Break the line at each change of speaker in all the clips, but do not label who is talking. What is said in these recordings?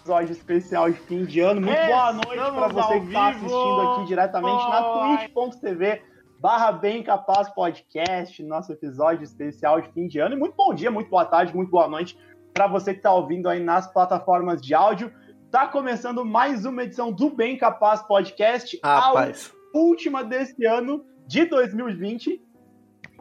episódio especial de fim de ano. Muito boa noite para você que está assistindo aqui diretamente na twitch.tv barra bem capaz podcast, nosso episódio especial de fim de ano. E muito bom dia, muito boa tarde, muito boa noite para você que está ouvindo aí nas plataformas de áudio. Tá começando mais uma edição do Bem Capaz Podcast,
Rapaz.
a última desse ano de 2020.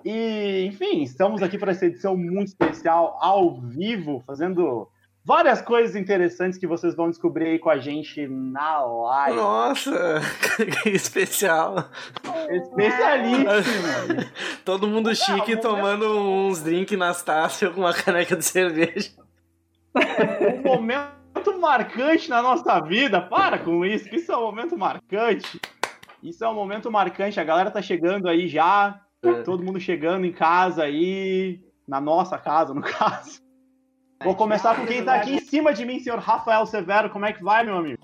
E, enfim, estamos aqui para essa edição muito especial, ao vivo, fazendo várias coisas interessantes que vocês vão descobrir aí com a gente na live.
Nossa, que especial.
Especialíssimo!
Todo mundo chique tomando uns drinks nas taças e alguma caneca de cerveja.
um momento marcante na nossa vida. Para com isso, que isso é um momento marcante. Isso é um momento marcante. A galera tá chegando aí já. Tá
É.
Todo mundo chegando em casa aí. Na nossa casa, no caso. Vou começar com quem tá aqui em cima de mim, senhor Rafael Severo. Como é que vai, meu amigo?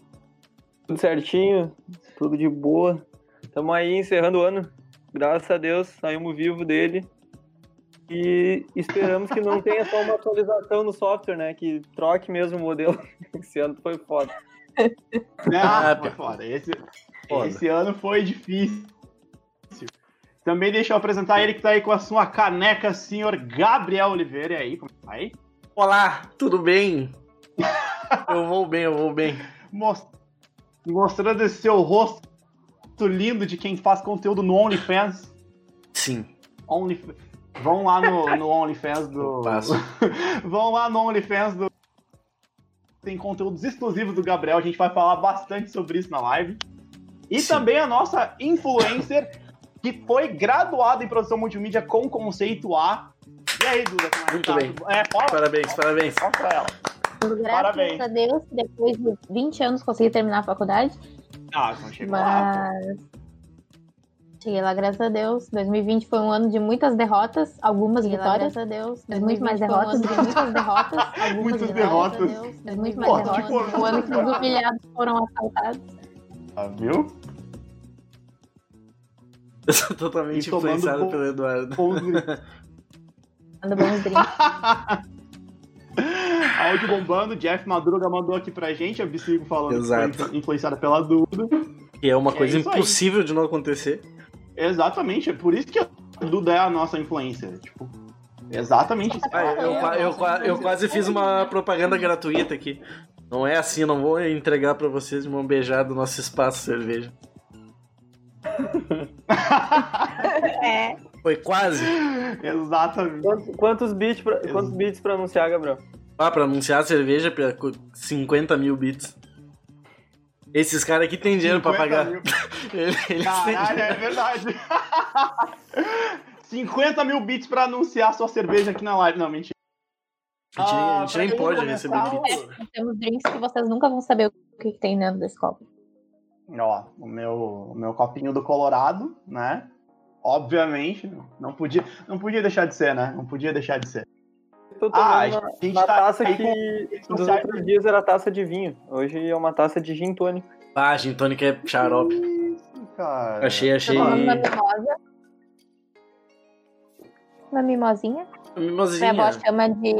Tudo certinho, tudo de boa. Tamo aí encerrando o ano. Graças a Deus, saímos vivo dele. E esperamos que não tenha só uma atualização no software, né? Que troque mesmo o modelo. Esse ano foi foda.
Né?
Ah,
Ah, foi foda. Esse,
Foda.
esse ano foi difícil. Também deixa eu apresentar ele que tá aí com a sua caneca, senhor Gabriel Oliveira. E aí, como é que vai?
Olá, tudo bem? Eu vou bem, eu vou bem.
mos- mostrando esse seu rosto lindo de quem faz conteúdo no OnlyFans.
Sim,
Onlyf Vão lá no, no OnlyFans do.
passo.
Vão lá no OnlyFans do. Tem conteúdos exclusivos do Gabriel, a gente vai falar bastante sobre isso na live. E
Sim.
também a nossa influencer, que foi graduada em produção multimídia com conceito A. E aí, Duda, como é que
Muito
tá?
bem.
É, fala,
Parabéns, parabéns.
fala pra ela.
Graças
Parabéns.
a Deus, depois de 20 anos consegui terminar a faculdade,
Ah, não chegou lá.
mas cheguei lá, graças a Deus. 2020 foi um ano de muitas derrotas, algumas
Cheguei lá,
vitórias. graças a Deus. Mas muito mais
2020 foi
derrotas,
um
muitas
ano de
derrotas, algumas
Muitas
vitórias.
derrotas.
Mas muito
Pô,
mais
que
derrotas.
porra.
Foi um ano que os humilhados foram assaltados.
Ah, viu?
Eu sou totalmente
E tomando
influenciado
bom-
pelo Eduardo.
Bons gritos.
Ando bons drinks.
Áudio bombando, Jeff Madruga mandou aqui pra gente, a Bicigo falando que foi
Exato.
influ- influenciada pela Duda.
Que é uma
É
coisa
isso aí.
impossível de não acontecer.
Exatamente, é por isso que a Duda é a nossa influencer, tipo. Exatamente isso.
Ah, eu, qua- eu qua- eu quase fiz uma propaganda gratuita aqui. Não é assim, não vou entregar pra vocês de mão beijada o nosso espaço de cerveja.
É.
Foi quase. é?
Exatamente.
Quantos, quantos beats pra,
Deus.
quantos beats pra anunciar, Gabriel?
Ah, pra anunciar a cerveja, pia, co- 50 mil bits. Esses caras aqui têm dinheiro pra
50
pagar.
mil.
Eles têm
Caralho,
dinheiro.
é verdade. 50 mil bits pra anunciar sua cerveja aqui na live. Não, mentira.
A gente, a
Ah,
gente
pra
nem
quem
pode
começar
receber bits.
o-
Temos drinks que vocês nunca vão saber o que, que tem dentro desse copo.
Ó, o meu, o meu copinho do Colorado, né? Obviamente, não podia, não podia deixar de ser, né? Não podia deixar de ser.
Tô
Ah, a
tomando uma-
gente
uma
tá
taça
aí
que
com um
dos
sociais,
outros dias era taça de vinho. Hoje é uma taça de gin tônico.
Ah, gin tônica é xarope.
Isso, cara.
Achei, achei.
Tô tomando uma mimosa. Uma mimosinha.
Mimosinha.
Minha é avó chama de.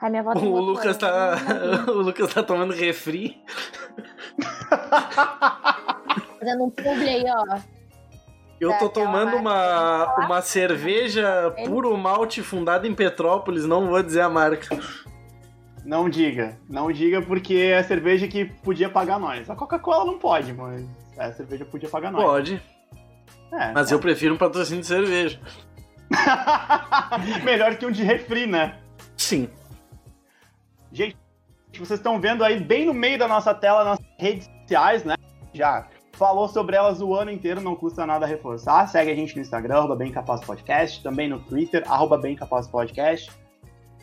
Ai, minha avó tem né?
O
outro
Lucas
nome.
tá. O Lucas tá tomando refri.
Fazendo um publi aí, ó.
Eu tô
Daquela
tomando uma,
marca.
uma cerveja
Ele-
puro malte fundada em Petrópolis, não vou dizer a marca.
Não diga. Não diga porque é a cerveja que podia pagar nós. A Coca-Cola não pode, mas é a cerveja podia pagar nós.
Pode,
É.
mas eu prefiro um patrocínio de cerveja.
Melhor que um de refri, né?
Sim.
Gente, vocês estão vendo aí bem no meio da nossa tela nossas redes sociais, né? Já falou sobre elas o ano inteiro, não custa nada reforçar. Segue a gente no Instagram, arroba Bem Capaz Podcast, também no Twitter, arroba Bem Capaz Podcast,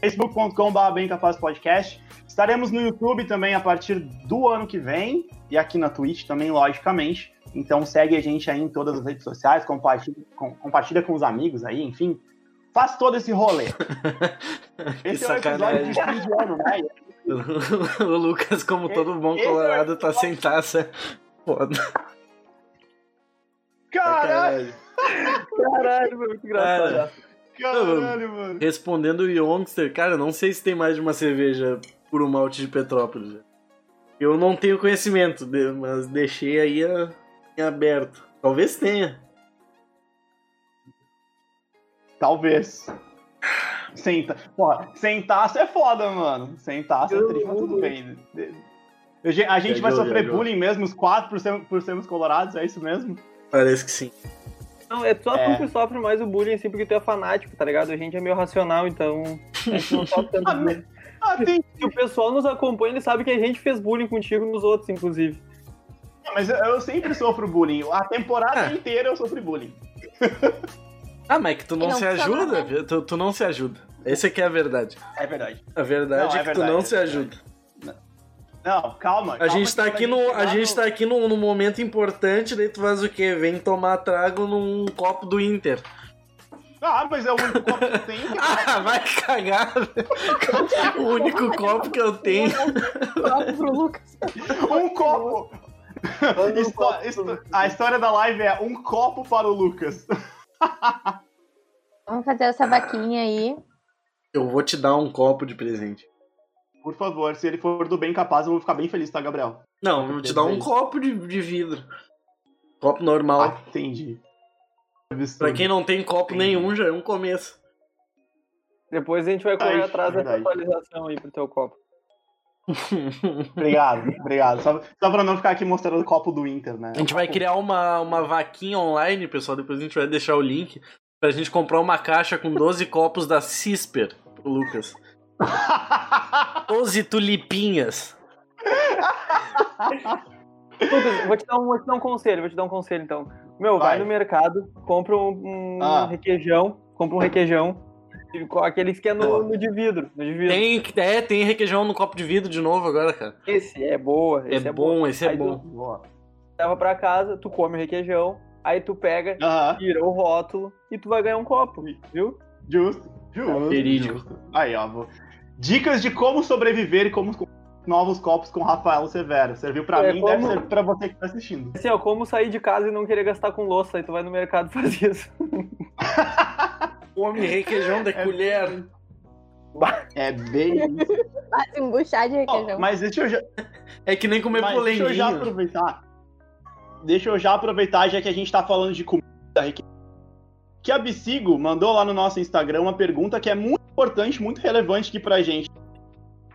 facebook.com.br Bem Capaz Podcast. Estaremos no YouTube também a partir do ano que vem e aqui na Twitch também, logicamente. Então segue a gente aí em todas as redes sociais, compartilha com, compartilha com os amigos aí, enfim. Faz todo esse rolê. Esse é o episódio de
sacanagem.
fim de ano, né?
O Lucas, como todo bom
esse é o
colorado, tá sem taça. Foda.
Caralho,
Caralho.
Caralho, foi muito engraçado.
Cara.
caralho, mano.
Respondendo o Youngster, cara, não sei se tem mais de uma cerveja puro malte de Petrópolis. Eu não tenho conhecimento, de- mas deixei aí a- em aberto. Talvez tenha.
Talvez. Senta. Porra, sentaço é foda, mano. Sentaço é
Eu-
triste, mas tudo bem. né? Eu ge- a gente
Viajou,
vai sofrer
viajou.
bullying mesmo, os quatro, por, ser- por sermos colorados, é isso mesmo?
Parece que sim.
Não, é só
É.
tu que sofre mais o bullying, assim, porque tu é fanático, tá ligado? A gente é meio racional, então. A gente não sofre tanto
Ah, mas-
bullying.
Ah, tem.
Se o pessoal nos acompanha, ele sabe que a gente fez bullying contigo e nos outros, inclusive.
Mas eu, eu sempre sofro bullying. A temporada
Ah.
inteira eu sofri bullying.
Ah, mas é que tu não,
não
se
funciona,
ajuda,
né?
tu, tu não se ajuda. Essa aqui é a verdade.
É verdade.
A verdade
Não,
é
é
que tu
verdade,
não
é
se
verdade.
ajuda.
Não, calma.
A gente tá aqui, no, a gente tá aqui num, num momento importante, daí tu faz o quê? Vem tomar trago num copo do Inter.
Ah, mas é o único copo que tem.
Ah, vai cagar! velho. o único copo que eu tenho.
Copo pro Lucas.
Um copo.
Manda um
Histó-
copo pro
histó-
Lucas.
a história da live é um copo para o Lucas.
Vamos fazer essa vaquinha aí.
Eu vou te dar um copo de presente.
Por favor, se ele for do bem capaz, eu vou ficar bem feliz, tá, Gabriel?
Não, eu vou te dar um copo de, de vidro. Copo normal.
Ah, entendi.
Pra quem não tem copo nenhum, já é um começo.
Depois a gente vai correr
Ai,
atrás dessa
Tá verdade.
atualização aí pro teu copo.
Obrigado, obrigado. Só, só pra não ficar aqui mostrando o copo do Inter, né?
A gente vai criar uma, uma vaquinha online, pessoal. Depois a gente vai deixar o link pra gente comprar uma caixa com 12 copos da Cisper pro Lucas. 12 tulipinhas.
Lucas, vou te, dar um, vou te dar um conselho, vou te dar um conselho então. Meu, vai,
Vai.
no mercado, compra um, um
Ah.
requeijão, compra um requeijão, e com aqueles que é no,
Boa.
no de vidro, no de vidro.
Tem, é, tem requeijão no copo de vidro de novo agora, cara.
Esse é boa,
É
esse é,
bom, esse é
Aí tu
bom.
Boa.
leva pra casa, tu come o requeijão, aí tu pega,
Aham,
tira o rótulo e tu vai ganhar um copo, viu?
justo, justo.
Verídico.
justo. Aí, ó. vou- Dicas de como sobreviver e como com- novos copos com Rafael Severo. Serviu pra
É,
mim,
como-
deve servir pra você que tá assistindo.
Assim, ó, como sair de casa e não querer gastar com louça, aí tu vai no mercado e faz isso.
Come requeijão da
É.
colher.
É bem.
Quase embuchar um de
Ó,
requeijão.
mas deixa eu já.
É que nem comer
Mas deixa eu já
polenguinho.
aproveitar. Deixa eu já aproveitar, já que a gente tá falando de comida. Rick. Que a Bicigo mandou lá no nosso Instagram uma pergunta que é muito importante, muito relevante aqui pra gente.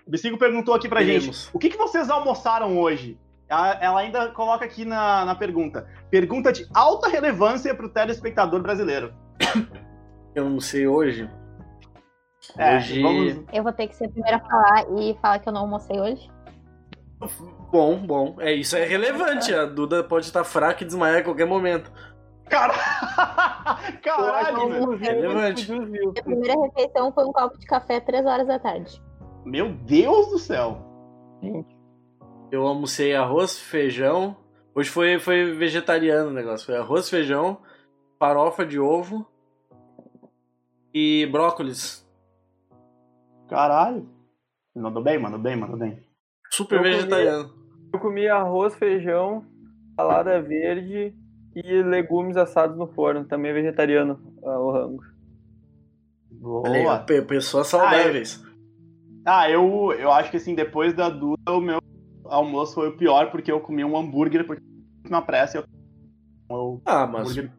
A Bicigo perguntou aqui pra gente:
Queremos.
o que, que vocês almoçaram hoje? Ela, ela ainda coloca aqui na, na pergunta. Pergunta de alta relevância pro telespectador brasileiro.
Eu não sei hoje.
É,
Hoje-
vamos.
Eu vou ter que ser a primeira a falar e falar que eu não almocei hoje.
Bom, bom. É isso, é relevante. A Duda pode estar fraca e desmaiar a qualquer momento.
Cara...
Eu acho
Caralho,
que
velho.
alguns viu,
Relevante.
outros viu.
Minha primeira refeição foi um copo de café três horas da tarde.
Meu Deus do céu.
Eu almocei arroz, feijão. Hoje foi, foi vegetariano o negócio. Foi arroz, feijão, farofa de ovo e brócolis.
Caralho. Mandou bem, mandou bem, mandou bem.
Super
Eu comi-
vegetariano.
Eu comi arroz, feijão, salada verde e legumes assados no forno, também vegetariano, ah, o rango.
Olha aí, ó,
Boa. é?
pe- pessoas saudáveis.
Ah, eu, eu acho que assim, depois da Duda, o meu almoço foi o pior, porque eu comi um hambúrguer porque eu na pressa. Eu... eu-
Ah, mas
hambúrguer-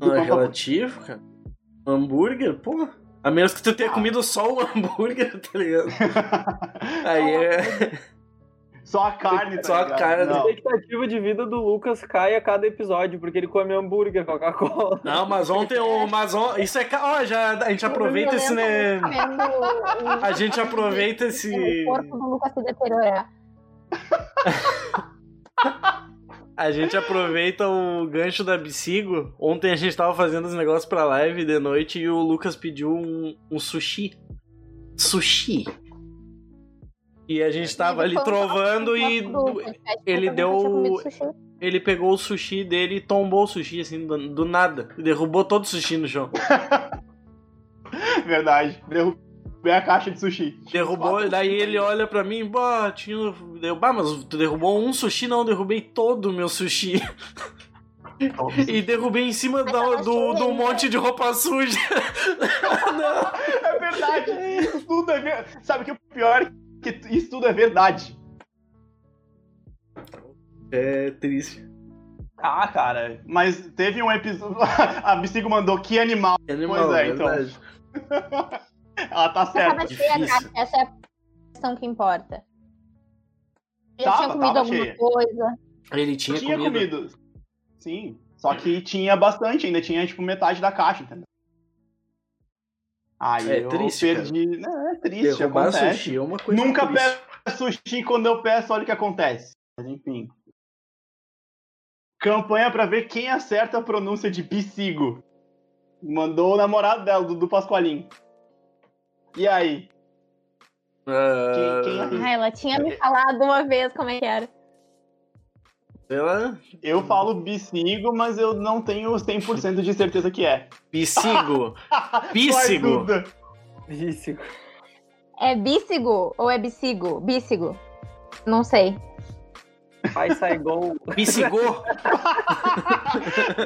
não é relativo, cara. Hambúrguer, pô. A menos que tu
Ah.
tenha comido só o hambúrguer, tá ligado? Aí é.
Só a carne, tá
Só a
ligado?
carne.
A
Não.
expectativa de vida do Lucas cai a cada episódio, porque ele come hambúrguer, Coca-Cola.
Não, mas ontem o. Mas on- Isso é. ca- Ó, já a gente aproveita esse. Né... A gente aproveita esse.
um O corpo do Lucas se deteriorar.
A gente aproveita o gancho da Bicigo. Ontem a gente tava fazendo os negócios pra live de noite e o Lucas pediu um, um sushi. Sushi. E a gente tava ali
Foi um
trovando
copo
e
do podcast,
ele
eu nunca
deu-
tinha comido sushi.
ele pegou o sushi dele e tombou o sushi assim do, do nada. E derrubou todo o sushi no chão.
Verdade. Derrubei a caixa de sushi.
Derrubou, e daí ele olha pra mim, bah, tinha. Eu, bah, mas tu derrubou um sushi? Não, eu derrubei todo o meu sushi. E derrubei em cima
Mas
da-
tava
do, do
chovendo.
monte de roupa suja.
É verdade. Isso tudo é ver- Sabe que o pior é que isso tudo é verdade.
É triste.
Ah, cara, mas teve um episódio. A Bissigo mandou que animal.
Que Animal,
Pois é, então.
verdade.
Ela tá certa.
Tava cheia, cara.
difícil.
Essa é a questão que importa. Já
Tava,
tinha comido
tava
alguma
cheia.
coisa.
Ele tinha,
Tinha
comido.
comido. Sim. Só que tinha bastante, ainda tinha tipo metade da caixa, entendeu? Aí
É
eu
triste,
perdi. Não, é triste,
Derrubar
acontece.
sushi é uma coisa
Nunca
triste.
sushi quando eu peço, olha o que acontece. Mas enfim. Campanha pra ver quem acerta a pronúncia de Bissigo. Mandou o namorado dela, do, do Pascoalinho. E aí?
Ah,
Quem- quem-
Ah, ela tinha
É.
me falado uma vez como é que era.
Ela...
Eu falo Bissigo, mas eu não tenho 100% de certeza que é.
Psigo.
Vai,
Psigo.
Duda.
Isso.
É bícigo ou é bicigo? Bícigo. Não sei.
Vai sair gol.
Psigo.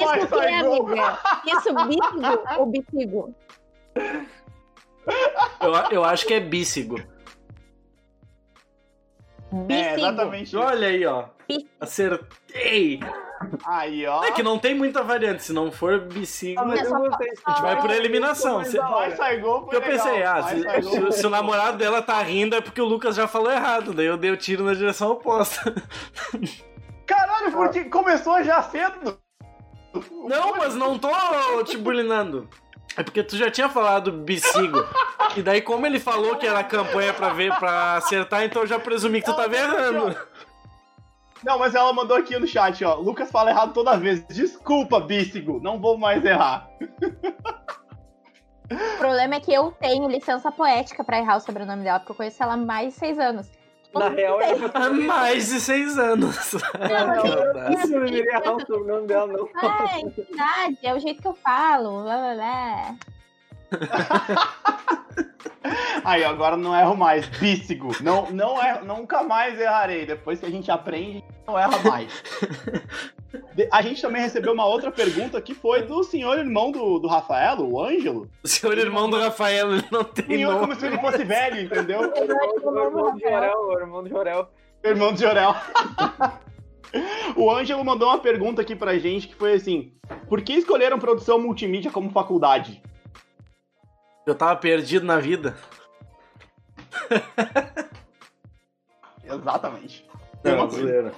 Vai,
Isso que
vai,
é,
gol.
amiga. Isso, bícigo ou bicigo?
Eu, eu acho que é bícigo.
Bícigo.
É, exatamente. isso.
Olha aí, ó. Acertei.
Aí, ó.
É que não tem muita variante. Se não for bicigo,
mas eu
Ah, gostei.
a gente vai por eliminação. Se-
Vai, sai gol.
Porque
foi
eu pensei,
legal.
ah,
Vai,
se,
sai
se
gol.
o- se o namorado dela tá rindo é porque o Lucas já falou errado. Daí eu dei o tiro na direção oposta. Ah.
Caralho, porque começou já cedo.
Não, mas não tô te bulinando. É porque tu já tinha falado bicigo. E daí, como ele falou que era campanha pra ver, pra acertar, então eu já presumi que tu tava errando.
Não, mas ela mandou aqui no chat, ó. Lucas fala errado toda vez. Desculpa, Bícigo, não vou mais errar.
O problema é que eu tenho licença poética pra errar o sobrenome dela, porque eu conheço ela há mais de seis anos.
Na real,
é
era pra
Há mais de seis anos.
Não, não deveria errar o sobrenome dela, não.
Ah, é verdade, é o jeito que eu falo. Blá, blá, blá.
Aí, ó, agora não erro mais. Bícigo. Não, não erro, nunca mais errarei. Depois que a gente aprende, a gente não erra mais. De- A gente também recebeu uma outra pergunta que foi do senhor irmão do, do Rafael, o Ângelo.
O senhor irmão do Rafael ele não tem
Senhor,
nome.
como se ele fosse velho, entendeu?
Eu não
O irmão de Jorel, o irmão de Jorel.
Irmão de Jorel. o Ângelo mandou uma pergunta aqui pra gente que foi assim: Por que escolheram produção multimídia como faculdade?
Eu tava perdido na vida.
Exatamente.
Não,
Mesma coisa.
zoeira.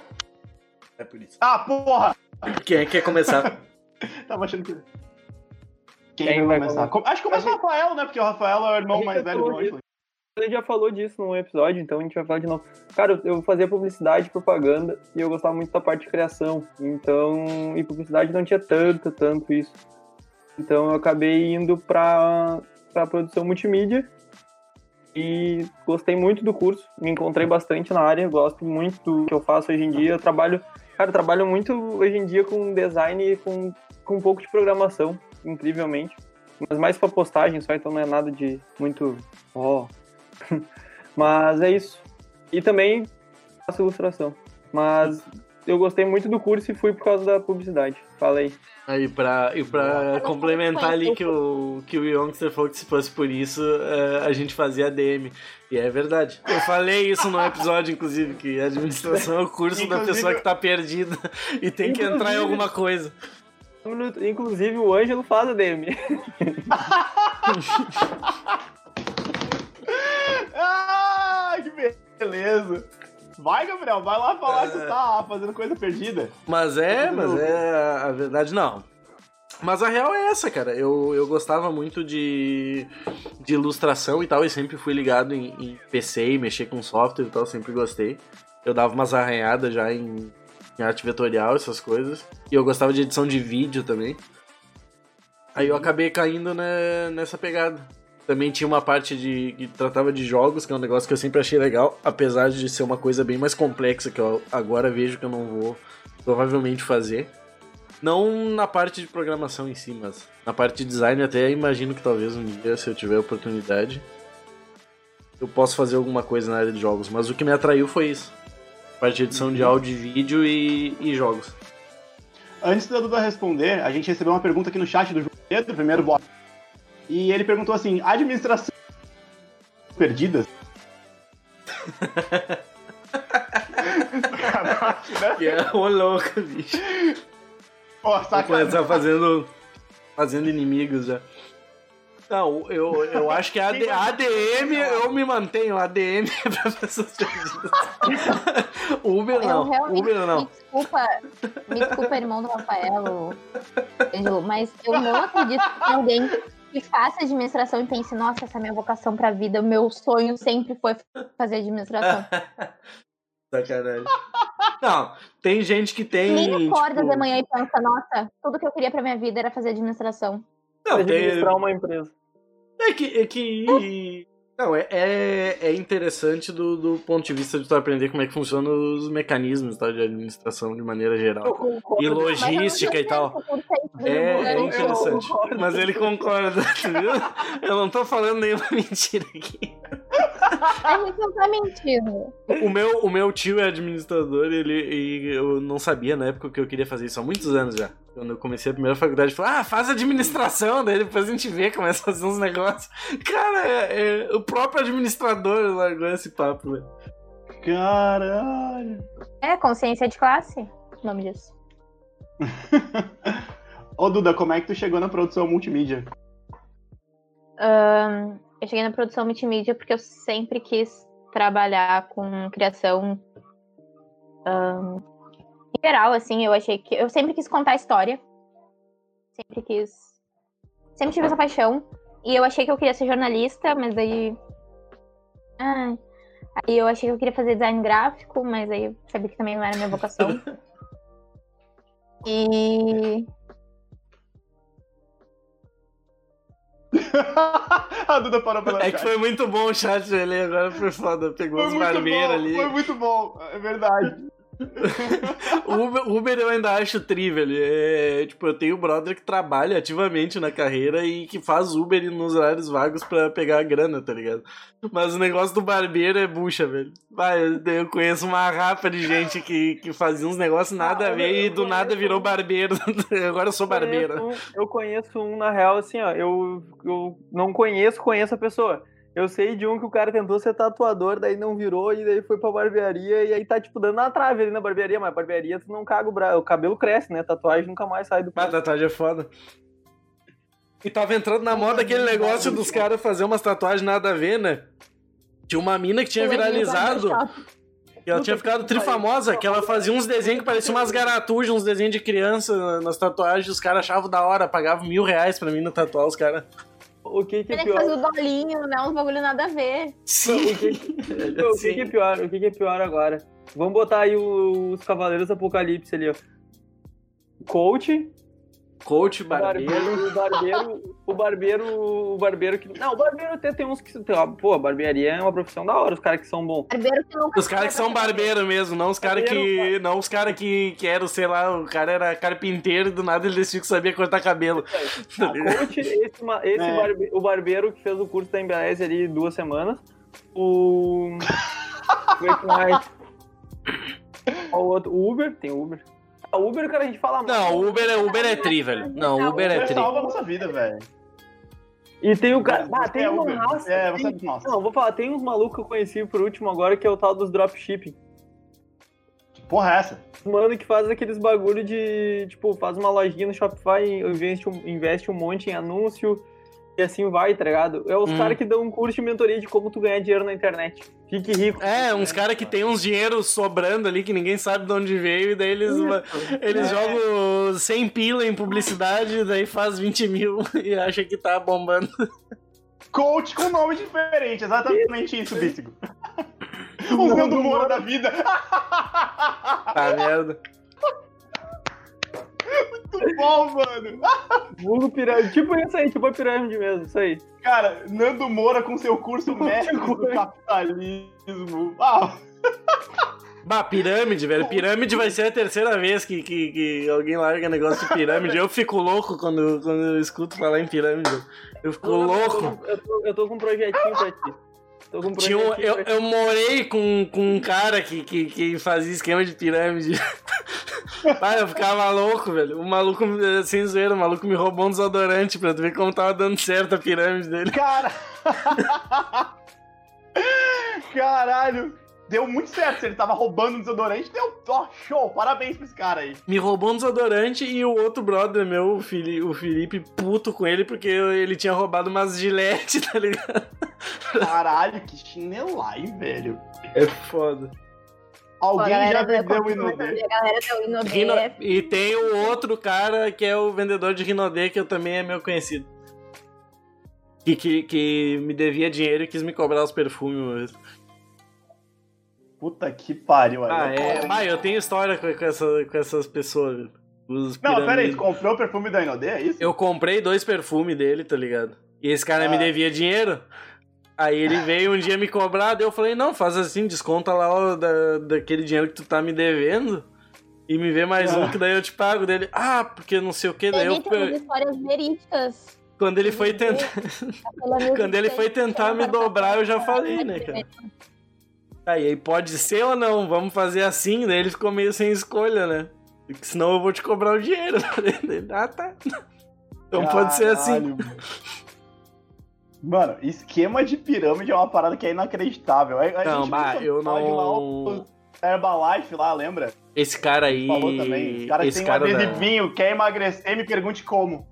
É por isso.
Ah, porra!
Quem é quer começar?
Tava achando que. Quem,
Quem
vai
vai
começar? Com- Acho que começa o Rafael, né? Porque o Rafael é o
A
irmão
gente
mais
já
velho do
falou
Ângelo.
Ele já falou disso num episódio, então a gente vai falar de novo. Cara, eu fazia publicidade, propaganda, e eu gostava muito da parte de criação. Então, e publicidade não tinha tanto, tanto isso. Então eu acabei indo pra, pra produção multimídia. E gostei muito do curso, me encontrei bastante na área, gosto muito do que eu faço hoje em dia. Eu trabalho, cara, eu trabalho muito hoje em dia com design e com, com um pouco de programação, incrivelmente. Mas mais pra postagem só, então não é nada de muito. Ó. Mas é isso. E também faço ilustração. Mas eu gostei muito do curso e fui por causa da publicidade. Falei.
Aí, pra, e pra complementar ali que o, que o Youngster falou que se fosse por isso, é, a gente fazia DM. E é verdade. Eu falei isso no episódio, inclusive, que administração é o curso da
Inclusive-
pessoa que tá perdida e tem que entrar em
Inclusive-
alguma coisa.
Inclusive o Ângelo faz a DM.
Ah, que beleza! Vai, Gabriel, vai lá falar que tu tá fazendo coisa perdida.
Mas é, mas é a verdade, não. Mas a real é essa, cara. Eu, eu gostava muito de, de ilustração e tal, e sempre fui ligado em, em PC e mexer com software e tal, sempre gostei. Eu dava umas arranhadas já em, em arte vetorial, essas coisas. E eu gostava de edição de vídeo também. Aí eu acabei caindo né, nessa pegada. Também tinha uma parte de que tratava de jogos, que é um negócio que eu sempre achei legal, apesar de ser uma coisa bem mais complexa, que eu agora vejo que eu não vou provavelmente fazer. Não na parte de programação em si, mas na parte de design até imagino que talvez um dia, se eu tiver oportunidade, eu possa fazer alguma coisa na área de jogos. Mas o que me atraiu foi isso. A parte de edição de áudio e vídeo e, e jogos.
Antes da Duda responder, a gente recebeu uma pergunta aqui no chat do João Pedro, primeiro bot. E ele perguntou assim: administração. perdidas? Camarote, né?
Que é ô louco, bicho.
Pô,
Tá
sacanagem.
começar fazendo, fazendo inimigos já. Não, eu, eu acho que a AD, ADM eu me mantenho. ADM é pra pessoas perdidas. Uber
Eu
não.
realmente
Uber
me
não.
desculpa, me desculpa, irmão do Rafael, Edu, mas eu não acredito que tem alguém que faça administração e pense, nossa, essa é a minha vocação pra vida, o meu sonho sempre foi fazer administração.
Ah, Sacanagem. Não, tem gente que tem.
Nem é acorda
tipo,
de manhã e pensa, nossa, tudo que eu queria pra minha vida era fazer administração.
Não, tem,
administrar uma empresa.
É que. É que... Não, é, é, é interessante do, do ponto de vista de tu aprender como é que funcionam os mecanismos tá, de administração de maneira geral. E
Mas eu não
logística e
sou
tal.
100% do mundo,
É, é
eu
interessante.
eu concordo.
Mas ele concorda, tu viu? Eu não tô falando nenhuma mentira aqui.
A gente não tá mentindo.
O meu, o meu tio é administrador, ele e eu não sabia na época que eu queria fazer isso há muitos anos já. Quando eu comecei a primeira faculdade, eu falei, ah, faz administração, daí depois a gente vê, começa a fazer uns negócios. Cara, é- é- o próprio administrador largou esse papo, né?
Caralho.
É, consciência de classe, o nome disso.
Ô, Duda, como é que tu chegou na produção multimídia?
Eu cheguei na produção multimídia porque eu sempre quis trabalhar com criação ahn, em geral, assim, eu achei que eu sempre quis contar história. Sempre quis. Sempre tive essa paixão. E eu achei que eu queria ser jornalista, mas aí. Ah, aí eu achei que eu queria fazer design gráfico, mas aí eu sabia que também não era minha vocação. E.
a Duda parou pela
É que foi muito bom o chat ali, agora foi foda, pegou os barbeiros
bom,
ali.
foi muito bom, é verdade.
Uber, Uber eu ainda acho trivial. É, tipo, eu tenho um brother que trabalha ativamente na carreira e que faz Uber nos horários vagos pra pegar a grana, tá ligado? Mas o negócio do barbeiro é bucha, velho. Vai, eu- eu conheço uma rapa de gente que, que fazia uns negócios nada a
Ah,
ver
eu-
e
eu
do nada
conheço.
virou barbeiro. Agora eu sou barbeiro.
Conheço um- eu conheço um, na real, assim, ó. Eu, eu não conheço, conheço a pessoa. Eu sei de um que o cara tentou ser tatuador, daí não virou, e daí foi pra barbearia, e aí tá, tipo, dando na trave ali na barbearia, mas barbearia tu não caga o braço. O cabelo cresce, né? Tatuagem nunca mais sai do
Ah, tatuagem é foda. E tava entrando na moda aquele negócio dos caras fazer umas tatuagens nada a ver, né? Tinha uma mina que tinha viralizado. E ela tinha ficado trifamosa, que ela fazia uns desenhos que pareciam umas garatujas, uns desenhos de criança na- nas tatuagens, os caras achavam da hora, pagavam mil reais pra mim no tatuar os caras.
O que que é
Tem que
pior?
fazer o dolinho, né? Uns bagulho nada a ver.
Sim.
Então, O que, que é pior? O que, que é pior agora? Vamos botar aí o- os Cavaleiros do Apocalipse ali, ó. Coach,
Coach,
o barbeiro, o barbeiro, o barbeiro, o barbeiro que. Não, o barbeiro até tem uns que. tem lá, Pô, a barbearia é uma profissão da hora, os caras que são bons.
Barbeiro que nunca
Os caras que são barbeiro mesmo, não os caras que. Não os caras que, que eram, sei lá, o cara era carpinteiro e do nada ele decidiu que sabia cortar cabelo.
Ah, coach, esse, ma- esse
É.
barbe- o barbeiro que fez o curso da MBS ali duas semanas. O. Como é que mais? Qual o outro? O Uber? Tem Uber. Ah, Uber, cara, a gente fala
Não, Uber é, Uber é tri, velho. Não, Uber é
Uber
tri.
salva a nossa vida, velho.
E tem o cara. Ah,
Você
tem
é
uma
Uber.
raça.
É,
tem-
você é nossa.
Não, vou falar, tem uns malucos que eu conheci por último agora, que é o tal dos dropshipping.
Que porra é essa?
Mano que faz aqueles bagulho de, tipo, faz uma lojinha no Shopify, investe um, investe um monte em anúncio e assim vai, tá ligado? É os
Hum.
caras que dão um curso de mentoria de como tu ganhar dinheiro na internet. Fique rico.
É, uns caras que tem uns dinheiros sobrando ali que ninguém sabe de onde veio e daí eles. Eles jogam 100 pila em publicidade, daí faz 20 mil e acha que tá bombando.
Coach com nome diferente, exatamente isso, Bícigo. O
Não,
Nando
não,
Moura da vida.
Tá merda.
Muito bom, mano.
Vulgo pirâmide. Tipo isso aí, tipo a pirâmide mesmo, isso aí.
Cara, Nando Moura com seu curso médico do capitalismo. Ah,
Bah, pirâmide, velho. Pirâmide vai ser a terceira vez que, que, que alguém larga negócio de pirâmide. Eu fico louco quando, quando eu escuto falar em pirâmide. Eu fico louco.
Eu tô, eu tô com um projetinho pra ti. Tô com um
Tinha um-
projetinho
eu,
pra ti.
eu morei com, com um cara que, que, que fazia esquema de pirâmide. Pai, eu ficava louco, velho. O maluco, eh, sem zoeira, o maluco me roubou um desodorante pra tu ver como tava dando certo a pirâmide dele.
cara. Caralho. Deu muito certo. Se ele tava roubando um desodorante, deu. Ó, show. Parabéns pra esse cara aí.
Me roubou um desodorante e o outro brother meu, o, Fili- o Felipe, puto com ele porque ele tinha roubado umas gilete, tá ligado?
Caralho, que chinelagem, velho.
É foda.
Pô, a
Alguém já
galera da-
perdeu o Inodê?
A galera do Inodê.
Rino- E tem o outro cara que é o vendedor de Rinodê, que eu também é meu conhecido. Que, que, que me devia dinheiro e quis me cobrar os perfumes. uma vez.
Puta que pariu. aí.
Ah, é. Bah, eu tenho história com, com essa- com essas pessoas. viu? Os
Não, pera aí.
pirâmides.
Tu comprou o perfume da Inodê, é isso?
Eu comprei dois perfumes dele, tá ligado? E esse cara me
Ah.
devia dinheiro. Aí ele veio um dia me cobrar, daí eu falei, não, faz assim, desconta lá o da, daquele dinheiro que tu tá me devendo e me vê
Ah.
mais um, que daí eu te pago dele. Ah, porque não sei o que, daí eu...
Ele tá tem umas histórias verídicas.
Quando ele foi
Ele-
tentar...
Pelo menos
Quando ele
tem-
foi tentar me dobrar, eu já falei, né, cara? Tá, Aí, aí pode ser ou não, vamos fazer assim, daí ele ficou meio sem escolha, né? Porque Senão eu vou te cobrar o dinheiro. ah, tá. Então pode ser assim.
Caralho, mano. Mano, esquema de pirâmide é uma parada que é inacreditável. A- a
Não,
gente
bah,
nunca
eu
fala de lá
não.
o Herbalife lá, lembra?
Esse cara aí.
Falou também. Os caras
esse
têm um
cara da-
adesivinho, quer emagrecer, me pergunte como.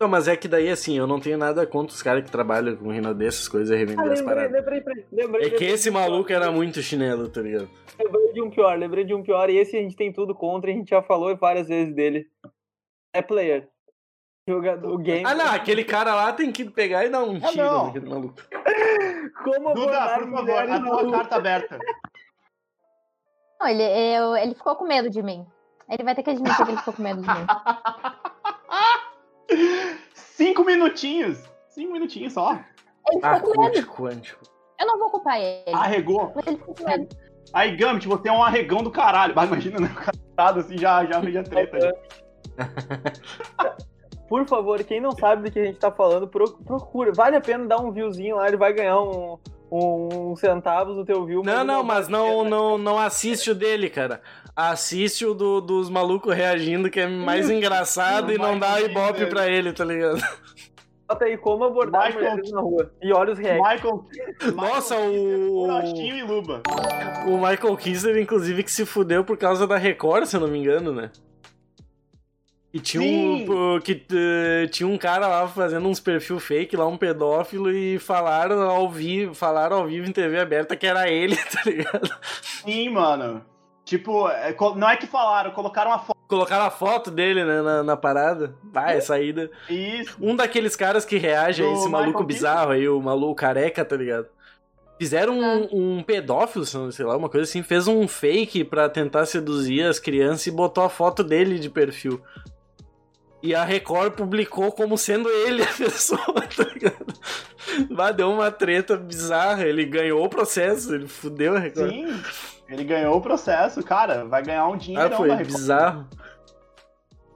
Não, mas é que daí, assim, eu não tenho nada contra os caras que trabalham com rino dessas coisas e
Ah,
revender as
lembrei,
paradas.
lembrei, lembrei, lembrei.
É que
lembrei
esse
de um pior.
maluco era muito chinelo, tá ligado?
Lembrei de um pior, lembrei de um pior. E esse a gente tem tudo contra, a gente já falou várias vezes dele. É player. Jogador, o game.
Ah, não, aquele cara lá tem que pegar e dar um tiro
Ah, não.
naquele maluco.
Como
Duda,
abordar
por favor,
mulheres
a tua
no-
carta aberta.
Não, ele, eu- ele ficou com medo de mim. Ele vai ter que admitir que ele ficou com medo de mim.
Ah,
Cinco minutinhos. Cinco minutinhos só.
Ele
Ah,
ficou com medo.
quântico, quântico.
Eu não vou culpar ele.
Ah.
Arregou.
Mas ele ficou com medo.
Aí, Gambit, você é um arregão do caralho. Mas imagina, né? O cara parado assim já, já veio a treta. né? já.
Por favor, quem não sabe do que a gente tá falando, pro- procura. Vale a pena dar um viewzinho lá, ele vai ganhar um, um, centavos do teu view.
Não, não, mas não, não, não assiste o dele, cara. Assiste o do- dos malucos reagindo, que é mais engraçado e não dá ibope pra ele, tá ligado?
Bota aí como abordar
Michael-
mulheres na rua. E olha os reacts.
Michael.
Nossa,
Michael,
o-
Orochinho e Luba.
O Michael Kisser, inclusive, que se fudeu por causa da Record, se eu não me engano, né? E tinha um,
Sim.
pô, que, eh, tinha um cara lá fazendo uns perfil fake, lá um pedófilo, e falaram ao vivo, falaram ao vivo em TV aberta que era ele, tá ligado?
Sim, mano. Tipo, é, co- não é que falaram, colocaram uma foto.
Colocaram a foto dele né, na, na parada. Vai, é saída.
Isso.
Um daqueles caras que reage a
Do
esse maluco
Michael
bizarro aí, o maluco careca, tá ligado? Fizeram um,
Ah.
um pedófilo, sei lá, uma coisa assim, fez um fake pra tentar seduzir as crianças e botou a foto dele de perfil. E a Record publicou como sendo ele a pessoa, tá ligado? Bah, deu uma treta bizarra, ele ganhou o processo, ele fudeu a Record.
Sim. Ele ganhou o processo, cara. Vai ganhar um
Ah,
dinheirão
foi
da Record.
bizarro.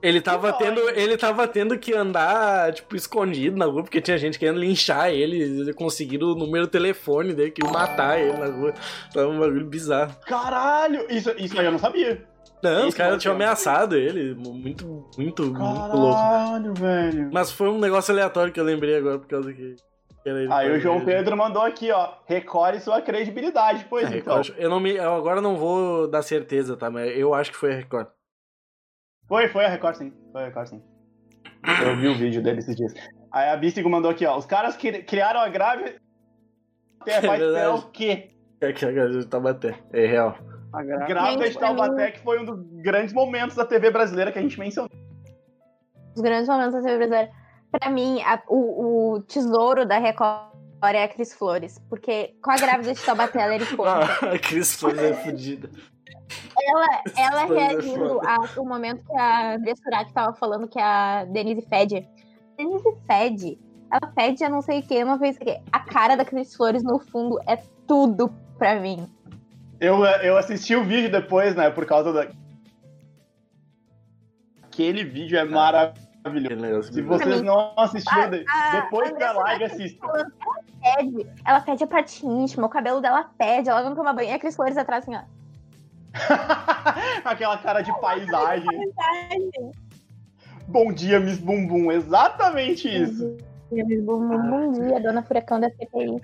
Ele tava,
Que
tendo,
dói.
ele tava tendo que andar, tipo, escondido na rua, porque tinha gente querendo linchar ele, ele conseguiram o número do telefone dele, que iam matar ele na rua. Tava um bagulho bizarro.
Caralho! Isso, isso aí eu não sabia.
Não,
Esse
os caras
maluco
tinham
é um-
ameaçado ele, muito, muito, muito louco.
Caralho, velho.
Mas foi um negócio aleatório que eu lembrei agora, por causa que... era ele
Aí o
fazendo
João
isso.
Pedro mandou aqui, ó. Recore sua credibilidade,
É,
pois então.
Record. Eu, não me, eu agora não vou dar certeza, tá? Mas eu acho que foi a Record.
Foi, foi a Record sim. Foi a Record sim. Eu vi o vídeo dele esses dias. Aí a Bistigo mandou aqui, ó. Os caras que criaram a grave. Até vai esperar
É verdade.
o quê?
É que a gente tá batendo. É real.
A
Tá
gra-
Grávida de
Gente, pra mim-
Taubaté, que foi um dos grandes momentos da TV brasileira que a gente mencionou.
Os grandes momentos da TV brasileira. Pra mim, a- o, o tesouro da Record é a Cris Flores. Porque com a grávida de Taubaté, ela era icônica.
Ah, a Cris foi é fudida.
Ela, ela
Pois é,
reagindo ao momento que a Andressa Urach tava falando que a Denise fede. Denise fede. Ela fede a não sei o que, não fez o que. A cara da Cris Flores no fundo é tudo pra mim.
Eu, eu assisti o vídeo depois, né? Por causa da. Aquele vídeo é maravilhoso.
Aquele
né?
negócio
Se
bizarro.
vocês não assistiram, de-
Tá. a
depois da
Ah, Andressa
live assistam.
Fede. Ela fede a parte íntima, o cabelo dela fede, ela não toma banho. E a Cris Flores atrás assim, ó.
Aquela cara de paisagem. Bom dia, Miss Bumbum.
Uhum.
Exatamente isso.
Ah,
Bom dia, bom dia, dona Furacão da CPI.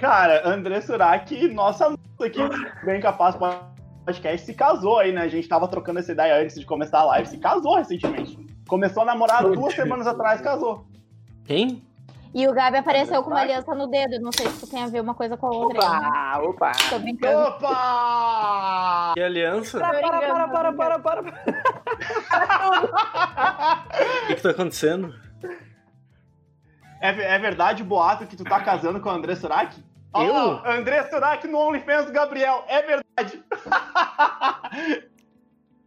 Cara, André Surak, nossa moça aqui, bem capaz podcast, se casou aí, né? A gente tava trocando essa ideia antes de começar a live. Se casou recentemente. Começou a namorar duas semanas atrás, casou.
Quem?
E o Gabi apareceu com uma aliança no dedo. Não sei se isso tem a ver uma coisa com a outra. hein?
Ah,
Opa, opa.
Tô brincando.
Opa!
Que aliança?
Para, para, para, para, para, para.
O que, que tá acontecendo?
É, ve- é verdade o boato que tu tá casando com a André Surak? Olha
Eu?
lá, André Surak no OnlyFans do Gabriel. É verdade.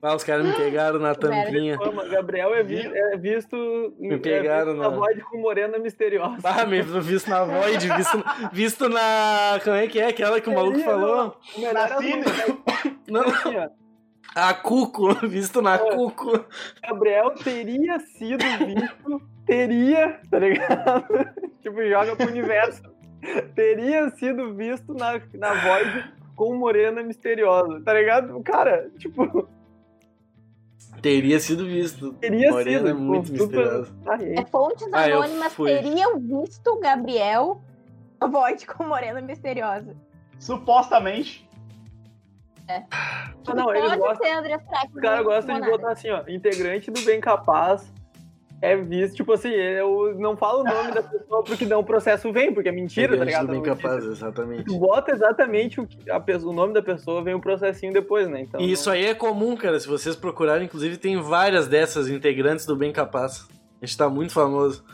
Ah, os caras me pegaram na
Velho.
tampinha.
Fama, Gabriel é, vi- é visto em-
Me pegaram
é visto na
na-
void com morena misteriosa.
Ah, me visto na Void, visto, visto na. Como é que é aquela que o maluco falou?
O melhor é o
Cine.
Não, não.
assim, ó,
a Cuco, visto na Cuco.
Gabriel teria sido visto, teria, tá ligado? tipo, joga pro universo. teria sido visto na, na void com morena misteriosa, tá ligado? Cara, tipo,
Teria sido visto.
teria
Morena
sido.
é
tipo,
muito
tudo-
misteriosa.
Aí,
É fontes
Ah, eu
anônimas
fui.
teriam visto o Gabriel na Void com Morena Misteriosa.
Supostamente.
É,
Ah, não, eles
Pode
gostam.
ser né? André Frack.
Os caras gostam de botar assim, ó, integrante do Bem Capaz é visto, tipo assim, eu não falo o nome da pessoa porque não, o processo vem, porque é mentira, Então, tá
Gigante
ligado?
do bem
Não existe.
capaz, exatamente.
Tu bota exatamente o, que- a pessoa- o nome da pessoa, vem o processinho depois, né? Então,
E isso aí é comum, cara. Se vocês procurarem, inclusive tem várias dessas integrantes do Bem Capaz. A gente tá muito famoso.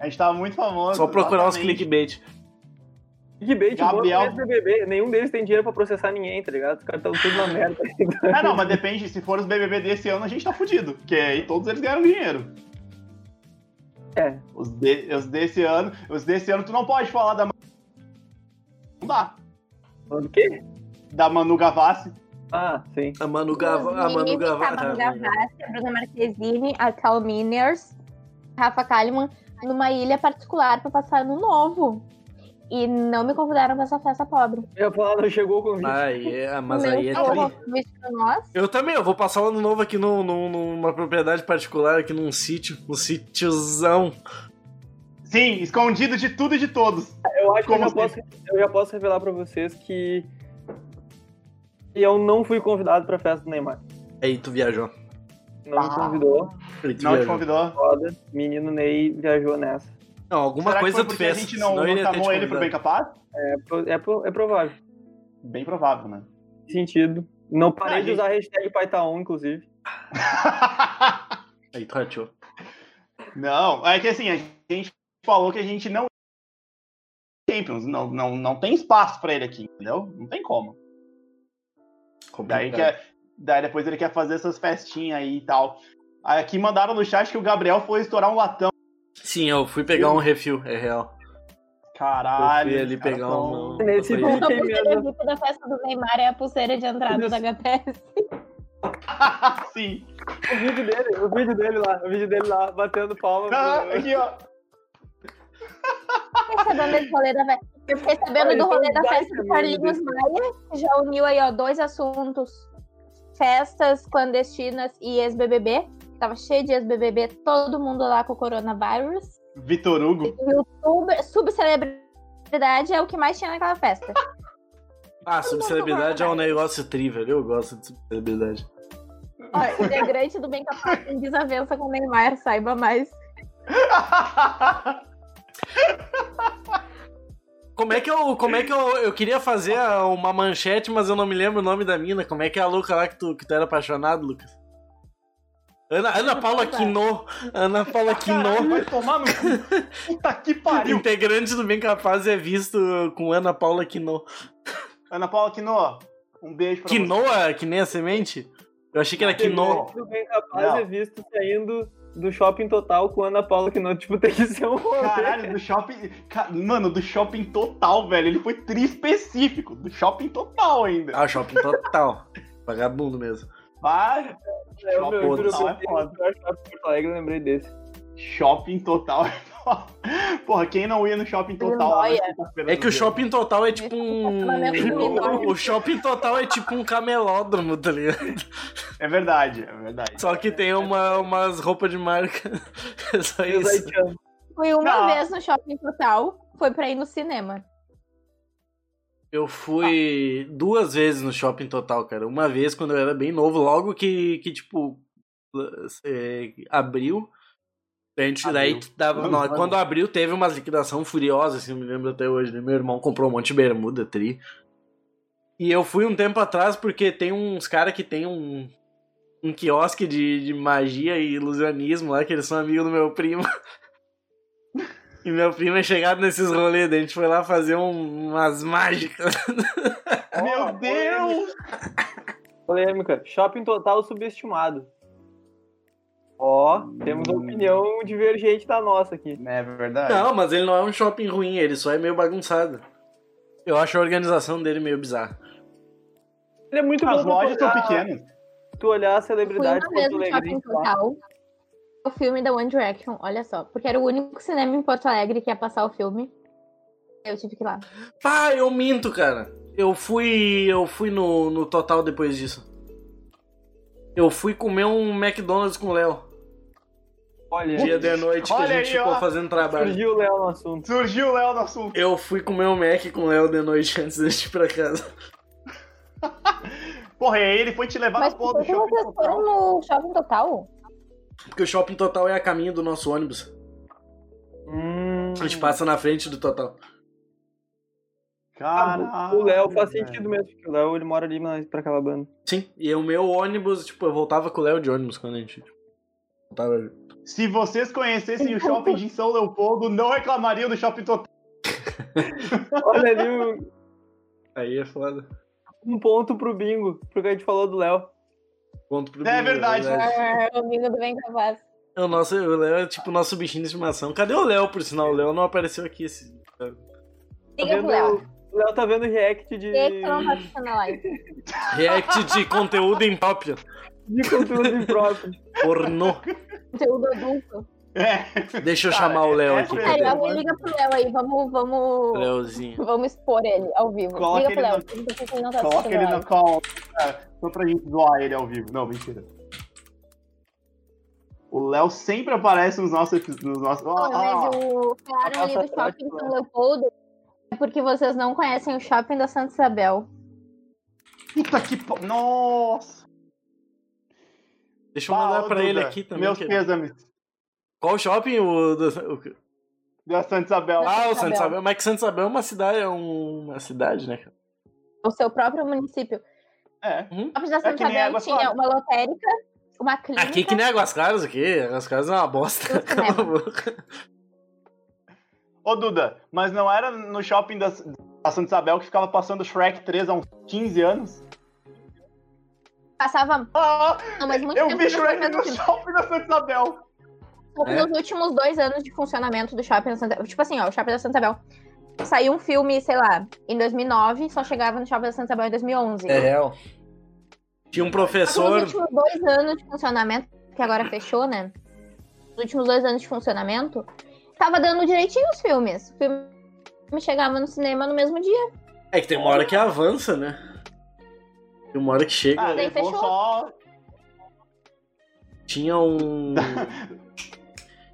A gente tava muito famoso.
Só procurar os
exatamente.
clickbait.
clickbait é bom
Gabriel.
no SBB, nenhum deles tem dinheiro pra processar ninguém, tá ligado? Os caras estão tudo na merda.
É, não, mas depende. Se for os BBB desse ano, a gente tá fudido. Porque aí todos eles ganharam dinheiro.
É.
Os, de- os desse ano, os desse ano tu não pode falar da Ma- não dá.
Falando O quê?
Da Manu Gavassi.
Ah, sim.
A Manu Gava. A Manu Gava. Ah,
A Manu Gavassi, a Bruna Marquezine, a Cal Miners, Rafa Kalimann, numa ilha particular pra passar ano novo. E não me convidaram pra essa festa pobre. um
Eu ia falar, não chegou o convite.
Ai, é, mas aí é
Tá
Não,
tri.
eu convido pra nós.
Eu também, eu vou passar o ano novo aqui no, no- numa propriedade particular, aqui num sítio, um sítiozão.
Sim, escondido de tudo e de todos.
Eu acho que eu
Como
já, posso,
assim?
eu já posso revelar pra vocês que eu não fui convidado pra festa do Neymar.
Aí tu viajou.
Não me
Ah.
convidou,
Aí tu
Não te
viajou.
convidou.
foda. Menino Ney viajou nessa.
Não, alguma
Será
coisa
que foi
tu
porque
fez.
a gente não,
senão
não
ia ter
chamou
te
ele pro
convidado.
bem capaz?
É, pro- é, pro- é provável.
Bem provável, né?
Sentido. Não parei
Ah,
de
gente.
usar a hashtag Paitaon, inclusive.
Aí tu rachou.
não, é que assim, a gente falou que a gente não Champions, não, não, não tem espaço pra ele aqui, entendeu? Não tem como. Daí,
Complicado.
quer, daí depois ele quer fazer essas festinhas aí e tal. Aí Aqui mandaram no chat que o Gabriel foi estourar um latão.
Sim, eu fui pegar um refil, é real.
Caralho.
Eu fui ali
os caras
pegar um-
tão-
uma-
Nesse
Foi.
ponto-
A
Quem
pulseira
mesmo?
VIP da festa do Neymar é a pulseira de entrada
Meu
da HPS.
Sim.
O vídeo dele, o vídeo dele lá, o vídeo dele lá, batendo palma.
Não,
pro-
aqui, ó.
Fiquei sabendo desse rolê da festa. Eu fiquei sabendo do rolê da festa do Carlinhos Maia, que já uniu aí, ó, dois assuntos: festas clandestinas e ex-BBB. Tava cheio de ex-BBB, todo mundo lá com o coronavírus.
Vitor Hugo.
Youtuber, subcelebridade é o que mais tinha naquela festa.
Ah, subcelebridade é um negócio tri, velho. Eu gosto de subcelebridade.
Ó, integrante do Bem Capaz em desavença com o Neymar, saiba mais.
Como é que eu. Como é que eu. Eu queria fazer a- uma manchete, mas eu não me lembro o nome da mina. Como é que é a louca lá que tu, que tu era apaixonado, Lucas? Ana, Ana Paula Quinô. Ana Paula
Caralho,
Quinô.
vai tomar no cu. Puta que pariu.
Integrante do Bem Capaz é visto com Ana Paula Quinô.
Ana Paula Quinoa, um beijo pra você.
Quinoa, é que nem a semente? Eu achei que era quinoa.
O bem capaz
Não.
é visto saindo do shopping total com Ana Paula que não, tipo, tem que ser um rolê.
Caralho, do shopping. Ca- Mano, do shopping total, velho. Ele foi tri específico. Do shopping total ainda.
Ah, shopping total. Vagabundo mesmo.
Vai.
É o meu eu juro, eu
Total
é
pensei no
foda.
pior shopping de Porto Alegre, eu lembrei desse.
Shopping total. é foda. Porra, quem não ia no shopping total? lá na
Lindóia.
quinta-feira
É que o
do dia?
shopping total é tipo um. O shopping total é tipo um camelódromo, tá ligado?
É verdade, é verdade.
Só que tem uma, umas roupas de marca. É só
Meus
isso.
haitianos.
Fui uma
Não.
vez no shopping total, foi pra ir no cinema.
Eu fui duas vezes no shopping total, cara. Uma vez quando eu era bem novo, logo que, que tipo, eh, abriu. A gente daí
Abriu.
dava.
Não,
nó-
não.
quando abriu, teve uma liquidação furiosa, assim, eu me lembro até hoje. né? Meu irmão comprou um monte de bermuda, tri. E eu fui um tempo atrás porque tem uns caras que tem um, um quiosque de, de magia e ilusionismo lá, que eles são amigos do meu primo. E meu primo é chegado nesses rolês, daí a gente foi lá fazer um- umas mágicas.
Meu Deus!
Polêmica. Shopping total subestimado. Ó, temos uma opinião divergente da nossa aqui.
É verdade.
Não, mas ele não é um shopping ruim, ele só é meio bagunçado. Eu acho a organização dele meio bizarra.
Ele é muito bom
As
pra
lojas são
olhar-
pequenas.
Tu olhar a
Fui
celebridade
uma vez
Porto
no Shopping
Alegre.
Total. O filme da One Direction, olha só. Porque era o único cinema em Porto Alegre que ia passar o filme. Eu tive que ir lá.
Pá, eu minto, cara. Eu fui. Eu fui no, no total depois disso. Eu fui comer um McDonald's com o Léo. Um
Olha,
Dia de noite que a
Olha
gente
aí,
ficou
ó.
fazendo trabalho.
surgiu o Léo no assunto.
Surgiu o Léo do assunto.
Eu fui comer um Mac com o Léo de noite antes de eu ir pra casa.
Porra, e aí ele foi te levar
Mas
na porra
por
um do
que
shopping
vocês
total.
foram no Shopping Total?
Porque o shopping total é a caminho do nosso ônibus.
Hum,
A gente passa na frente do total.
Caralho.
o Léo faz
velho.
sentido mesmo, porque o Léo ele mora ali na, pra aquela banda.
Sim, e o meu ônibus, tipo, eu voltava com o Léo de ônibus quando a gente. tipo, Voltava.
Se vocês conhecessem o shopping de São Leopoldo, não reclamariam do shopping total.
Olha ali um,
Aí é foda.
um ponto pro bingo, porque a gente falou do Léo. Tá
Ponto pro
É
Bruno,
verdade.
É, o amigo do Bem Capaz.
É O, nosso, o Léo é tipo o nosso bichinho de estimação. Cadê o Léo, por sinal? O Léo não apareceu aqui. Esse...
Tá
Liga
vendo-
pro Léo.
O Léo tá vendo react de,
Por que que tu não participa na live?
React de conteúdo impróprio.
de conteúdo impróprio.
Pornô.
Conteúdo adulto.
É.
Deixa eu
Cara,
chamar o Léo
é
aqui.
verdade.
Sério,
Cadê?
alguém liga pro Léo aí. Vamos, vamos,
Léozinho.
vamos expor ele ao vivo.
Coloca
liga pro
ele
Léo.
no-
pergunta por que ele não tá
Coloca
assistindo
ele
a
na
live.
call. cara, Só pra gente zoar ele ao vivo. Não, mentira. O Léo sempre aparece nos nossos. Nos nossos... Ah, Ó,
Não,
ó,
mas o falaram ali
nossa
do shopping
prática,
São Leopoldo é porque vocês não conhecem o shopping da Santa Isabel.
Puta que. pa- Nossa!
Deixa eu mandar pra
Duda,
ele aqui também.
Meus
que-
pêsames.
Qual shopping? O... do- o-
Da Santa É Isabel.
Ah,
Ah,
o
Santa Isabel.
Santa Isabel. Mas que Santa Isabel é uma cidade, é um- uma cidade, né, cara?
O seu próprio município.
É.
Hum?
O shopping da Santa
que nem
Isabel
água
tinha
suave.
uma lotérica, uma clínica.
Aqui que nem Águas Claras aqui. Águas Claras é uma bosta.
Tudo que leva.
Ô, Duda, mas não era no shopping da, da Santa Isabel que ficava passando Shrek 3 há uns 15 anos?
Passava.
Ah,
Não, mas muito
eu é
tempo
vi
não foi
Shrek
mesmo
no
tempo.
shopping da Santa Isabel.
Só que
É.
Nos últimos dois anos de funcionamento do shopping da Santa Isabel. Tipo assim, ó, o shopping da Santa Isabel. Saiu um filme, sei lá, em 2009, só chegava no shopping da Santa Isabel em 2011.
É real. Tinha um
Só que Nos
professor.
últimos dois anos de funcionamento, que agora fechou, né? Nos últimos dois anos de funcionamento, tava dando direitinho os filmes. O filme chegava no cinema no mesmo dia.
É que tem uma hora que avança, né? Tem uma hora que chega.
Ah,
daí
levou
fechou.
só.
Tinha um.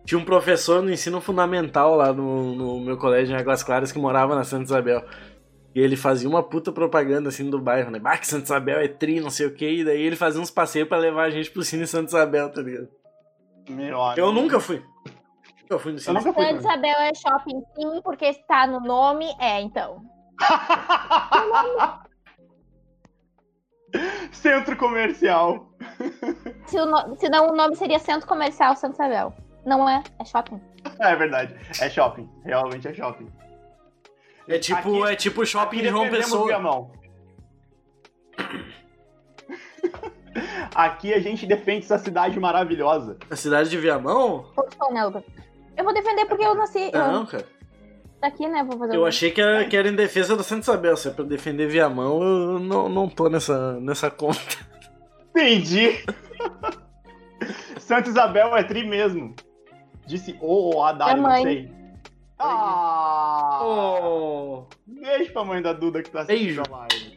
Tinha um professor no ensino fundamental lá no, no meu colégio em Águas Claras que morava na Santa Isabel. E ele fazia uma puta propaganda assim do bairro, né? Bah, que Santa Isabel é tri, não sei o quê. E daí ele fazia uns passeios pra levar a gente pro Cine Santa Isabel, tá ligado?
Meu
Eu
amigo.
nunca fui. Nunca fui no
Eu
Cine.
nunca fui.
Santa
também.
Isabel é shopping sim, porque está no nome, é, então.
Centro comercial.
Se o no- Senão o nome seria Centro Comercial Santa Isabel. Não é, é shopping.
É verdade. É shopping. Realmente é shopping.
É tipo,
Aqui-
é tipo shopping de João
defendemos
Pessoa.
Viamão. Aqui a gente defende essa cidade maravilhosa.
A cidade de Viamão?
Ponto só, né, Lucas? Eu vou defender porque eu nasci
É.
Não, cara.
eu, daqui, né? Vou fazer
Eu
o-
achei que era, que era em defesa da Santa Isabel. Se é pra defender Viamão, eu não, não tô nessa, nessa conta.
Entendi. Santa Isabel é tri mesmo. Disse o oh, Haddad,
Minha
não
mãe.
sei. Ah!
Oh.
Beijo pra mãe da Duda que tá assistindo
Beijo.
a live.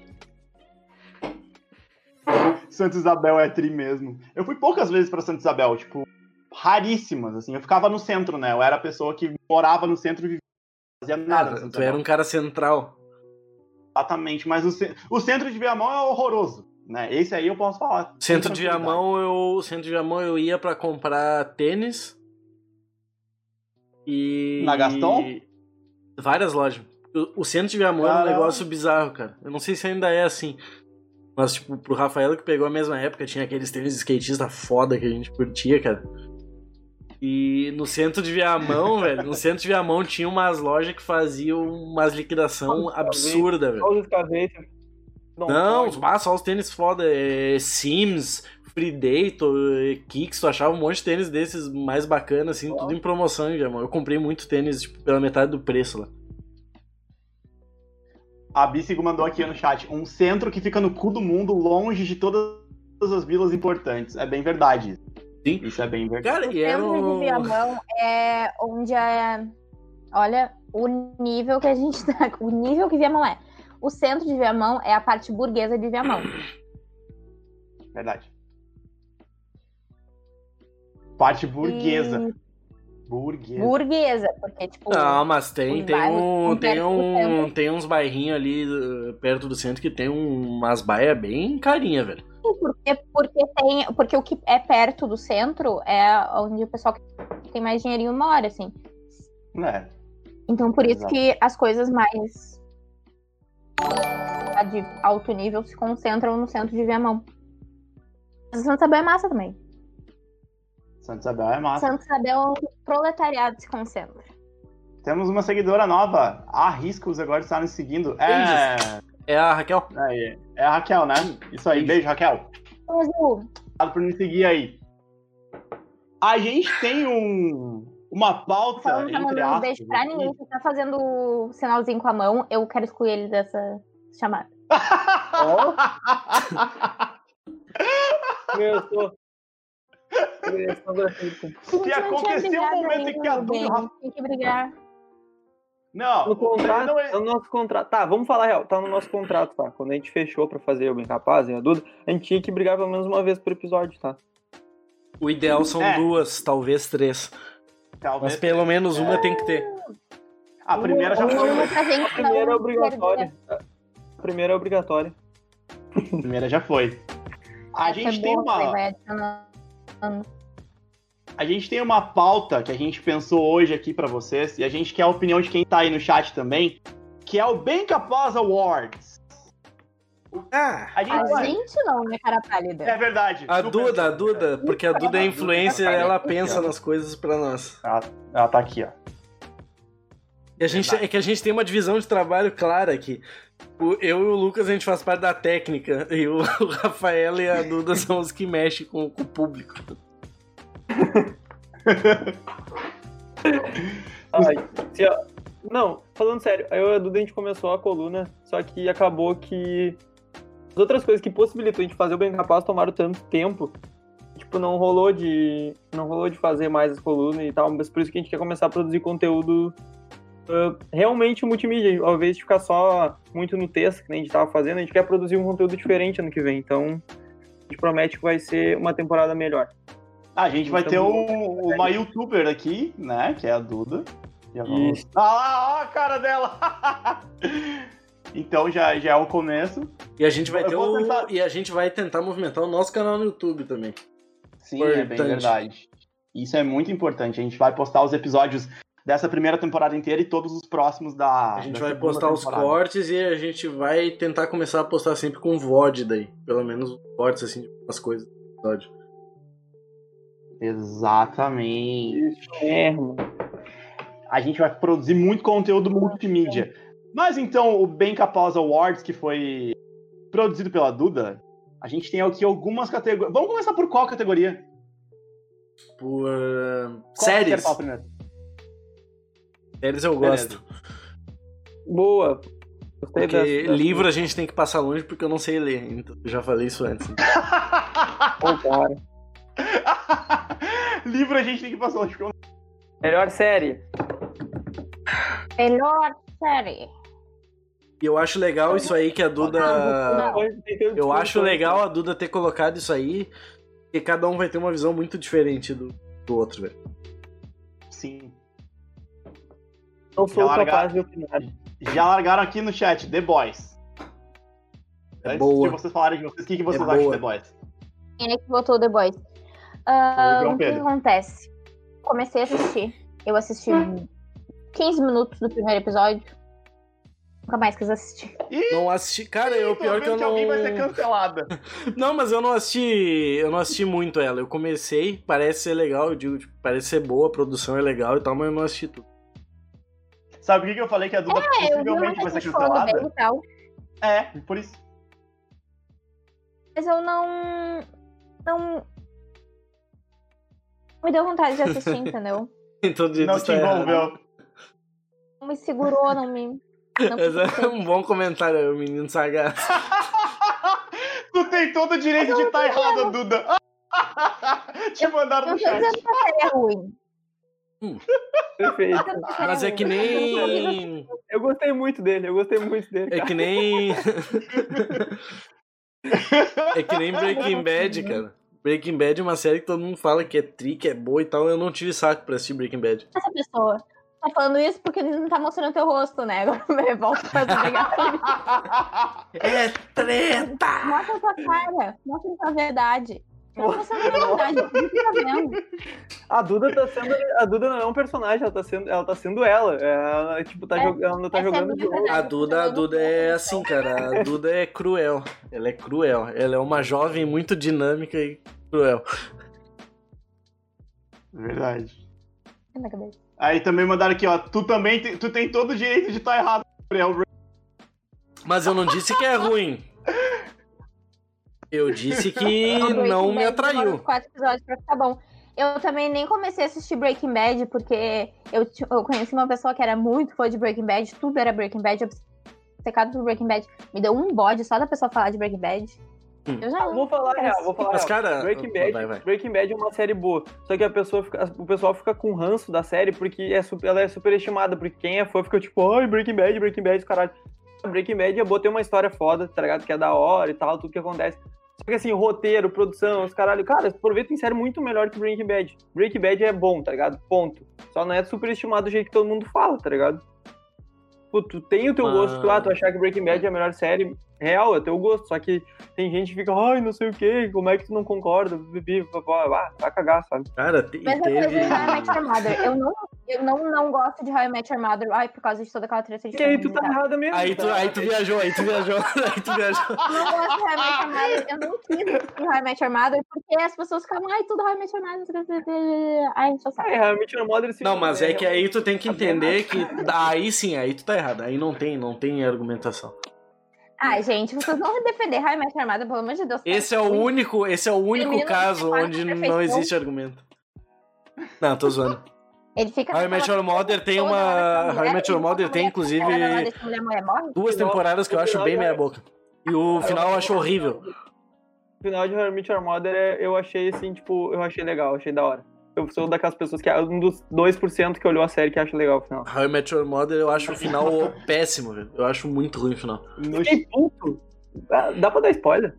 Santa Isabel é tri mesmo. Eu fui poucas vezes pra Santa Isabel, tipo, raríssimas, assim. Eu ficava no centro, né? Eu era a pessoa que morava no centro e vivia- não fazia nada. tá
Nada,
na Santa
tu era
Isabel.
um cara central.
Exatamente, mas o, ce- o centro de Viamão é horroroso, né? Esse é aí eu posso falar. com
Centro de
tranquilidade.
Viamão, eu, centro de Viamão eu ia pra comprar tênis. E.
Na Gaston?
Várias lojas. O, o centro de Viamão era um
Caramba.
negócio bizarro, cara. Eu não sei se ainda é assim. Mas, tipo, pro Rafael que pegou a mesma época, tinha aqueles tênis de skatista foda que a gente curtia, cara. E no centro de Viamão, velho, no centro de Viamão tinha umas lojas que faziam umas liquidação absurda, velho.
Só os escavetes.
Não,
pode.
ah, só os tênis foda. É, Sims, Free Dayton, é, Kicks, tu achava um monte de tênis desses mais bacana, assim, tudo em promoção, já, mano. Eu comprei muito tênis, tipo, pela metade do preço lá.
A Bícigo mandou aqui no chat. Um centro que fica no cu do mundo, longe de todas as vilas importantes. É bem verdade. isso.
Sim.
Isso é bem verdade.
Cara, e era
Centro de
um...
Viamão é onde é. Olha o nível que a gente tá. O nível que Viamão é. O centro de Viamão é a parte burguesa de Viamão.
Verdade. Parte burguesa.
E
Burguesa.
burguesa, porque, tipo.
Não, mas tem,
Os
tem,
bairros
um,
são
tem,
perto do
um,
centro.
tem uns bairrinhos ali uh, perto do centro que tem um- umas baias bem carinha, velho.
Porque, porque, tem, porque o que é perto do centro é onde o pessoal que tem mais dinheirinho mora, assim.
É.
Então por isso
Exato.
que as coisas mais de alto nível se concentram no centro de Viamão. Mas Santa Isabel é massa também.
Santa Isabel é massa.
Santa Isabel, o proletariado se concentra.
Temos uma seguidora nova. A Riscos agora está nos seguindo. É.
É a Raquel?
Aí, É a Raquel, né? Isso aí. Beijo, Raquel.
Mas o
Obrigado por me seguir aí. A gente tem um, uma pauta,
Paulo já
É, entre
mandou um beijo
aspas, né?
pra
aqui.
ninguém. Você tá fazendo o sinalzinho com a mão. Eu quero excluir ele dessa chamada.
Meu, eu sou. Eu sou gratuito.
Gente, não tinha
aconteceu um
brigado
momento em
ainda,
que a
meu
Duda e o
bem. Tem que brigar.
não,
no
o-
contrato,
não é-
tá no nosso contrato. Tá, vamos falar a real. Tá no nosso contrato, tá? Quando a gente fechou pra fazer o Bem Capaz e a Duda, a gente tinha que brigar pelo menos uma vez por episódio, tá?
O ideal são
É.
duas, talvez três.
talvez.
Mas pelo menos uma tem que ter.
A primeira já
Ou
foi.
uma pra gente,
A primeira é
não
obrigatória. A primeira é obrigatória.
A primeira já foi. A
perder.
gente
É
tem
boa,
uma.
vai adicionando.
A gente tem uma pauta que a gente pensou hoje aqui pra vocês e a gente quer a opinião de quem tá aí no chat também, que é o Bem Capaz Awards.
Ah,
A gente,
A gente não, né, cara pálida?
é verdade.
A
super-
Duda, a Duda, porque a Duda é influencer, ela pensa nas coisas pra nós.
Ela tá aqui, ó.
E a gente, é que a gente tem uma divisão de trabalho clara aqui. O, eu e o Lucas, a gente faz parte da técnica, e o, o Rafael e a Duda são os que mexem com, com o público.
Ai, se a- Não, falando sério, eu e a Duda a gente começou a coluna, só que acabou que as outras coisas que possibilitou a gente fazer o Bem Capaz tomaram tanto tempo. Tipo, não rolou de. não rolou de fazer mais as colunas e tal, mas por isso que a gente quer começar a produzir conteúdo ah, realmente multimídia, ao invés de ficar só muito no texto que nem a gente tava fazendo, a gente quer produzir um conteúdo diferente ano que vem, então a gente promete que vai ser uma temporada melhor.
Ah, A gente vai ter
Então,
um- uma youtuber aqui, né? Que é a Duda. Já vamos...
Isso.
Ah lá, ó a cara dela! então já, já é o começo.
E a gente vai
Eu
ter
vou
o-
tentar-
E a gente vai tentar movimentar o nosso canal no YouTube também.
Sim, é bem
Importante.
verdade. Isso é muito importante. A gente vai postar os episódios dessa primeira temporada inteira e todos os próximos da.
A
da
gente vai
segunda
postar os
temporada.
cortes e a gente vai tentar começar a postar sempre com VOD daí. Pelo menos cortes, assim, as coisas. do episódio.
Exatamente.
É, mano.
A gente vai produzir muito conteúdo multimídia. Mas então, o Bem Capaz Awards, que foi produzido pela Duda, a gente tem aqui algumas categorias. Vamos começar por qual categoria?
Por. ah,
Qual que é
séries.
você quer falar primeiro?
Séries eu
Beleza.
gosto.
Boa. Gostei
Porque
dessa- dessa-
livro a gente tem que passar longe porque eu não sei ler. Então, eu já falei isso antes.
Ô, cara.
Livro a gente tem que passar longe. porque eu-
Melhor série.
É.
Melhor série.
E eu acho legal isso aí que a
Tá,
Ah,
Duda.
então,
Eu acho legal a Duda ter colocado isso aí. Porque cada um vai ter uma visão muito diferente do, do outro, velho.
Sim.
Não sou
Ela
capaz de opinar.
Já largaram aqui no chat, The Boys.
É
Antes
boa.
de vocês falarem de vocês, o que, que vocês
É
acham de
boa.
The Boys?
Quem é que botou The Boys? Ah,
João
o que que
Pedro.
acontece? Comecei a assistir. Eu assisti
Hum.
15 minutos do primeiro episódio. Nunca mais quis assistir.
Não assisti. Cara, eu
Tô
pior é
vendo
Então, que eu não.
alguém vai ser cancelada.
Não, mas eu não assisti. Eu não assisti muito ela. Eu comecei, parece ser legal, eu digo, tipo, parece ser boa, a produção é legal e tal, mas eu não assisti tudo.
Sabe por que que eu falei que a Duda
Eu vi
possivelmente
muita
vai ser
gente falando
cancelada?
bem e tal,
É, por isso.
mas eu não. Não. Me deu vontade de assistir, entendeu?
Então, de
não te envolveu.
Não me segurou, não me. Não
Esse é
me
um bom comentário, aí, o menino sagaz.
tu tem todo o direito de estar errada, Duda. te mandaram
não
no
tô
chat.
dizendo que a série é ruim.
Perfeito.
Não tô dizendo que a série
Mas é
ruim.
que
Eu não quis
nem.
Eu gostei muito dele, eu gostei muito dele.
É
cara.
que nem. é que nem Breaking Bad, cara. Breaking Bad é uma série que todo mundo fala que é tri, que é boa e tal. Eu não tive saco pra assistir Breaking Bad.
é essa pessoa. Tá falando isso porque não tá mostrando teu rosto, né? Agora me revolta pra desligar.
É treta!
Mostra tua cara. Mostra tua verdade. Não tá mostrando a verdade. Não tá vendo.
A Duda tá sendo. A Duda não é um personagem, ela tá sendo ela. Tá sendo ela. Ela, tipo, tá
É,
jog- ela não tá
essa é a
jogando
minha
de jogo.
verdade.
A Duda, a Duda é assim, cara. A Duda é cruel. Ela é cruel. Ela é uma jovem muito dinâmica e cruel.
Verdade.
Na cabeça.
Aí também mandaram aqui, ó. Tu também tem, tu tem todo o direito de estar errado, Gabriel.
Mas eu não disse que é ruim. Eu disse que
Então, Breaking
não me
Bad demora
atraiu.
uns quatro episódios pra ficar bom. Eu também nem comecei a assistir Breaking Bad porque eu, ti- eu conheci uma pessoa que era muito fã de Breaking Bad. Tudo era Breaking Bad. Obcecado por Breaking Bad. Me deu um bode só da pessoa falar de Breaking Bad.
Hum.
Eu já
Ah, Vou falar real, vou falar
Mas,
real.
cara.
Breaking Bad,
Vai, vai.
Breaking Bad é uma série boa, só que a pessoa fica- o pessoal fica com ranço da série porque é su- ela é superestimada, porque quem é fã fica tipo, ai, Breaking Bad, Breaking Bad, caralho. Breaking Bad é boa, tem uma história foda, tá ligado? Que é da hora e tal, tudo que acontece. Só que assim, roteiro, produção, os caralho, cara, aproveita em série muito melhor que Breaking Bad. Breaking Bad é bom, tá ligado? Ponto. Só não é superestimado do jeito que todo mundo fala, tá ligado? Pô, tu tem o teu
Mano.
gosto lá, tu achar que Breaking Bad é a melhor série, real, é teu gosto, só que tem gente que fica, ai, não sei o que, como é que tu não concorda? Bibi, papá, vá, vai cagar, sabe?
Cara, te-
Mesma coisa de How I Met
teve.
Your Mother. Eu não, eu não, não gosto de How I Met Your Mother. Ai, por causa de toda aquela treta de
Porque aí tu tá
comunidade.
errada mesmo.
Aí tu,
tá?
aí tu viajou, aí tu viajou, aí tu viajou.
Eu não gosto de How I Met Your Mother. Eu não quis assistir How I Met Your Mother porque as pessoas ficavam, ai, tudo How I Met Your Mother. blá, blá, blá, blá". Ai, gente, eu
Ah,
sabe.
é, realmente na Mother sim.
Não, mas é que aí tu tem que
Tá bem
entender que. Aí sim, aí tu tá errado. Aí não tem, não tem argumentação.
Ai, gente, vocês vão defender How I Met Your Mother, pelo amor de Deus.
Esse é o
Muito
único, esse é o único
menino
caso
separa
onde
com
não
perfeição.
existe argumento. Não, tô zoando.
Ele fica.
How I Met Your Mother tem
Toda hora
uma.
essa
How I
mulher-
Met Your Mother tem, inclusive,
Ela não deixa a mulher, a mulher morre.
duas
final-
temporadas que eu
no
acho
final
bem
já-
meia boca. E o final eu acho horrível.
O final de Realmente Your Mother é- eu achei assim, tipo, eu achei legal, achei da hora. Eu sou daquelas pessoas que é um dos 2% que olhou a série que acha legal o final.
How I Met Your Mother eu acho o final péssimo, velho. Eu acho muito ruim o final.
No...
Fiquei puto. Ah, Dá pra dar spoiler?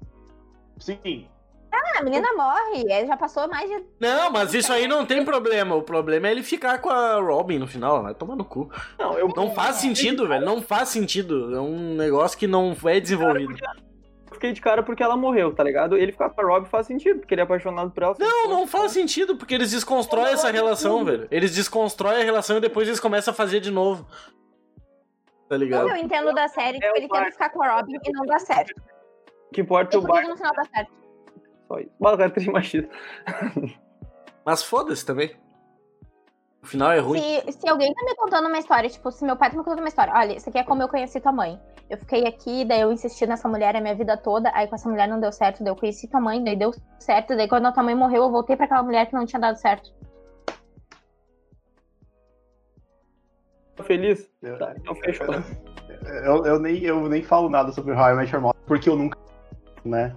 Sim.
Ah, a menina morre. é, Já passou mais de.
Não, mas isso aí não tem problema. O problema é ele ficar com a Robin no final. Vai tomar no cu.
Não, eu
Não é faz sentido, velho. Não faz sentido. É um negócio que não é desenvolvido.
fiquei de cara porque ela morreu, tá ligado? Ele ficar com a Rob faz sentido, porque ele é apaixonado por ela.
Não, não faz sentido, porque eles desconstroem essa relação, velho. Eles desconstroem a relação e depois eles começam a fazer de novo. Tá
O
ligado?
que eu entendo da série
É
que
o
ele tenta
Mark.
ficar com a Robin e não dá certo.
O que importa é
E
o
por que
bar
que no final dá certo?
só isso. Bala, cara, três machistas.
Mas foda-se também. O final é ruim.
Se, se alguém tá me contando uma história, tipo, se meu pai tá me contando uma história, olha, isso aqui é como eu conheci tua mãe. Eu fiquei aqui, daí eu insisti nessa mulher a minha vida toda, aí com essa mulher não deu certo, daí eu conheci tua mãe, daí deu certo, daí quando a tua mãe morreu, eu voltei pra aquela mulher que não tinha dado certo.
Tô Feliz?
Eu,
Tá, então fechou.
eu- eu nem, eu nem falo nada sobre How I Met Your Mother, porque eu nunca. Né?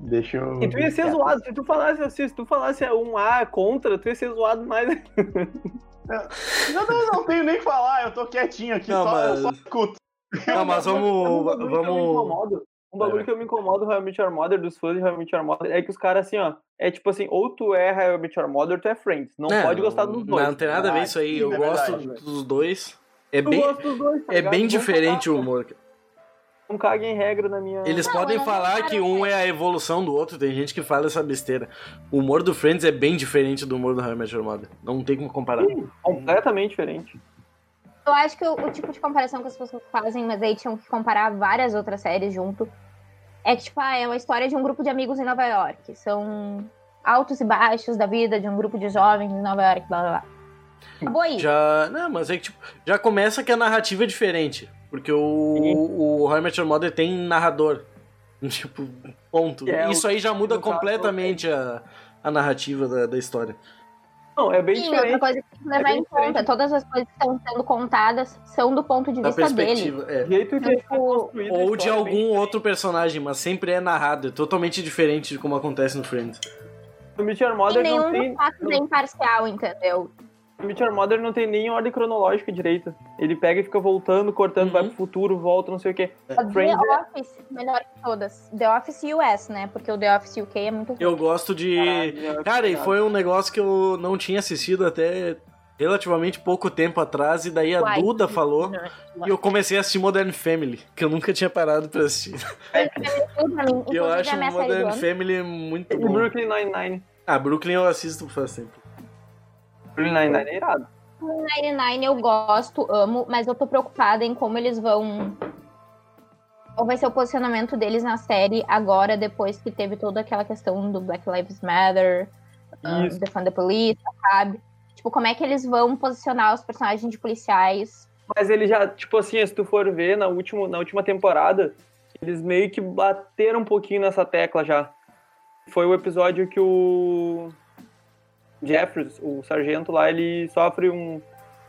Deixa eu.
E tu ia ser zoado, se tu falasse assim, se tu falasse um A contra, tu ia ser zoado mais.
Eu não, não tenho nem o que falar, eu tô quietinho aqui,
Não,
só,
mas-
eu só escuto.
é
Não, mas vamos.
um bagulho que eu me
Vamos.
incomodo,
Vai,
um
vai.
bagulho que eu me incomodo realmente Your Mother, dos fãs de realmente Your Mother, é que os caras assim, ó, é tipo assim, ou tu é realmente Your Mother, ou tu é Friends. Não pode gostar dos dois.
Não tem nada a ver isso aí. Eu
é
gosto
verdade,
dos dois. É
Eu
bem,
gosto dos dois, tá
é
ligado?
bem
Vamos
diferente o
falar,
humor. cara.
não caguem regra na minha.
Eles
Não,
podem
eu não
falar
quero
que um é a evolução do outro, tem gente que fala essa besteira. O humor do Friends é bem diferente do humor do How I Met Your Mother. Não tem como comparar.
Completamente diferente.
Eu acho que o, o tipo de comparação que as pessoas fazem, mas aí tinham que comparar várias outras séries junto, é que, tipo, ah, é uma história de um grupo de amigos em Nova York. São altos e baixos da vida de um grupo de jovens em Nova York, blá blá blá. Acabou aí.
Já, não, mas é que tipo, já começa que a narrativa é diferente, porque o o How I Met Your Mother tem narrador. Tipo, ponto.
Que é
Isso aí já muda
no caso,
completamente a, a narrativa da, da história.
Não, é bem
Sim, outra
diferente.
coisa que tem que levar
bem
em
diferente.
conta, todas as coisas que estão sendo contadas são do ponto de
Da
vista dele.
perspectiva, é.
O jeito que
Então,
é
tipo,
construído a
Ou
história
de
é bem
algum outro personagem, mas sempre é narrado. É totalmente diferente de como acontece no Friends.
No Meet Your
E
Mother não
nenhum
tem.
dos fatos é imparcial, entendeu?
No Meet Your Mother não tem nem ordem cronológica direita. Ele pega e fica voltando, cortando,
Uhum.
vai pro futuro, volta, não sei o quê.
The
Friends é-
Office, melhor que todas. The Office US, né? Porque o The Office UK é muito ruim.
Eu gosto de.
Caralho,
Cara, e
cara.
foi um negócio que eu não tinha assistido até relativamente pouco tempo atrás, e daí a
Uai.
Duda falou.
Não,
E eu comecei a assistir Modern Family, que eu nunca tinha parado pra assistir.
tudo pra mim.
E eu
Inclusive, é
acho um
a minha série do
Modern
ano.
Family muito
E
bom.
Brooklyn Nine-Nine.
Ah, Brooklyn eu assisto faz tempo.
Brooklyn Nine-Nine é irado.
99 eu gosto, amo, mas eu tô preocupada em como eles vão. Qual vai ser o posicionamento deles na série agora, depois que teve toda aquela questão do Black Lives Matter, ah,
Isso.
Defund the Police, sabe? Tipo, como é que eles vão posicionar os personagens de policiais?
Mas ele já, tipo assim, se tu for ver na, último, na última temporada, eles meio que bateram um pouquinho nessa tecla já. Foi o episódio que o Jeffers, o sargento lá, ele sofre um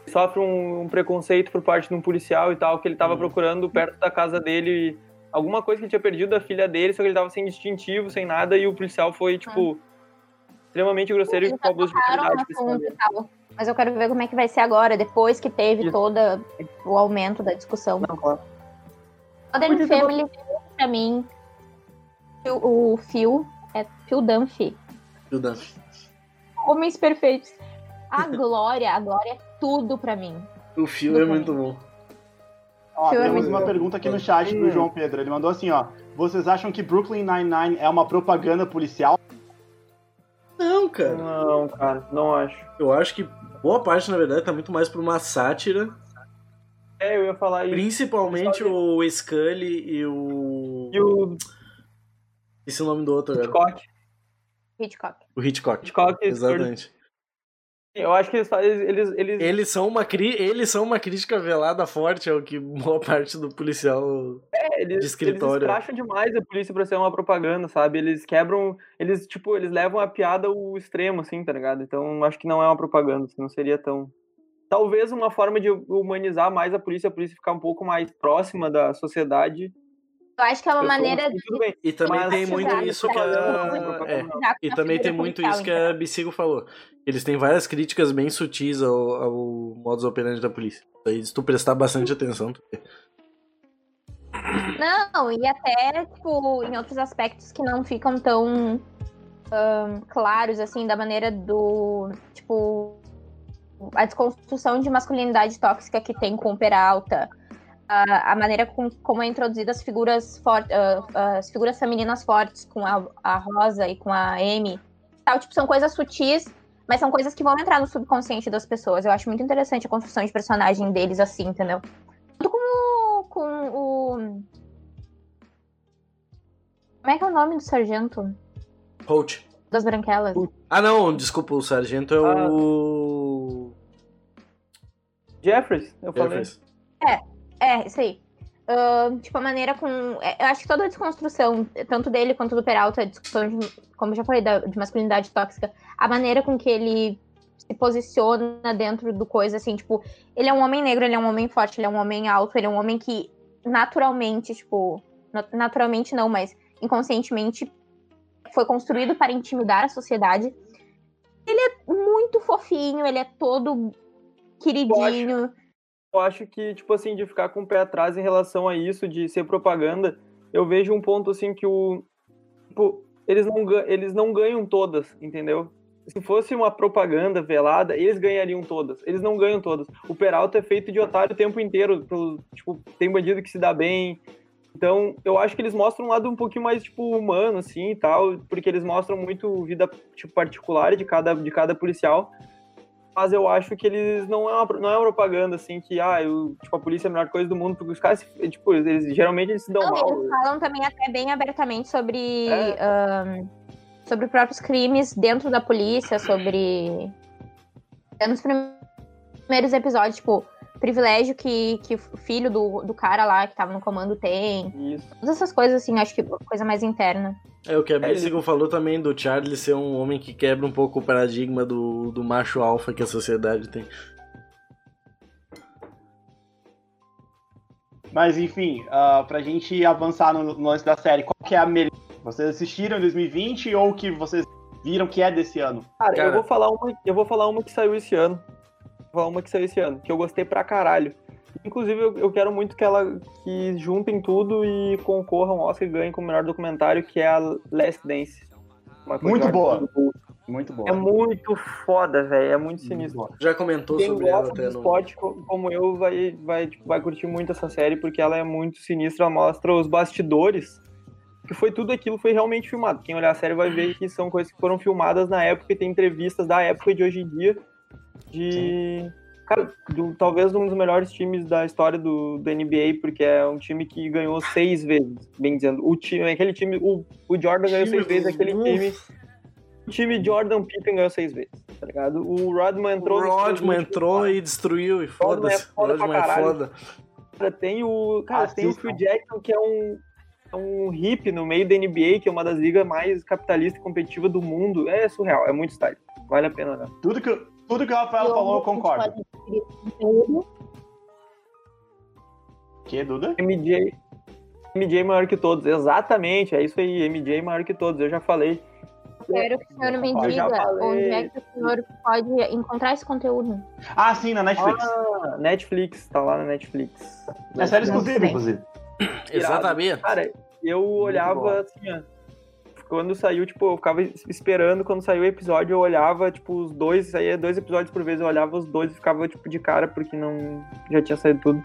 sofre um, um preconceito por parte de um policial e tal, que ele tava
Hum.
procurando perto da casa dele alguma coisa que ele tinha perdido da filha dele, só que ele tava sem distintivo, sem nada, e o policial foi, tipo, extremamente grosseiro e
Eles
com abuso de
Claro,
autoridade.
assunto
principalmente.
e tal. um Mas eu quero ver como é que vai ser agora, depois que teve
Isso.
todo o aumento da discussão.
Não, claro. então,
Modern
Podia ter
Family, pra mim, o, o Phil, é Phil Dunphy.
Viu, Dan?
Homens perfeitos. A Glória, a Glória é tudo pra mim.
O fio é muito bom.
Ó,
Sure.
temos uma pergunta aqui no chat do João Pedro. Ele mandou assim, ó. Vocês acham que Brooklyn Nine-Nine é uma propaganda policial?
Não, cara.
Não, cara, não acho.
Eu acho que boa parte, na verdade, tá muito mais pra uma sátira.
É, eu ia falar isso.
Principalmente o Scully e o.
E o
Esse é o nome do outro agora.
Hitchcock.
Hitchcock.
O Hitchcock.
Hitchcock e Stuart-
Exatamente. é
Eu acho que eles, fa- eles, eles
Eles são, uma cri... Eles são uma crítica velada forte ao que boa parte do policial.
é, eles,
escritório.
eles escracham demais a polícia pra ser uma propaganda, sabe? Eles quebram, eles tipo, eles levam a piada ao extremo, assim, tá ligado? Então acho que não é uma propaganda, assim, não seria tão. Talvez uma forma de humanizar mais a polícia, a polícia ficar um pouco mais próxima da sociedade.
Eu acho que é
Eu
uma
tô-
maneira de
Tudo bem.
E também
Mas
tem
se
muito
usar
isso
isso
que
pra
a.
fazer
É.
uma
usar
E
na
também
figura
tem muito
policial,
isso que é a Bissigo falou. Eles têm várias críticas bem sutis ao, ao modus operandi da polícia. Daí, se tu prestar bastante atenção, tu vê.
então. Não, e até, tipo, em outros aspectos que não ficam tão ahn, claros, assim, da maneira do. Tipo. A desconstrução de masculinidade tóxica que tem com o Peralta. A, a maneira com, como é introduzida as figuras, for, ah, as figuras femininas fortes com a, a Rosa e com a Amy. Tal, tipo, são coisas sutis Mas são coisas que vão entrar no subconsciente das pessoas. Eu acho muito interessante a construção de personagem deles assim, entendeu? Tanto com o. Com o... Como é que é o nome do sargento?
Holt.
Das branquelas?
Ah, não, desculpa, o sargento é
Ah.
o.
Jeffries, eu Ah. falei.
Jeffers.
É, isso aí. Ahn, tipo, a maneira com. é, Eu acho que toda a desconstrução, tanto dele quanto do Peralta, a discussão, de, como eu já falei, da, de masculinidade tóxica, a maneira com que ele se posiciona dentro do coisa, assim, tipo, ele é um homem negro, ele é um homem forte, ele é um homem alto, ele é um homem que naturalmente, tipo, na- naturalmente não, mas inconscientemente foi construído para intimidar a sociedade. Ele é muito fofinho, ele é todo queridinho.
eu acho que, tipo assim, de ficar com o pé atrás em relação a isso, de ser propaganda, eu vejo um ponto assim que o. Tipo, eles não, ga- eles não ganham todas, entendeu? Se fosse uma propaganda velada, eles ganhariam todas. Eles não ganham todas. O Peralta é feito de otário o tempo inteiro. pro- tipo, tem bandido que se dá bem, Então, eu acho que eles mostram um lado um pouquinho mais, tipo, humano, assim, e tal, porque eles mostram muito vida, tipo, particular de cada, de cada policial, mas eu acho que eles não é uma, não é uma propaganda, assim, que, ah, eu, tipo, a polícia é a melhor coisa do mundo, porque os caras, se- tipo, eles, geralmente eles se dão
Não,
mal.
eles falam também até bem abertamente sobre,
É.
ahn, sobre os próprios crimes dentro da polícia, sobre. É nos prim- primeiros episódios, tipo, privilégio que, que o filho do, do cara lá que tava no comando tem.
Isso.
Todas essas coisas, assim, acho que coisa mais interna.
É o que a
ele-
Bissigo falou também do Charlie ser um homem que quebra um pouco o paradigma do, do macho alfa que a sociedade tem.
Mas enfim, ah, pra gente avançar no, no lance da série, qual que é a melhor? Vocês assistiram em 2020 ou que vocês viram que é desse ano?
Cara,
Cara.
Eu, vou falar uma, eu vou falar uma que saiu esse ano. Vou falar uma que saiu esse ano, que eu gostei pra caralho. Inclusive, eu, eu quero muito que ela que juntem tudo e concorram ao Oscar e ganhem como melhor documentário, que é a Last Dance. Uma coisa
Muito
de
boa.
Jordan Peele.
Muito bom.
É muito foda, velho. É muito sinistro.
Já comentou
Quem
sobre ela
gosta
até
de
no.
esporte co- como eu vai, vai, tipo, vai curtir muito essa série, porque ela é muito sinistra, ela mostra os bastidores. Que foi tudo aquilo foi realmente filmado. Quem olhar a série vai ver que são coisas que foram filmadas na época e tem entrevistas da época e de hoje em dia. De. Cara, do- talvez um dos melhores times da história do, do NBA, porque é um time que ganhou seis vezes, bem dizendo. O time, aquele time, o, o Jordan ganhou seis vezes, aquele time. O time Jordan Pippen ganhou seis vezes, tá ligado? O Rodman entrou.
O
nos últimos
Rodman
últimos
entrou e destruiu, e
Rodman é
foda-se.
foda pra
Rodman é
caralho.
foda.
Cara, tem o. Cara, tem o
Assistam.
Phil Jackson, que é um, é um hippie no meio da NBA, que é uma das ligas mais capitalista e competitiva do mundo. É surreal, é muito style. Vale a pena, né?
Tudo que, tudo que o Rafael
Eu
falou, eu
amo que
concordo.
pode adquirir conteúdo.
Que, Duda?
MJ. MJ maior que todos, exatamente, é isso aí, MJ maior que todos, eu já falei.
Quero que o senhor me
Eu
já
diga
falei.
onde é que o senhor pode encontrar esse conteúdo.
Ah, sim, na Netflix.
Ah, Netflix, tá lá na Netflix.
é série
não
exclusiva,
sei.
inclusive.
Exatamente.
Cara, eu
boa.
olhava assim, ó. Quando saiu, tipo, eu ficava es- esperando quando saiu o episódio, eu olhava, tipo, os dois, saía dois episódios por vez, eu olhava os dois e ficava, tipo, de cara, porque não. Já tinha saído tudo.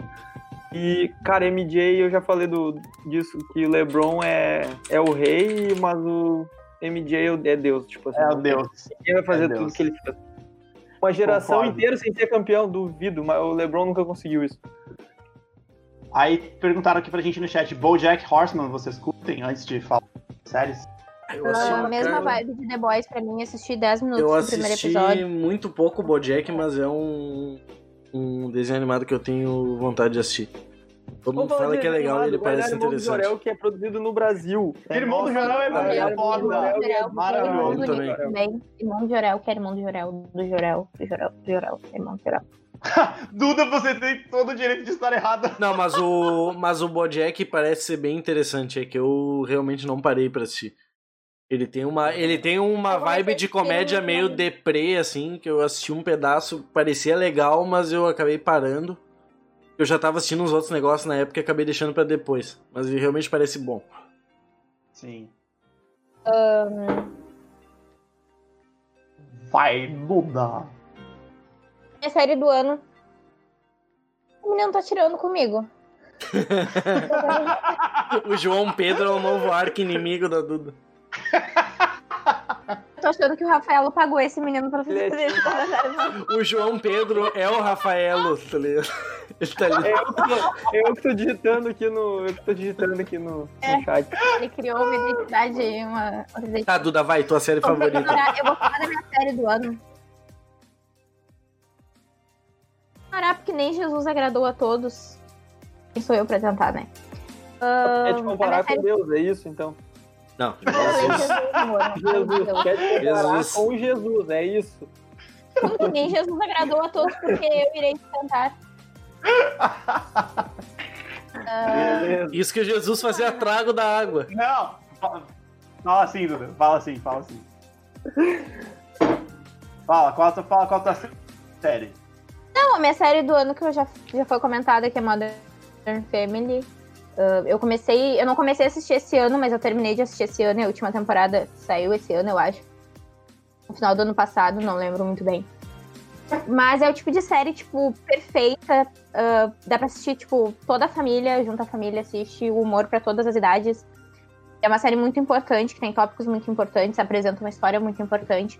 E, cara, MJ, eu já falei do, disso, que o LeBron é, é o rei, mas o MJ é o- é Deus, tipo assim.
Meu
não-
Deus.
Ninguém vai fazer
É
tudo
Deus.
que ele fez. Uma geração
Concordo.
inteira sem ser campeão, duvido, mas o LeBron nunca conseguiu isso.
Aí perguntaram aqui pra gente no chat, BoJack Horseman, vocês curtem antes de falar de séries?
Eu assisti,
É A mesma
cara,
vibe de The Boys pra mim, assisti 10 minutos
Eu
do primeiro
assisti
episódio.
muito pouco Bojack, mas é um, um desenho animado que eu tenho vontade de assistir. Todo mundo
Vamos falar
fala
de
que é legal,
animado,
ele
vai
parece
dar Irmão do
interessante.
Jorel, que é produzido no Brasil.
Irmão do
nosso,
Jorel é
cara.
muito
Irmão do
foda.
Jorel é
Jorel,
maravilhoso
muito
também.
bonito também. Irmão do Jorel, que é irmão do Jorel, do Jorel, do Jorel, do Jorel, irmão do Jorel.
Duda, você tem todo o direito de estar errada.
Não, mas o, mas o Bojack parece ser bem interessante, é que eu realmente não parei pra assistir. Ele tem uma, ele tem uma
Eu vou
vibe de
assistir,
comédia
não.
meio deprê, assim, que eu assisti um pedaço, parecia legal, mas eu acabei parando. Eu já tava assistindo uns outros negócios na época e acabei deixando pra depois. Mas ele realmente parece bom.
Sim. Vai, Duda.
Minha É série do ano. O menino tá tirando comigo.
O João Pedro é o novo arqui-inimigo da Duda.
Eu tô achando que o Rafael pagou esse menino pra fazer
Ele é
esse comentário.
O João Pedro é o Rafaelo, tá ligado? Ele tá ali.
Eu, tô- eu que tô digitando aqui no. Eu que tô digitando aqui no,
É.
no chat.
Ele criou uma identidade, uma. uma identidade.
Tá, Duda, vai, tua série
Bom, pra
favorita.
ignorar, eu vou falar da minha série do ano. Parar porque nem Jesus agradou a todos. Quem sou eu pra tentar, né? Ahn,
É te
a minha
comparar
série
com Deus, é isso então.
Não,
do ano é
Jesus.
Jesus, amor.
Jesus, quer te comparar
Jesus.
com Jesus, é isso.
Como que nem Jesus agradou a todos porque eu irei te tentar.
Beleza.
Isso que Jesus fazia trago da água.
Não. fa- Fala assim, Duda. Fala assim, fala assim. Fala, qual a tua, fala, qual a tua série?
Não, a minha série do ano que eu já, já foi comentada, que é Modern Family. Ah, eu comecei. Eu não comecei a assistir esse ano, mas eu terminei de assistir esse ano. e A última temporada saiu esse ano, eu acho. No final do ano passado, não lembro muito bem. Mas é o tipo de série, tipo, perfeita. ah, dá pra assistir, tipo, toda a família, junta a família, assiste o humor pra todas as idades. É uma série muito importante, que tem tópicos muito importantes, apresenta uma história muito importante.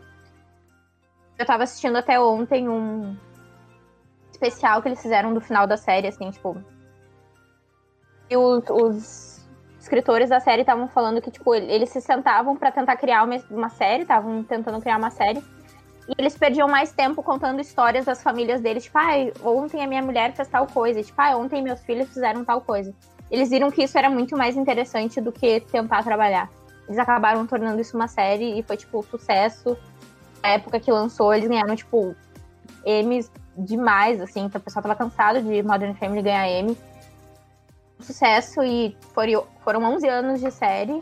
Eu tava assistindo até ontem um especial que eles fizeram do final da série, assim, tipo. E os, os escritores da série estavam falando que, tipo, eles se sentavam pra tentar criar uma, uma série, estavam tentando criar uma série. E eles perdiam mais tempo contando histórias das famílias deles. Tipo, ah, ontem a minha mulher fez tal coisa. Tipo, ah, ontem meus filhos fizeram tal coisa. Eles viram que isso era muito mais interessante do que tentar trabalhar. Eles acabaram tornando isso uma série e foi, tipo, um sucesso. Na época que lançou, eles ganharam, tipo, M's demais, assim. Então o pessoal tava cansado de Modern Family ganhar M. Sucesso e foram- foram 11 anos de série.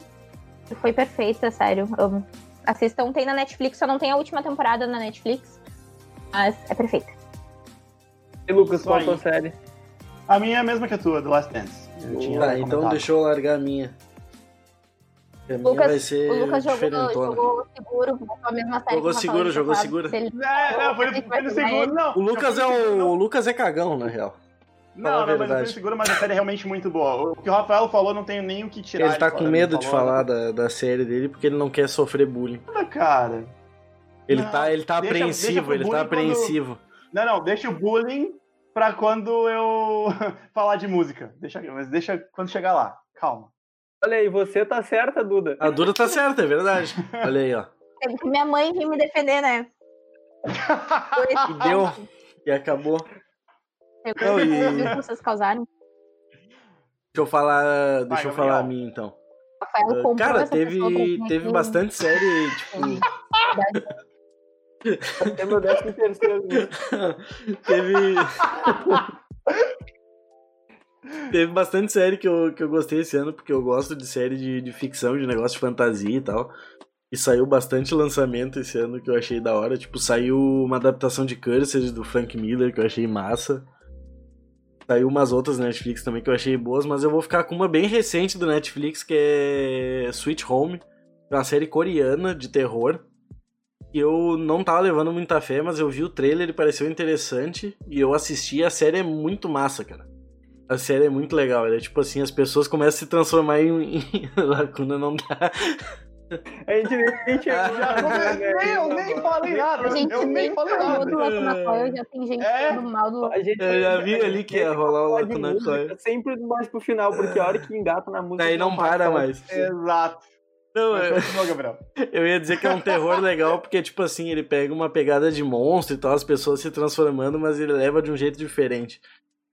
E foi perfeita, sério. Amo. Assistam, tem na Netflix, só não tem a última temporada na Netflix. Mas é perfeita.
E Lucas,
Isso
qual a
aí.
tua série?
A minha é a mesma que a tua, do Last Dance. Eu tinha
Tá, então
comentado.
deixa eu largar a minha. A minha
Lucas-
vai ser
O Lucas jogou,
É diferentona.
jogou seguro, botou a mesma série.
Jogou
que o
seguro,
Rafael
jogou
tinha
seguro.
falado dele.
É, não, foi, foi no seguro, não.
O Lucas é o, o
Não,
Lucas é cagão, na real.
não,
Fala a
mas foi no
verdade.
seguro, mas a série é realmente muito boa. O que o Rafael falou, não tenho nem o que tirar.
Ele tá
de
com
fora,
medo
ele
de
falou.
falar da, da série dele porque ele não quer sofrer bullying.
Nada, cara.
Ele
Não,
tá, ele tá
deixa- deixa
apreensivo,
pro
ele tá
bullying quando-
apreensivo.
Não, não, deixa o bullying pra quando eu falar de música. Deixa, mas deixa quando chegar lá. Calma.
Olha aí, você tá certa, Duda.
A Dura tá certa, é verdade. Olha aí, ó.
Teve que minha mãe vir me defender, né?
E deu. E acabou. Deixa
Eu
Não, e-
vi que vocês causaram.
eu falar.
Vai,
Deixa eu
Gabriel.
falar a minha então.
O Rafael
Ah,
comprou
Cara,
essa pessoa pra
teve,
mim
teve
aqui.
bastante série, tipo.
É meu décimo terceiro.
teve. teve bastante série que eu, que eu gostei esse ano, porque eu gosto de série de, de ficção, de negócio de fantasia e tal. E saiu bastante lançamento esse ano que eu achei da hora. Tipo, saiu uma adaptação de Cursed do Frank Miller, que eu achei massa. Saiu umas outras na Netflix também que eu achei boas, mas eu vou ficar com uma bem recente do Netflix, que é Sweet Home. É uma série coreana de terror. E eu não tava levando muita fé, mas eu vi o trailer, ele pareceu interessante. E eu assisti, a série é muito massa, cara. A série é muito legal. Ela é tipo assim, as pessoas começam a se transformar em. em- Lacuna não dá.
A gente né? nem chegou.
Já comecei, eu
Então,
nem falei nada.
Gente,
Eu nem falei
falou do
nada.
Lacuna Coil, já tem gente
É.
falando mal do
A gente
Eu já vi ali que é né, ia rolar o
falar de
Lacuna
música
Coil.
Sempre mais pro final, porque a hora que é um engata na música.
Daí não para mais.
Exato.
Não,
Mas
eu,
Continua, Gabriel.
eu ia dizer que é um terror legal, porque, tipo assim, ele pega uma pegada de monstro e tal, as pessoas se transformando, mas ele leva de um jeito diferente.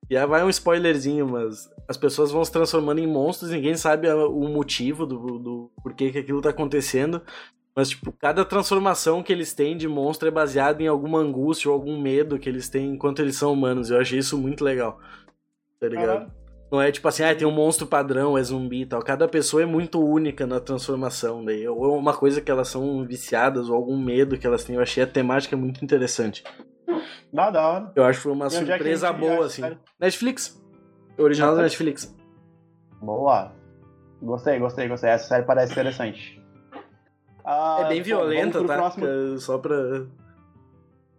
E aí vai um spoilerzinho, mas as pessoas vão se transformando em monstros, ninguém sabe a- o motivo do, do porquê que aquilo tá acontecendo. Mas, tipo, cada transformação que eles têm de monstro é baseada em alguma angústia ou algum medo que eles têm enquanto eles são humanos. Eu achei isso muito legal. Tá ligado?
Caralho.
Não é tipo assim, ah, tem um monstro padrão, é zumbi e tal. Cada pessoa é muito única na transformação. Daí, ou é uma coisa que elas são viciadas, ou algum medo que elas têm. Eu achei a temática muito interessante.
Dá da hora.
Eu acho que foi uma
onde é que
surpresa
a gente viu
boa,
essa
assim.
série?
Netflix. Original da
Ah, tá.
Netflix.
Boa. Gostei, gostei, gostei. Essa série parece interessante. Ah,
É bem
bom, vamos
violenta,
pro
tá?
próximo.
Fica Só pra, é,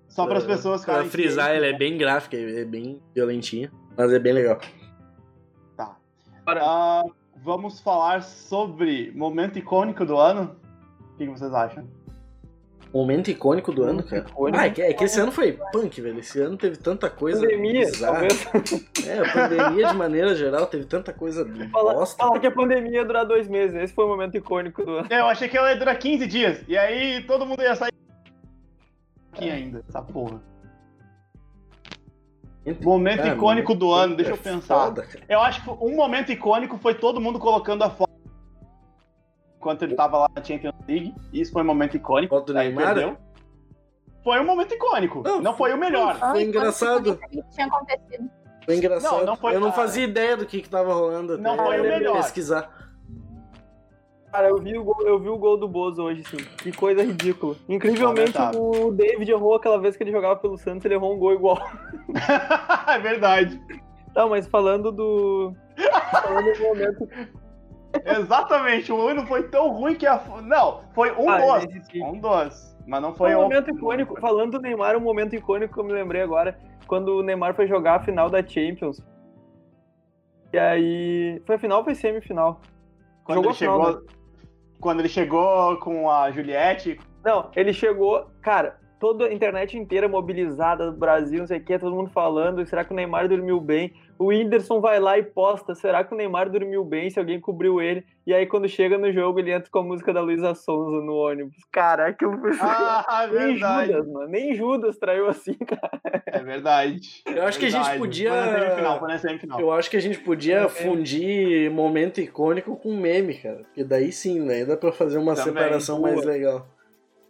Só para as pessoas
pra
ficarem
frisar, ela
cientes, né?
é bem gráfica, é bem violentinha. Mas é bem legal.
Ah, vamos falar sobre momento icônico do ano. O que que vocês acham?
Momento icônico do ano, cara. Ah, é que, é que esse ano foi punk, velho. Esse ano teve tanta coisa.
Pandemia,
bizarra.
talvez.
É, a pandemia de maneira geral teve tanta coisa
Falar,
bosta.
falar que a pandemia ia durar dois meses. Esse foi o momento icônico do ano.
É, Eu achei que ela ia durar 15 dias. E aí todo mundo ia sair. Aqui ainda, essa porra. Momento
Cara,
icônico do ano,
é
deixa eu pensar.
foda, cara.
Eu acho que um momento icônico foi todo mundo colocando a foto enquanto ele tava lá na Champions League. Isso foi um momento icônico.
Foto do
Aí
Neymar?
perdeu. Foi um momento icônico.
Não,
Não, foi o melhor.
Foi engraçado.
Tinha acontecido.
Foi engraçado.
Não, não foi-
eu não fazia ideia do que, que tava rolando.
Não
até
foi
eu
o melhor.
Pesquisar.
Cara, eu vi o gol, eu vi o gol do Bozo hoje, sim. Que coisa ridícula. Incrivelmente,
Lamentável.
o David errou aquela vez que ele jogava pelo Santos, ele errou um gol igual.
é verdade.
Não, mas falando do. falando do momento.
Exatamente. O ano foi tão ruim que a. fo- Não, foi um
Ah,
doce.
esse-
Um doce. Mas não
Foi
foi
um
ontem.
momento icônico. Falando do Neymar, um momento icônico que eu me lembrei agora, quando o Neymar foi jogar a final da Champions. E aí. Foi a final ou foi semifinal?
Quando
Jogou
ele
a final,
chegou.
né?
Quando ele chegou com a Juliette,
Não, ele chegou, cara, toda a internet inteira mobilizada do Brasil, não sei o que, todo mundo falando, será que o Neymar dormiu bem? O Whindersson vai lá e posta, será que o Neymar dormiu bem se alguém cobriu ele? E aí quando chega no jogo, ele entra com a música da Luísa Sonza no ônibus. Cara, aquilo foi...
Ah,
Nem
verdade.
Judas, mano. Nem Judas traiu assim, cara.
É verdade.
Eu acho que a gente
Verdade.
podia-
Foi na semifinal, foi na semifinal.
Eu acho que a gente podia
É.
fundir momento icônico com meme, cara. Porque daí sim, daí dá pra fazer uma
Também,
separação
boa.
mais legal.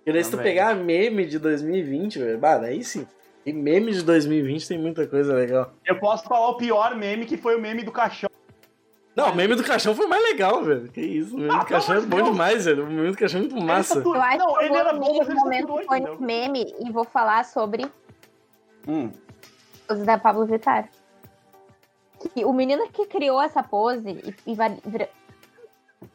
E daí se tu
Também.
pegar meme de 2020, velho, bah, daí sim. E meme de 2020 tem muita coisa legal.
Eu posso falar o pior meme que foi o meme do caixão.
Não, o meme do caixão foi mais legal, velho. Que isso, o meme do
pelo
caixão é
amor de
bom
Deus.
demais, velho. O meme do caixão é muito massa.
saturou.
Eu acho
Não,
que
ele
eu
era
vou
bom, mas
no
ele
momento
saturou,
foi
entendeu?
meme e vou falar sobre
Hum.
os da Pablo Vittar. Que o menino que criou essa pose e, e va- vira-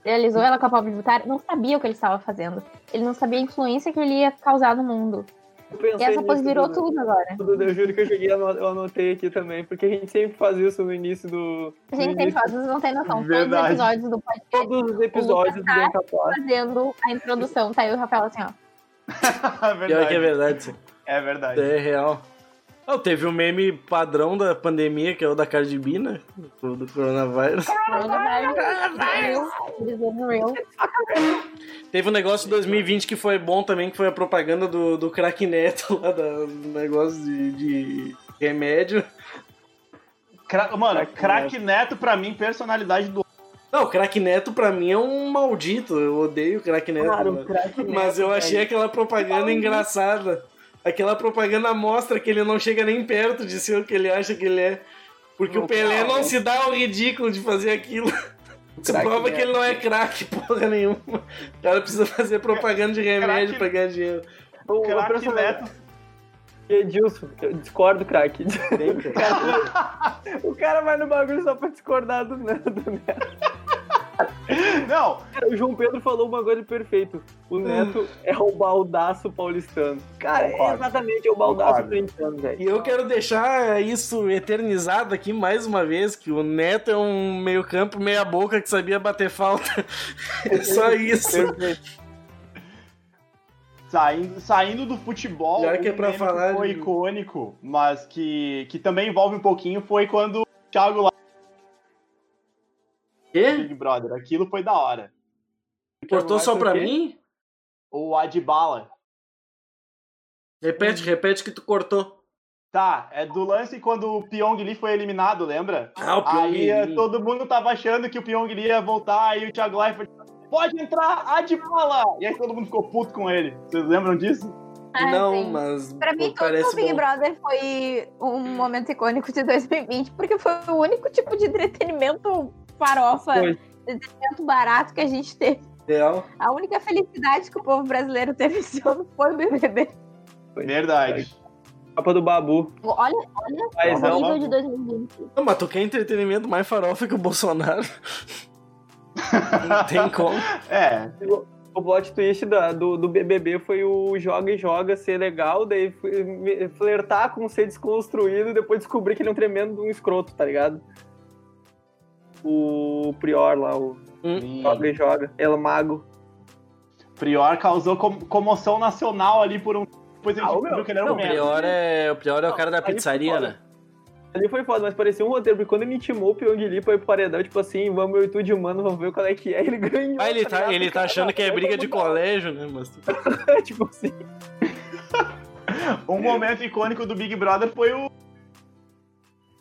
realizou ela com a Pablo Vittar não sabia o que ele estava fazendo. Ele não sabia a influência que ele ia causar no mundo.
Eu pensei
E essa
nisso,
pose virou
Duda.
tudo agora.
Duda, Eu juro que eu joguei, ano- eu anotei aqui também, porque a gente sempre faz isso no início do...
A gente
no
tem
início
vocês não tem noção. Todos os
Verdade.
episódios do podcast
de todos os episódios do
Lucas
Bianca Plata.
fazendo a introdução. Tá aí o Rafael assim, ó.
É
Pior que
verdade.
é verdade, sim.
É verdade.
É real. Não, teve o meme padrão da pandemia, que é o da Cardibina, do, do coronavírus.
Real, eles vão real.
Teve um negócio de 2020 que foi bom também, que foi a propaganda do, do crack neto lá, da- do negócio de, de remédio.
Cra- Mano,
Craque
craque neto, pra mim, personalidade do.
Não, o crack neto pra mim é um maldito, eu odeio o crack neto.
Claro,
mano.
craque Neto,
Mas eu
cara.
achei aquela propaganda engraçada. Aquela propaganda mostra que ele não chega nem perto de ser o que ele acha que ele é. Porque
Não,
o Pelé
cara.
não se dá ao ridículo de fazer aquilo. Isso
Craque
prova
Neto.
que ele não é craque, porra nenhuma. O cara precisa fazer propaganda de remédio
Craque-
pra ganhar dinheiro.
O, o
Craque
personagem-
neto.
Edilson, eu discordo, craque.
Tem, cara.
O cara vai no bagulho só pra discordar do nada, né?
Não,
Cara, o João Pedro falou uma coisa perfeito. O Neto é o baldaço paulistano. Cara, é
Concordo.
exatamente é o baldaço
Concordo.
paulistano, velho.
E eu quero deixar isso eternizado aqui mais uma vez, que o Neto é um meio campo, meia boca que sabia bater falta. É só isso.
Perfeito.
Saindo, saindo do futebol,
Já que é
um
pra
meme
falar
foi
de-
icônico, mas que, que também envolve um pouquinho, foi quando o Thiago lá no
Quê?
Big Brother. Aquilo foi da hora.
Cortou só pra
O quê?
mim?
O Adibala.
Hum.
Repete, repete que tu cortou.
Tá, é do lance quando o Pyong Lee foi eliminado, lembra?
Ah, o
Aí eh,
Pyong.
todo mundo tava achando que o Pyong Lee ia voltar, aí o Thiago Leifert pode entrar, Adibala! E aí todo mundo ficou puto com ele. Vocês lembram disso?
Ah,
Não,
sim.
mas
Pra mim,
pô,
todo o
parece
Big
bom.
Brother foi um momento icônico de 2020, porque foi o único tipo de entretenimento farofa,
Foi.
entretenimento barato que a gente teve.
Real.
A única felicidade que o povo brasileiro teve esse ano foi o BBB.
Verdade.
Capa do Babu.
Olha, olha
é
Paizão.
o nível de 2020.
Não, mas tu quer entretenimento mais farofa que o Bolsonaro? Não tem como.
É,
O plot twist da- do, do BBB foi o joga e joga ser legal, daí f- me- flertar com ser desconstruído e depois descobrir que ele é um tremendo um escroto, tá ligado? O Prior lá, o
Hum.
joga e joga, El Mago.
Prior causou com- comoção nacional ali por um. Depois a gente
Ah, ô, meu.
descobriu que ele era
Não,
um
o
merda.
pior é o, pior é o cara da
Não, aí
pizzaria,
fora.
né?
Ali foi foda, mas parecia um roteiro, porque quando ele intimou o Pyong Lee pra ir pro paredão, tipo assim, vamos eu e tu de mano, vamos ver qual é que é, ele ganhou.
Ah, ele tá,
ligado?
ele tá
Cara,
achando que é
foi
briga de
muito da hora,
colégio, né? Mas tu
tipo assim.
Um momento icônico do Big Brother foi o.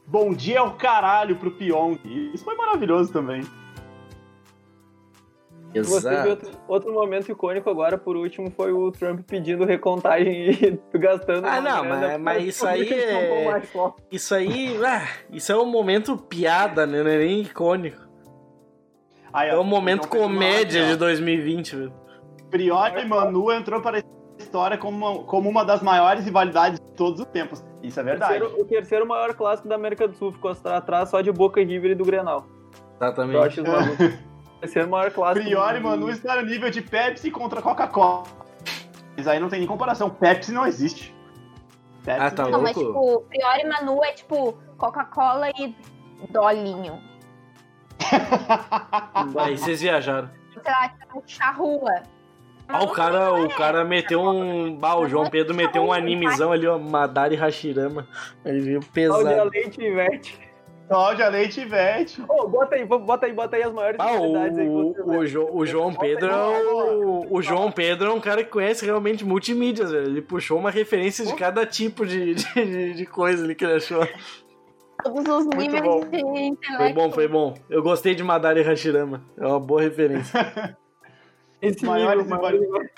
Bom dia ao caralho pro Pyong. Isso foi maravilhoso também.
Você viu outro, outro momento icônico agora, por último, foi o Trump pedindo recontagem e gastando.
Ah,
uma
não,
grana
mas-
pra
mas isso
descobrir
aí
que eles não vão
é-
mais só.
Isso aí, ah, isso é um momento piada, né? Não é nem icônico.
Aí,
É
ó,
um momento
não fez nada,
comédia de
ó.
2020, velho.
Prior e Manu entrou para a história como uma, como uma das maiores rivalidades de todos os tempos. Isso é
O terceiro-
verdade.
o terceiro maior clássico da América do Sul ficou atrás só de Boca River e do Grenal. Eu
Exatamente.
acho isso maluco. O terceiro maior clássico.
Prior e Manu está no nível de Pepsi contra Coca-Cola. Mas aí não tem nem comparação. Pepsi não existe. Pepsi
Ah, tá
Não, mas
louco?
tipo, Priori Manu é tipo Coca-Cola e Dolinho.
Aí vocês viajaram.
Sei lá, tipo, charrua.
Ah, o cara, o cara meteu um. Bah, o João Pedro meteu um animezão ali, ó. Madara e Hashirama. Ele veio
Cláudia
pesado.
Leite e Ivete.
Cláudia Leite e Ivete.
Ô, bota aí, bota aí, bota aí as maiores
Ah,
celebridades aí. que
o,
você
o,
vai.
o, Jo- o João Pedro é o, o João Pedro é um cara que conhece realmente multimídias, velho. Ele puxou uma referência de cada tipo de, de, de- de coisa ali que ele achou.
Todos os níveis
bom.
de intelecto.
Foi bom, foi bom. Eu gostei de Madara e Hashirama. É uma boa referência.
Esse é
Maiores
nível,
e
maiores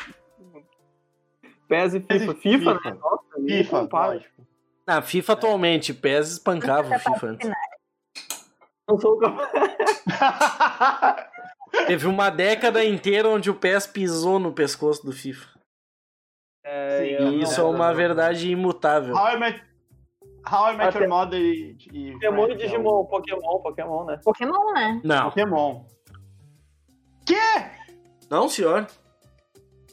PES e
PES e
FIFA. FIFA,
FIFA.
né? Nossa, nem
FIFA,
compara.
lógico.
Na FIFA
É.
atualmente, PES espancava o FIFA antes.
Não sou capaz.
Teve uma década inteira onde o PES pisou no pescoço do FIFA.
É,
Sim,
eu
E isso é
não-
uma verdade imutável.
How I Met, How I Met
Até-
Your Mother e... e
Pokémon e
Friends, é o
Digimon, Pokémon, Pokémon, né?
Pokémon, né?
Não,
Pokémon. Quê?
não, senhor.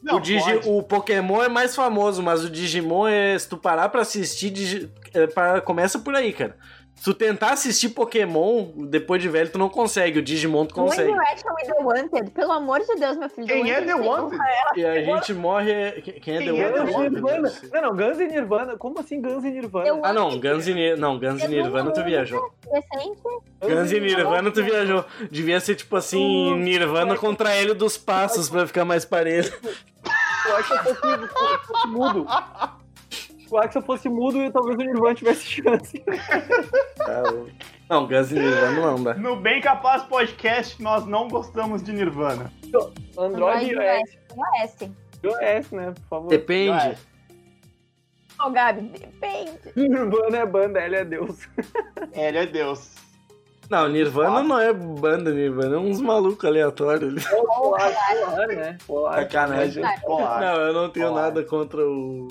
Não
o, Digi-
pode.
o Pokémon é mais famoso, mas o Digimon é. Se tu parar pra assistir, Digi- é, para- começa por aí, cara. Se tu tentar assistir Pokémon, depois de velho, tu não consegue. O Digimon tu
One
consegue.
Direction e The Wanted. Pelo amor de Deus, meu filho.
Quem é The
tem
Wanted?
um-
E a gente morre. Quem quem é
Quem
The
é The
Wanted?
Wanted?
Nirvana. Não, não, Guns e Nirvana. Como assim Guns e Nirvana?
Eu-
Ah, não, Guns e Nir- Não, Guns e Nirvana tu viajou.
Recente.
Guns e Nirvana tu viajou. Devia ser tipo assim, Nirvana contra Hélio dos Passos pra ficar mais parecido.
Eu acho que eu fosse, eu fosse mudo. Eu acho que se eu fosse mudo, eu- talvez o Nirvana tivesse chance.
Não, Guns e Nirvana não né? dá.
No Bem Capaz Podcast, nós não gostamos de Nirvana.
Android e iOS.
é iOS. é iOS.
iOS, né? Por favor.
Depende.
Ô, Gabi, depende.
Nirvana é banda, ela é Deus.
Ele é Deus.
Não, Nirvana não é banda Nirvana, é uns malucos aleatórios ali.
Polar, polar, né? Polar.
Sacanagem.
Meu Deus.
Polar.
Não, eu não tenho
Olá.
nada contra o.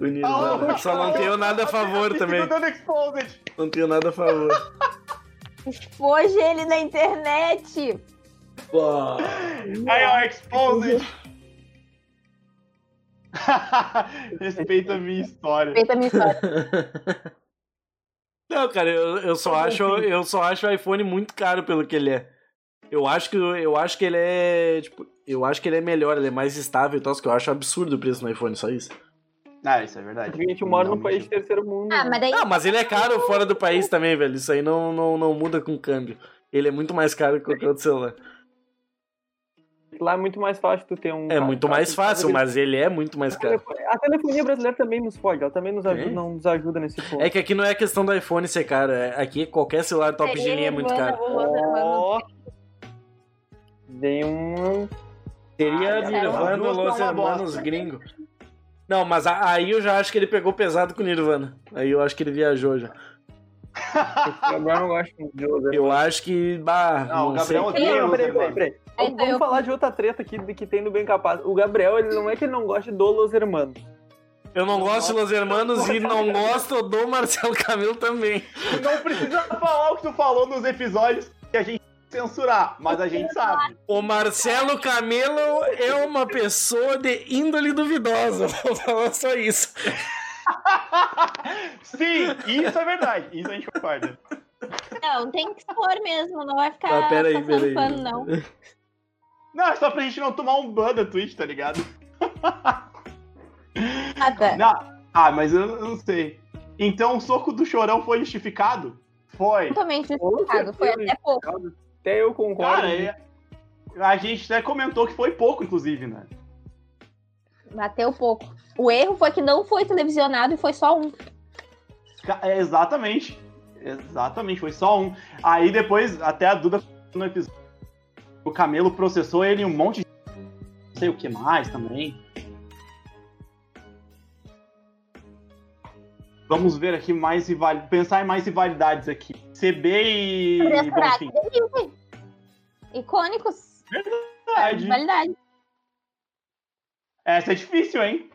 O
Ah,
Nirvana.
eu-
Só não tenho nada a favor também.
Fico dando exposed.
Não tenho nada a favor.
Expôs ele na internet.
Aí, ó, exposed. Respeita a minha história.
Feita a minha história.
Não, cara, eu, eu só acho eu só acho o iPhone muito caro pelo que ele é. Eu acho que eu acho que ele é, tipo, eu acho que ele é melhor, ele é mais estável e tal, só que eu acho absurdo o preço no iPhone, só isso.
Ah, isso é
A
verdade.
gente mora num
Não,
país de terceiro mundo.
Ah,
né?
mas daí.
Não, mas ele é caro fora do país também, velho. Isso aí não não, não muda com o câmbio. Ele é muito mais caro que qualquer outro celular.
Lá é muito mais fácil tu ter um.
É muito mais fácil, mas ele é muito mais caro.
A telefonia brasileira também nos fode, ela também nos ajuda,
É?
não nos ajuda nesse ponto.
É que aqui não é questão do iPhone ser caro, é- aqui qualquer celular top de linha é muito
Nirvana,
caro.
vou usar, mano.
Ó. Dei um.
Seria
Ah, é,
é
Nirvana
uma
ou Los
bosta.
Hermanos gringo. Não, mas a- aí eu já acho que ele pegou pesado com o Nirvana. Aí eu acho que ele viajou já.
Agora eu não gosto de Deus.
Eu acho que. Bah,
Não, o
não,
Gabriel
sei.
odeia
Não, não,
os
peraí, peraí,
Hermanos.
peraí.
Aí
Vamos
Então, eu-
falar de outra treta aqui do que tem no Bem Capaz. O Gabriel, ele não é que ele não gosta do Los Hermanos.
Eu não gosto de Los Hermanos e não gosto do Marcelo Camelo também.
Tu Não precisa falar o que tu falou nos episódios que a gente censurar, mas a gente sabe.
O Marcelo Camelo é uma pessoa de índole duvidosa. Vou falar só isso.
Sim, isso é verdade. Isso a gente concorda.
Não, tem que expor mesmo, não vai ficar
Ah, peraí,
passando
peraí.
pano, não.
Não, é só pra gente não tomar um ban da Twitch, tá ligado?
Nada.
Não, ah, mas eu eu não sei. Então o soco do chorão foi justificado? Foi.
Totalmente
Com
justificado. Foi
certeza.
até pouco.
Até eu concordo.
Cara, é- a gente até comentou que foi pouco, inclusive, né?
Bateu pouco. O erro foi que não foi televisionado e foi só um.
Ca- é, exatamente. Exatamente, foi só um. Aí depois, até a Duda no episódio, o Camelo processou ele e um monte de. Não sei o que mais também. Vamos ver aqui mais rival... pensar em mais rivalidades aqui. CB e.
Andrés
Bom,
Prado
enfim,
e Lívia. Icônicos.
verdade.
Validade.
Essa é difícil, hein?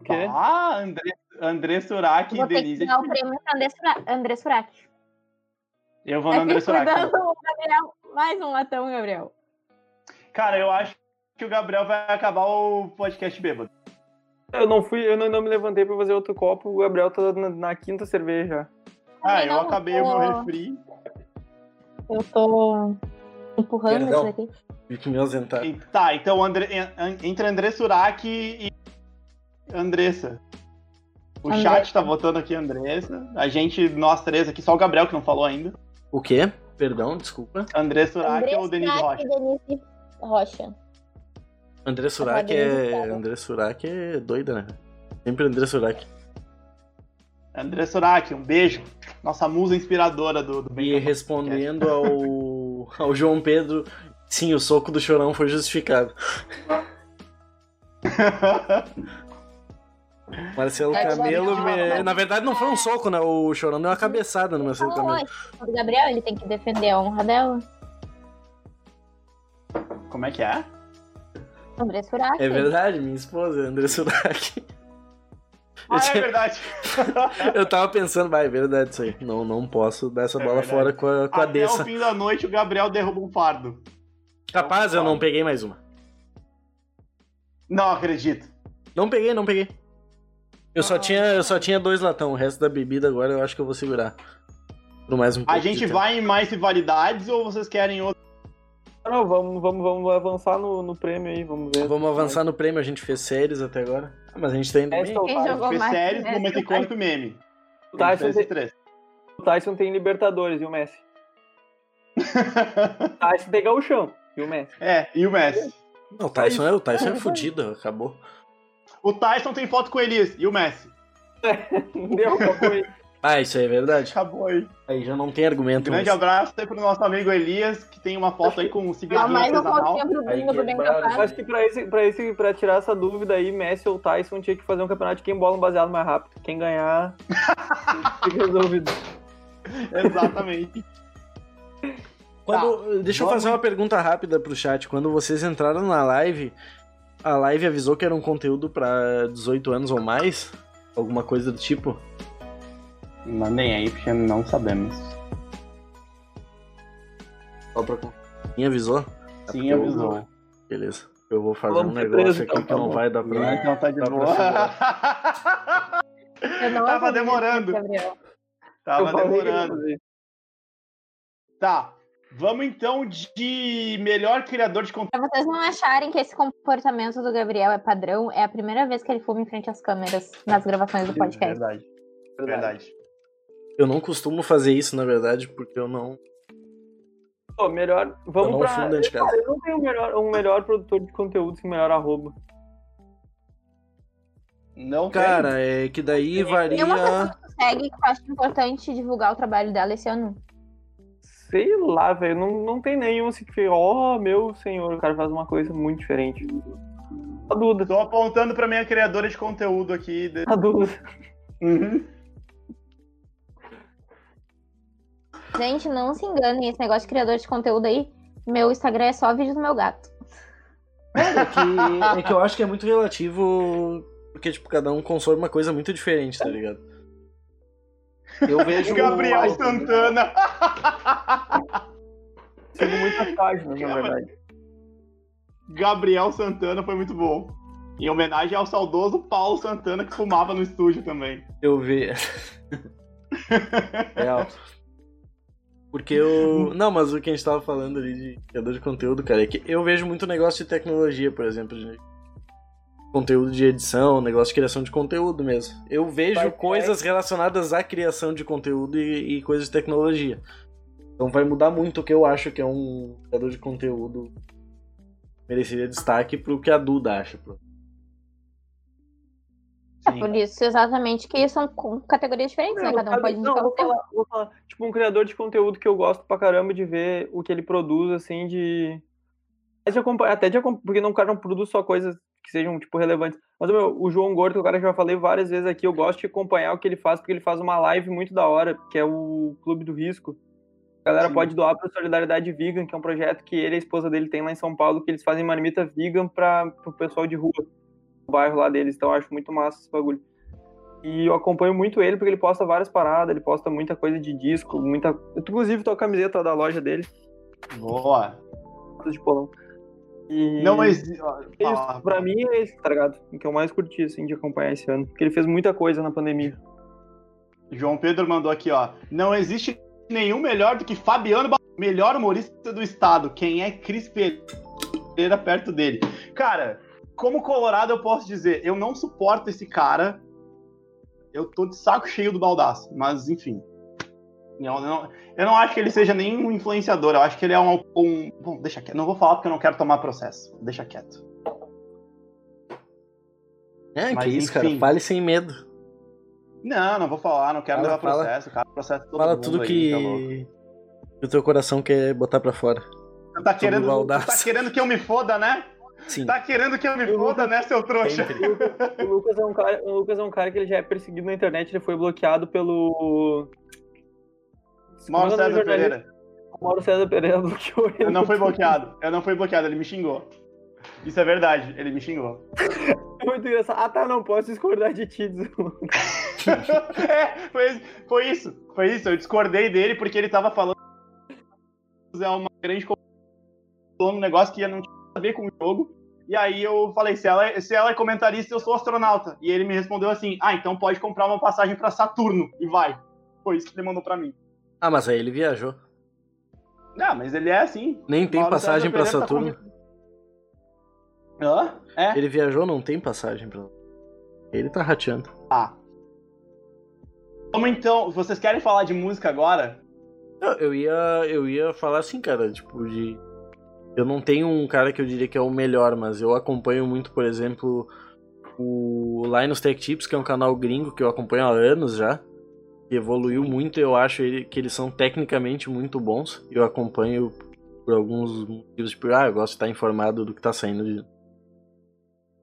O quê?
Ah, André, André Suraki e
Vou ter que
Denise.
dar o prêmio pra André Surak. André Surak.
Eu vou no
É
André
que foi
Suraki.
um, dando o Gabriel. Mais um latão, Gabriel.
Cara, eu acho que o Gabriel vai acabar o podcast bêbado.
Eu não fui, eu não, não me levantei pra fazer outro copo, o Gabriel tá na, na quinta cerveja.
Ah,
Também
eu
não,
acabei o
eu-
meu refri.
Eu tô empurrando
Perdão.
isso daqui.
Me ausentar.
E- tá, então André, en- entre André Surak e Andressa. O
Andressa.
chat tá votando aqui Andressa. A gente, nós três aqui, só o Gabriel que não falou ainda.
O quê? Perdão, desculpa.
André Surak
André
ou tá Denise
Surak
Rocha?
e Denise Rocha.
André Surak é. André Surak é doida, né? Sempre André Surak.
André Surak, um beijo. Nossa musa inspiradora do, do
E
bem.
respondendo ao, ao João Pedro, sim, o soco do chorão foi justificado. Marcelo
É,
Camelo.
Gabriel.
me- Na verdade, não foi um soco, né? O chorão deu uma cabeçada no Marcelo
É. Falou
Camelo.
antes, o Gabriel ele tem que defender a honra dela.
Como é que é?
André Surak.
É verdade, minha esposa, André Surak.
Ah, é
tinha-
verdade.
Eu tava pensando, vai, é verdade isso aí. Não, não posso dar essa
É
bola
verdade.
fora com a, com a
Até o
Dessa.
fim da noite o Gabriel derruba um fardo.
Capaz, eu não
Fora.
peguei mais uma.
Não acredito.
Não peguei, não peguei. Eu só,
Ah.
tinha, eu só tinha dois latão, o resto da bebida agora eu acho que eu vou segurar. Por mais um
A
pouco de
gente
tempo.
vai em mais rivalidades ou vocês querem outro?
Ah, Não, vamos, vamos, vamos avançar no, no prêmio aí, vamos ver.
Vamos avançar no prêmio, a gente fez séries até agora. Ah, mas a gente tá indo
É
bem.
Essa é
Quem
vai.
jogou
Fez
mais?
séries,
né?
momento icônico e meme.
O Tyson,
Esses
tem,
três.
o Tyson tem Libertadores e o Messi. O Tyson tem Gauchão e o Messi.
é, e o Messi.
Não, o Tyson é, o Tyson é fudido, acabou.
O Tyson tem foto com o Elias e o Messi.
Deu pra coisa.
Ah, isso aí é verdade.
Acabou aí.
Aí já não tem argumento
Grande
mais.
abraço aí pro nosso amigo Elias, que tem uma foto aí com um
Ah,
cigarrinho
mas não
artesanal.
confia pro Bruno
Aí
do bem
quebraram.
capaz.
Acho que pra, esse, pra, esse, pra tirar essa dúvida aí, Messi ou Tyson tinha que fazer um campeonato de quem bola um baseado mais rápido. Quem ganhar, fica resolvido.
Exatamente.
Quando, deixa eu
vamos-
fazer uma pergunta rápida pro chat. Quando vocês entraram na live, a live avisou que era um conteúdo pra 18 anos ou mais? Alguma coisa do tipo?
Mas nem aí, porque não sabemos.
Só pra... Quem avisou?
Sim, avisou.
Beleza. Eu vou fazer
Vamos
um
ser
negócio
preso,
aqui
então,
que
tá
não
bom.
vai dar pra.
Ah, Então tá de
Tá pra
boa.
Eu não
Tava
acredito,
demorando.
Gabriel.
Tava
falei que
demorando.
ia fazer.
Tá. Vamos então de melhor criador de conteúdo.
Pra vocês não acharem que esse comportamento do Gabriel é padrão, é a primeira vez que ele fuma em frente às câmeras nas gravações do podcast.
Verdade. Verdade.
Eu não costumo fazer isso, na verdade, porque eu não.
Pô, melhor, vamos
eu não
pra...
fumo dentro de casa.
Cara, eu não tenho um melhor, um melhor produtor de conteúdo que o melhor arroba.
Não tem?
Cara, é que daí varia.
Tem uma pessoa que tu segue que eu acho importante divulgar o trabalho dela esse ano.
Sei lá, velho. Não, não tem nenhum assim que fica, ó, meu senhor, o cara faz uma coisa muito diferente. A Duda,
Tô apontando pra minha criadora de conteúdo aqui. de-
a Duda.
Uhum.
Gente, não se enganem, esse negócio de criador de conteúdo aí. Meu Instagram é só vídeo do meu gato.
É que, é que eu acho que é muito relativo, porque, tipo, cada um consome uma coisa muito diferente, tá ligado? Eu vejo.
Gabriel Santana.
Sigo muitas páginas, na verdade.
Gabriel Santana foi muito bom. Em homenagem ao saudoso Paulo Santana, que fumava no estúdio também.
Eu vejo. Real. Porque eu. Não, mas o que a gente tava falando ali de criador de conteúdo, cara, é que eu vejo muito negócio de tecnologia, por exemplo, de conteúdo de edição, negócio de criação de conteúdo mesmo. Eu vejo
Vai,
coisas relacionadas à criação de conteúdo e, e coisas de tecnologia. Então vai mudar muito o que eu acho que é um criador de conteúdo mereceria destaque pro que a Duda acha. Pro...
É por isso, exatamente, que são com- categorias diferentes, né? Cada um
sabe-
pode
não,
indicar
vou
o seu.
falar, vou falar. Tipo, um criador de conteúdo que eu gosto pra caramba de ver o que ele produz, assim, de. Até de acompa- Até de acompanhar, porque não, o cara não produz só coisas que sejam, tipo, relevantes. Mas meu, o João Gordo, que é o cara que eu já falei várias vezes aqui, eu gosto de acompanhar o que ele faz, porque ele faz uma live muito da hora, que é o Clube do Risco. A galera
Sim.
pode doar para Solidariedade Vegan, que é um projeto que ele e a esposa dele tem lá em São Paulo, que eles fazem marmita vegan para o pessoal de rua, o bairro lá deles. Então eu acho muito massa esse bagulho. E eu acompanho muito ele porque ele posta várias paradas, ele posta muita coisa de disco, muita. Inclusive tô com a camiseta da loja dele,
Boa.
coisa de polão. E
Não existe.
é isso, pra mim é esse, tá ligado? O que eu mais curti, assim, de acompanhar esse ano. Porque ele fez muita coisa na pandemia.
João Pedro mandou aqui, ó. Não existe nenhum melhor do que Fabiano ba... melhor humorista do estado. Quem é Cris Pereira perto dele? Cara, como colorado eu posso dizer, eu não suporto esse cara. Eu tô de saco cheio do baldaço, mas enfim. Não, eu, não, eu não acho que ele seja nenhum influenciador, eu acho que ele é um, um- Bom, deixa quieto. Não vou falar porque eu não quero tomar processo. Deixa quieto.
É,
Mas,
que isso, cara.
enfim.
Fale sem medo.
Não, não vou falar, não quero
Cara,
levar
fala-
processo. Cara, processo todo
Fala
mundo
tudo
aí,
que...
tá louco.
que o teu coração quer botar pra fora.
Tu tá,
Sobre
querendo, tu
baldaço.
tá querendo que eu me foda, né?
Sim.
Tá querendo que eu me
Eu
foda, né, seu trouxa?
Sempre.
O Lucas é um cara, o Lucas é um cara que ele já é perseguido na internet, ele foi bloqueado pelo.
Mauro
Como é o nome
César
do jornalista?
Pereira.
Mauro César Pereira bloqueou ele.
Eu não fui bloqueado. Eu não fui bloqueado, ele me xingou. Isso é verdade, ele me xingou.
É muito engraçado. Ah, tá, não posso discordar de ti. diz o Lucas.
é, foi, foi isso. Foi isso. Eu discordei dele porque ele tava falando que é uma grande co- falando um negócio que não tinha nada a ver com o jogo. E aí eu falei, se ela, é- se ela é comentarista, eu sou astronauta. E ele me respondeu assim: Ah, então pode comprar uma passagem pra Saturno e vai. Foi isso que ele mandou pra mim.
Ah, mas aí ele viajou.
Ah, mas ele é assim.
Nem tem
Mauro César
passagem pra
Pereira tá
Saturno.
convi- Hã? É?
Ele viajou, não tem passagem pra. Ele tá rateando.
Tá. Vamos então, vocês querem falar de música agora?
Eu, eu ia, eu ia falar assim, cara, tipo, de. Eu não tenho um cara que eu diria que é o melhor, mas eu acompanho muito, por exemplo, o Linus Tech Tips, que é um canal gringo que eu acompanho há anos já. Que evoluiu muito, eu acho ele- que eles são tecnicamente muito bons. Eu acompanho por alguns motivos, tipo, ah, eu gosto de estar informado do que tá saindo de,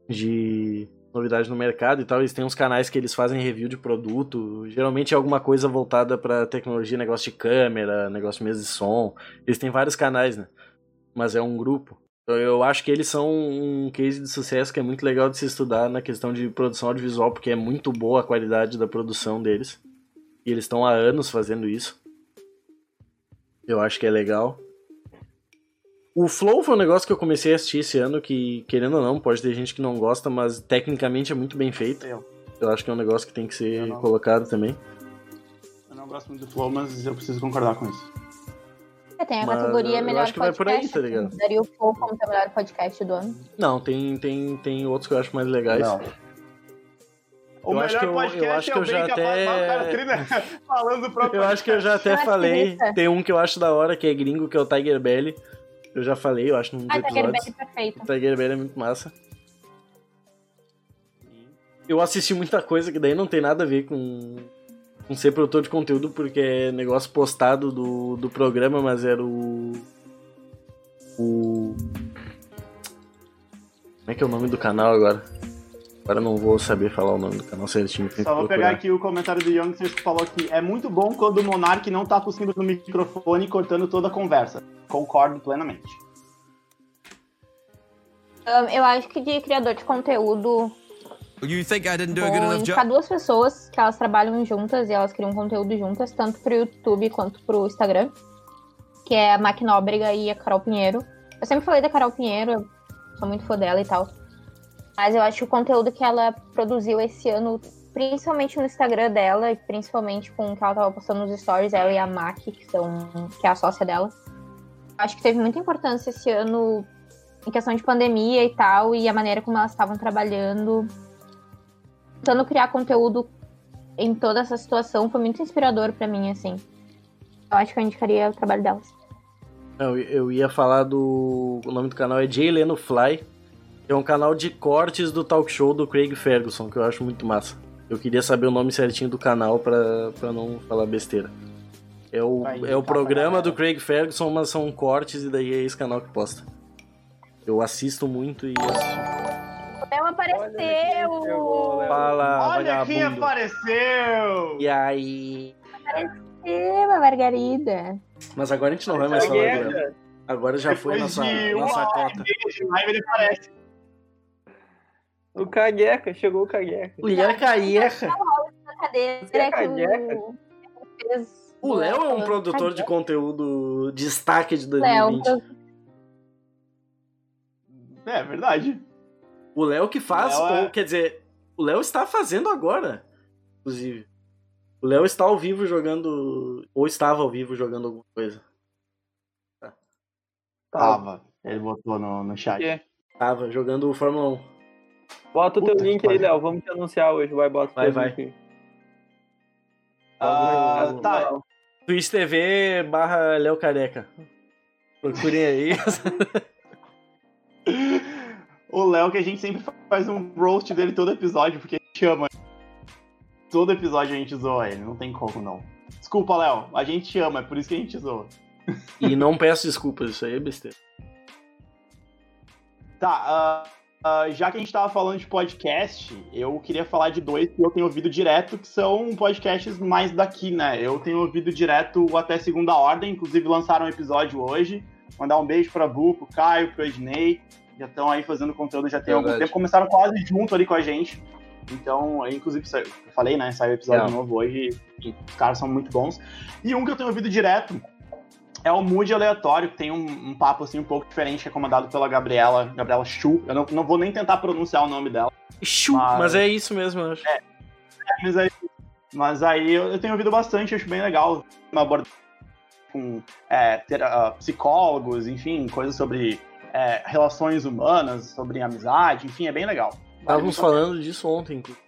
de novidade no mercado e tal. Eles têm uns canais que eles fazem review de produto. Geralmente é alguma coisa voltada pra tecnologia, negócio de câmera, negócio de mesa de som. Eles têm vários canais, né? Mas é um grupo. Eu- Eu acho que eles são um case de sucesso que é muito legal de se estudar na questão de produção audiovisual, porque é muito boa a qualidade da produção deles. E eles estão há anos fazendo isso. Eu acho que é legal. O Flow foi um negócio que eu comecei a assistir esse ano, que, querendo ou não, pode ter gente que não gosta, mas tecnicamente é muito bem feito.
Eu.
Eu acho que é um negócio que tem que ser
Eu não.
colocado também.
Eu não gosto muito do Flow, mas eu preciso concordar com isso.
É, Tem a
Mas
categoria
eu
melhor
acho que vai
podcast.
por aí, tá ligado?
que Daria o Flow como o melhor podcast do ano.
Não, tem, tem, tem outros que eu acho mais legais.
O
É Eu
melhor
acho que eu- eu
podcast
acho
é
que
o
eu
bem
já
capaz
até-
Ah, o cara trina falando o próprio
Eu acho que eu já até
Acho que é
falei.
deixa.
Tem um que eu acho da hora, que é gringo, que é o Tiger Belly. Eu já falei, eu acho, num dos
Ah, tá, aquele
episódios.
bem perfeito.
O Tiger Belly é muito massa. Eu assisti muita coisa que daí não tem nada a ver com, com ser produtor de conteúdo, porque é negócio postado do, do programa, mas era o. O. Como é que é o nome do canal agora? Agora eu não vou saber falar o nome do canal é certinho. tem que
Só vou
procurar.
pegar aqui o comentário do Youngsters que falou que é muito bom quando o Monark não tá tossindo no microfone e cortando toda a conversa. Concordo plenamente.
Ahn, eu acho que de criador de conteúdo
You think I didn't do a good
vou
enough
indicar
job?
duas pessoas que elas trabalham juntas e elas criam conteúdo juntas, tanto pro YouTube quanto pro Instagram, que é a Mac Nóbrega e a Carol Pinheiro. Eu sempre falei da Carol Pinheiro, eu sou muito fã dela e tal. Mas eu acho que o conteúdo que ela produziu esse ano, principalmente no Instagram dela, e principalmente com o que ela tava postando nos stories, ela e a Mac, que, são, que é a sócia dela, acho que teve muita importância esse ano em questão de pandemia e tal, e a maneira como elas estavam trabalhando tentando criar conteúdo em toda essa situação foi muito inspirador pra mim, assim. Eu acho que eu indicaria o trabalho delas.
Não, eu ia falar do. O nome do canal é Jay Leno Fly. que É um canal de cortes do talk show do Craig Ferguson, que eu acho muito massa. Eu queria saber o nome certinho do canal pra, pra não falar besteira. É o,
Vai
é o
indicar pra
programa
galera.
do Craig Ferguson, mas são cortes e daí é esse canal que posta. Eu assisto muito e. assisto.
O Léo
Olha, quem chegou,
apareceu!
Léo.
Fala,
Olha quem
Ah, vagabundo.
apareceu!
E aí.
Eba, Margarida!
Mas agora a gente não vai mais
Mas
falar
alguém-
do Léo. Agora já foi
Depois
nossa,
de uma
nossa
hora
cota.
de live, ele aparece.
O Cagueca, chegou o Cagueca.
O Léo Caierra.
Na cadeira é que o... fez-
O Léo é um
um é
produtor de conteúdo destaque de
Léo,
2020.
pro-
É verdade.
O Léo que faz,
Léo é-
ou quer dizer, o Léo está fazendo agora, inclusive. O Léo está ao vivo jogando, ou estava ao vivo jogando alguma coisa.
Tá.
Tava. Ele botou no, no chat.
É.
Estava jogando o Fórmula 1.
Bota o teu
Puta que
link aí,
pariu.
Léo. Vamos te anunciar hoje. Vai, bota o
Vai,
teu
vai.
link. aí.
Ah,
Alguma-
tá.
Twitch TV barra Léo Careca. Procurem aí.
O Léo, que a gente sempre faz um roast dele todo episódio, porque a gente ama ele. Todo episódio a gente zoa ele, não tem como não. Desculpa, Léo, a gente te ama, é por isso que a gente zoa.
e não peço desculpas, isso aí é besteira.
Tá, ah, ah, já que a gente tava falando de podcast, eu queria falar de dois que eu tenho ouvido direto, que são podcasts mais daqui, né? Eu tenho ouvido direto o Até Segunda Ordem, inclusive lançaram um episódio hoje. Mandar um beijo pra Bu, pro Caio, pro Ednei, já estão aí fazendo conteúdo já tem algum
Verdade.
tempo. Começaram quase junto ali com a gente. Então, eu, inclusive, sa- eu falei, né? Saiu episódio
É.
novo hoje e os caras são muito bons. E um que eu tenho ouvido direto é o Mood Aleatório, que tem um, um papo assim um pouco diferente, recomendado pela Gabriela, Gabriela Chu. Eu não, não vou nem tentar pronunciar o nome dela,
Chu,
Mas-
mas é isso mesmo, eu acho.
mas aí, mas aí eu, eu tenho ouvido bastante, acho bem legal. Uma abordagem com é, ter- ah, psicólogos, enfim, coisas sobre é, relações humanas, sobre amizade, enfim, é bem legal. Vale
Estávamos
muito a pena.
falando disso ontem, inclusive.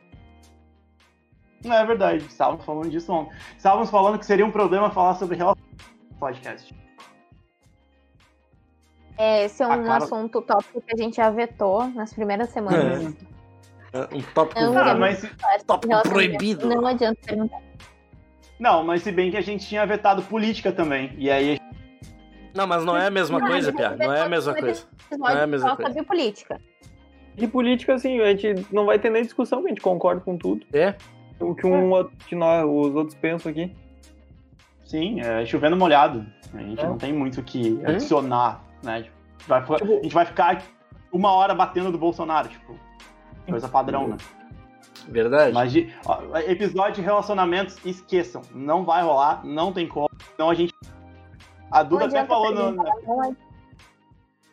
Não, é verdade, estávamos falando disso ontem. Estávamos falando que seria um problema falar sobre relações no podcast.
É, esse é
A
um
cara-
assunto tópico que a gente já vetou nas primeiras semanas.
um tópico
Não,
Ah,
Tá,
mas,
Tópico
proibido.
Não é- adianta perguntar.
não, mas se bem que a gente tinha vetado política também. E aí
Não, mas não é a mesma
Não,
coisa,
mas
Pia. Não é a mesma coisa.
Episódio
Não é a mesma
só
coisa.
sobre política.
De política, assim, a gente não vai ter nem discussão, porque a gente concorda com tudo.
É?
O que um outro de nós, os outros pensam aqui.
Sim, é chovendo molhado. A gente
É.
não tem muito o que adicionar, né? Tipo, vai ficar-
Tipo-
a gente vai ficar uma hora batendo do Bolsonaro, tipo. Coisa padrão, né?
Verdade.
Mas de- ó, episódio de relacionamentos, esqueçam. Não vai rolar, não tem como. Então a gente. A Duda
Não
até
adianta
falou no-
perguntar, não adianta.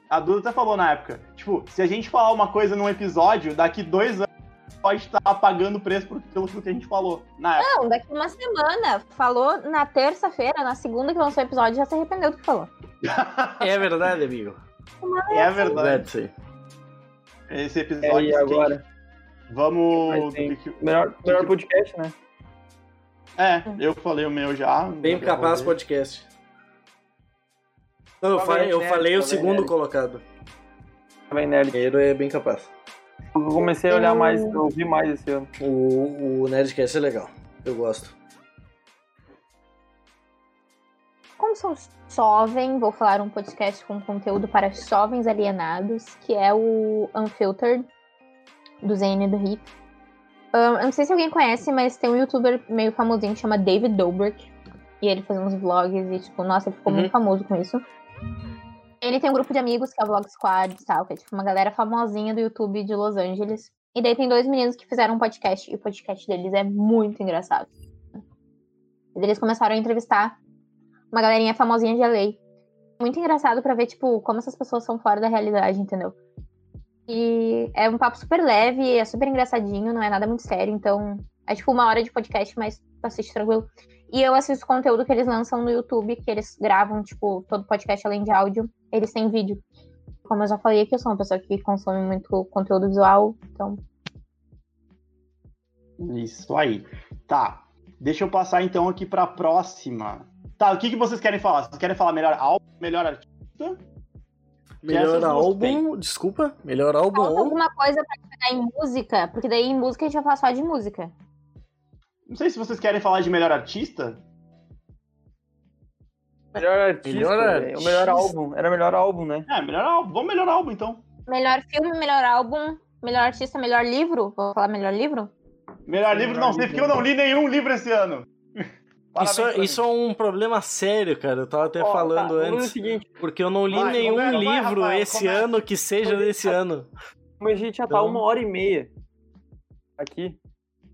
A Duda até falou na época. Tipo, se a gente falar uma coisa num episódio, daqui dois anos pode estar pagando preço por- pelo que a gente falou. Na época.
Não, daqui uma semana. Falou na terça-feira, na segunda que lançou o episódio, já se arrependeu do que falou.
É verdade, amigo.
Ah,
É
É
verdade.
verdade, isso aí.
Esse
É,
episódio.
e agora?
Vamos.
Mas tem- Melhor, melhor podcast, né?
É, eu falei o meu já.
Bem
Já
capaz
vou ver.
podcast. Não, eu
Tá
falei,
bem,
eu
né?
falei o
Tá bem,
segundo
né?
colocado.
Também, nerd.
Primeiro é bem capaz.
Eu comecei a olhar mais, eu ouvi mais esse ano.
O, o Nerdcast é legal. Eu gosto.
Como sou jovem, vou falar um podcast com conteúdo para jovens alienados, que é o Unfiltered, do Zane e do Rick. Ahn, eu não sei se alguém conhece, mas tem um youtuber meio famosinho que chama David Dobrik. E ele faz uns vlogs e, tipo, nossa, ele ficou
Uhum.
muito famoso com isso. Ele tem um grupo de amigos que é o Vlog Squad e tal, que é tipo uma galera famosinha do YouTube de Los Angeles. E daí tem dois meninos que fizeram um podcast, e o podcast deles é muito engraçado. E daí eles começaram a entrevistar uma galerinha famosinha de LA. Muito engraçado pra ver, tipo, como essas pessoas são fora da realidade, entendeu? E é um papo super leve, é super engraçadinho, não é nada muito sério, então é tipo uma hora de podcast, mas tu assiste tranquilo. E eu assisto o conteúdo que eles lançam no YouTube, que eles gravam, tipo, todo podcast além de áudio, eles têm vídeo. Como eu já falei aqui, eu sou uma pessoa que consome muito conteúdo visual, então
Isso aí. Tá. Deixa eu passar então aqui pra próxima. Tá, o que, que vocês querem falar? Vocês querem falar melhor álbum, melhor artista?
Melhor
essas duas
álbum. Desculpa. Melhor álbum.
falta
ou-
alguma coisa pra pegar em música, porque daí em música a gente vai falar só de música.
Não sei se vocês querem falar de melhor artista.
Melhor artista,
Melhor
velho. o melhor
artista.
álbum. Era o melhor álbum, né?
É, melhor álbum. Vamos melhor álbum então.
Melhor filme, melhor álbum, melhor artista, melhor livro. Vou falar melhor livro?
Melhor livro, não sei, porque eu não li nenhum livro esse ano. Parabéns
Isso,
pra mim.
isso é um problema sério, cara. Eu tava até
Ó,
falando
tá, vamos fazer o
antes.
seguinte,
Porque eu não li
Vai,
nenhum
Roberto, vai,
livro
Rafael,
esse
começa.
ano que seja desse ano.
como a gente já tá
Então-
uma hora e meia aqui,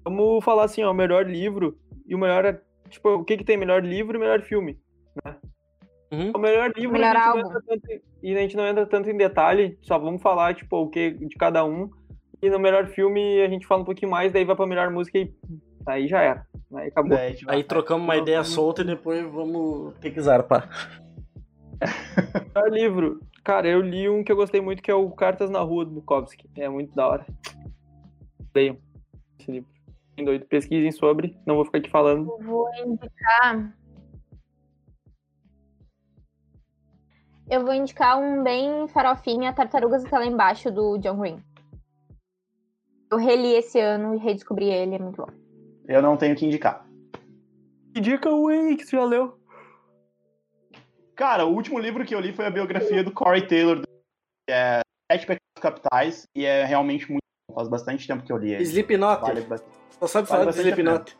vamos falar assim, ó, o é, melhor livro e o melhor... Tipo, o que que tem melhor livro e melhor filme, né?
Uhum.
O melhor livro
Melhor
a gente não
álbum.
entra tanto em- e a gente não entra tanto em detalhe, só vamos falar, tipo, o que de cada um. E no melhor filme a gente fala um pouquinho mais, daí vai pra melhor música e aí já era. Aí acabou.
Daí, tipo,
Aí trocamos uma ideia solta e depois vamos ter que zarpar.
Melhor livro. Cara, eu li um que eu gostei muito, que é o Cartas na Rua do Bukowski. É muito da hora. Leiam esse livro. Bem doido. Pesquisem sobre, não vou ficar aqui falando.
Eu vou indicar. Eu vou indicar um bem farofinha, Tartarugas até lá embaixo, do John Green. Eu reli esse ano e redescobri ele, é muito bom.
Eu não tenho que indicar.
Que dica, Wake, que você já leu?
Cara, o último livro que eu li foi a biografia do Corey Taylor, que é Sete Pecados Capitais, e é realmente muito bom. Faz bastante tempo que eu li ele.
Slipknot.
Vale bastante.
Só
vale
sabe falar de
bastante a
Slipknot.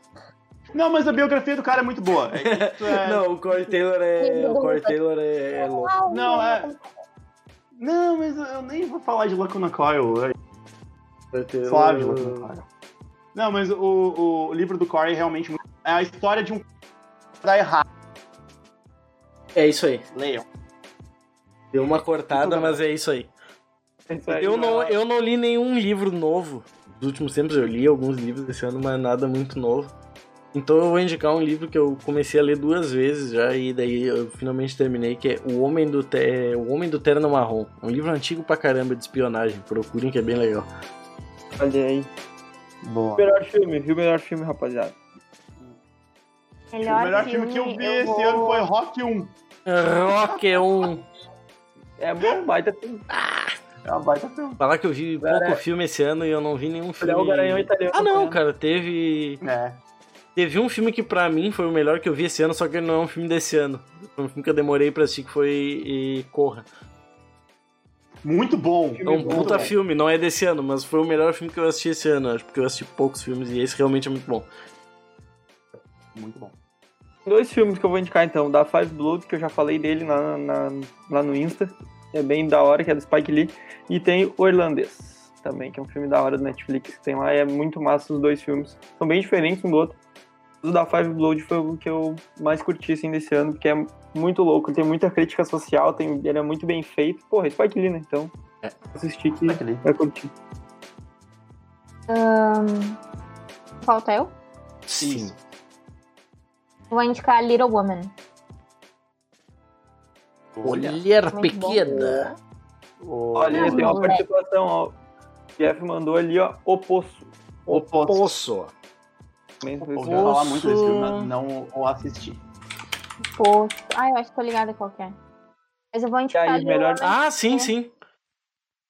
Não, mas a biografia do cara é muito boa. É, isso é-
Não, o Corey Taylor é. O Corey Taylor é, é louco.
Não, é. Não, mas eu nem vou falar de Lacuna Coil hoje.
O Corey Taylor-
Suave de Lacuna Coil. Não, mas o, o livro do Corey é realmente muito. É a história de um. Dá errado.
É isso aí.
Leiam.
Deu uma cortada, mas é isso aí.
É
Eu não, eu não li nenhum livro novo. Nos últimos tempos eu li alguns livros desse ano, mas nada muito novo. Então eu vou indicar um livro que eu comecei a ler duas vezes já e daí eu finalmente terminei, que é O Homem do, Te... o Homem do Terno Marrom. Um livro antigo pra caramba de espionagem. Procurem que é bem legal.
Olha aí.
Boa.
Melhor filme, viu o melhor filme, rapaziada?
O melhor filme que um, eu vi esse ano foi Rock 1.
Rock é um.
É bom, baita filme.
É uma baita filme.
Falar que eu vi pouco filme esse ano e eu não vi nenhum filme.
Olhar o Garanhão é italiano. né?
Ah não, cara, teve
É.
Teve um filme que pra mim foi o melhor que eu vi esse ano, só que ele não é um filme desse ano. Foi um filme que eu demorei pra assistir, que foi e Corra.
Muito bom.
É um
Muito
puta
bom.
filme, não é desse ano, mas foi o melhor filme que eu assisti esse ano, acho, porque eu assisti poucos filmes e esse realmente é muito bom.
Muito bom.
Dois filmes que eu vou indicar então, da Five Blood, que eu já falei dele na, na- lá no Insta, que é bem da hora, que é do Spike Lee, e tem O Irlandês também, que é um filme da hora do Netflix que tem lá, e é muito massa os dois filmes, são bem diferentes um do outro. O da Five Blood foi o que eu mais curti assim desse ano, porque é muito louco, tem muita crítica social, tem, ele é muito bem feito, porra, é Spike Lee, né? Então, assisti que vai curtir.
Falta eu?
Sim.
Vou indicar Little Woman.
Olhar
Muito
Tá pequena.
Olha,
Não,
tem uma
não,
participação, ó. O Jeff mandou ali, ó, O Poço.
O Poço.
Poço.
Também foi
Ouvi
esse
Poço.
falar muito desse filme, mas não o assisti.
Pô, ah, eu acho que tô ligada qual que é. Mas
Tá
eu vou indicar
E aí,
Little
melhor-
Woman.
Ah, sim, sim.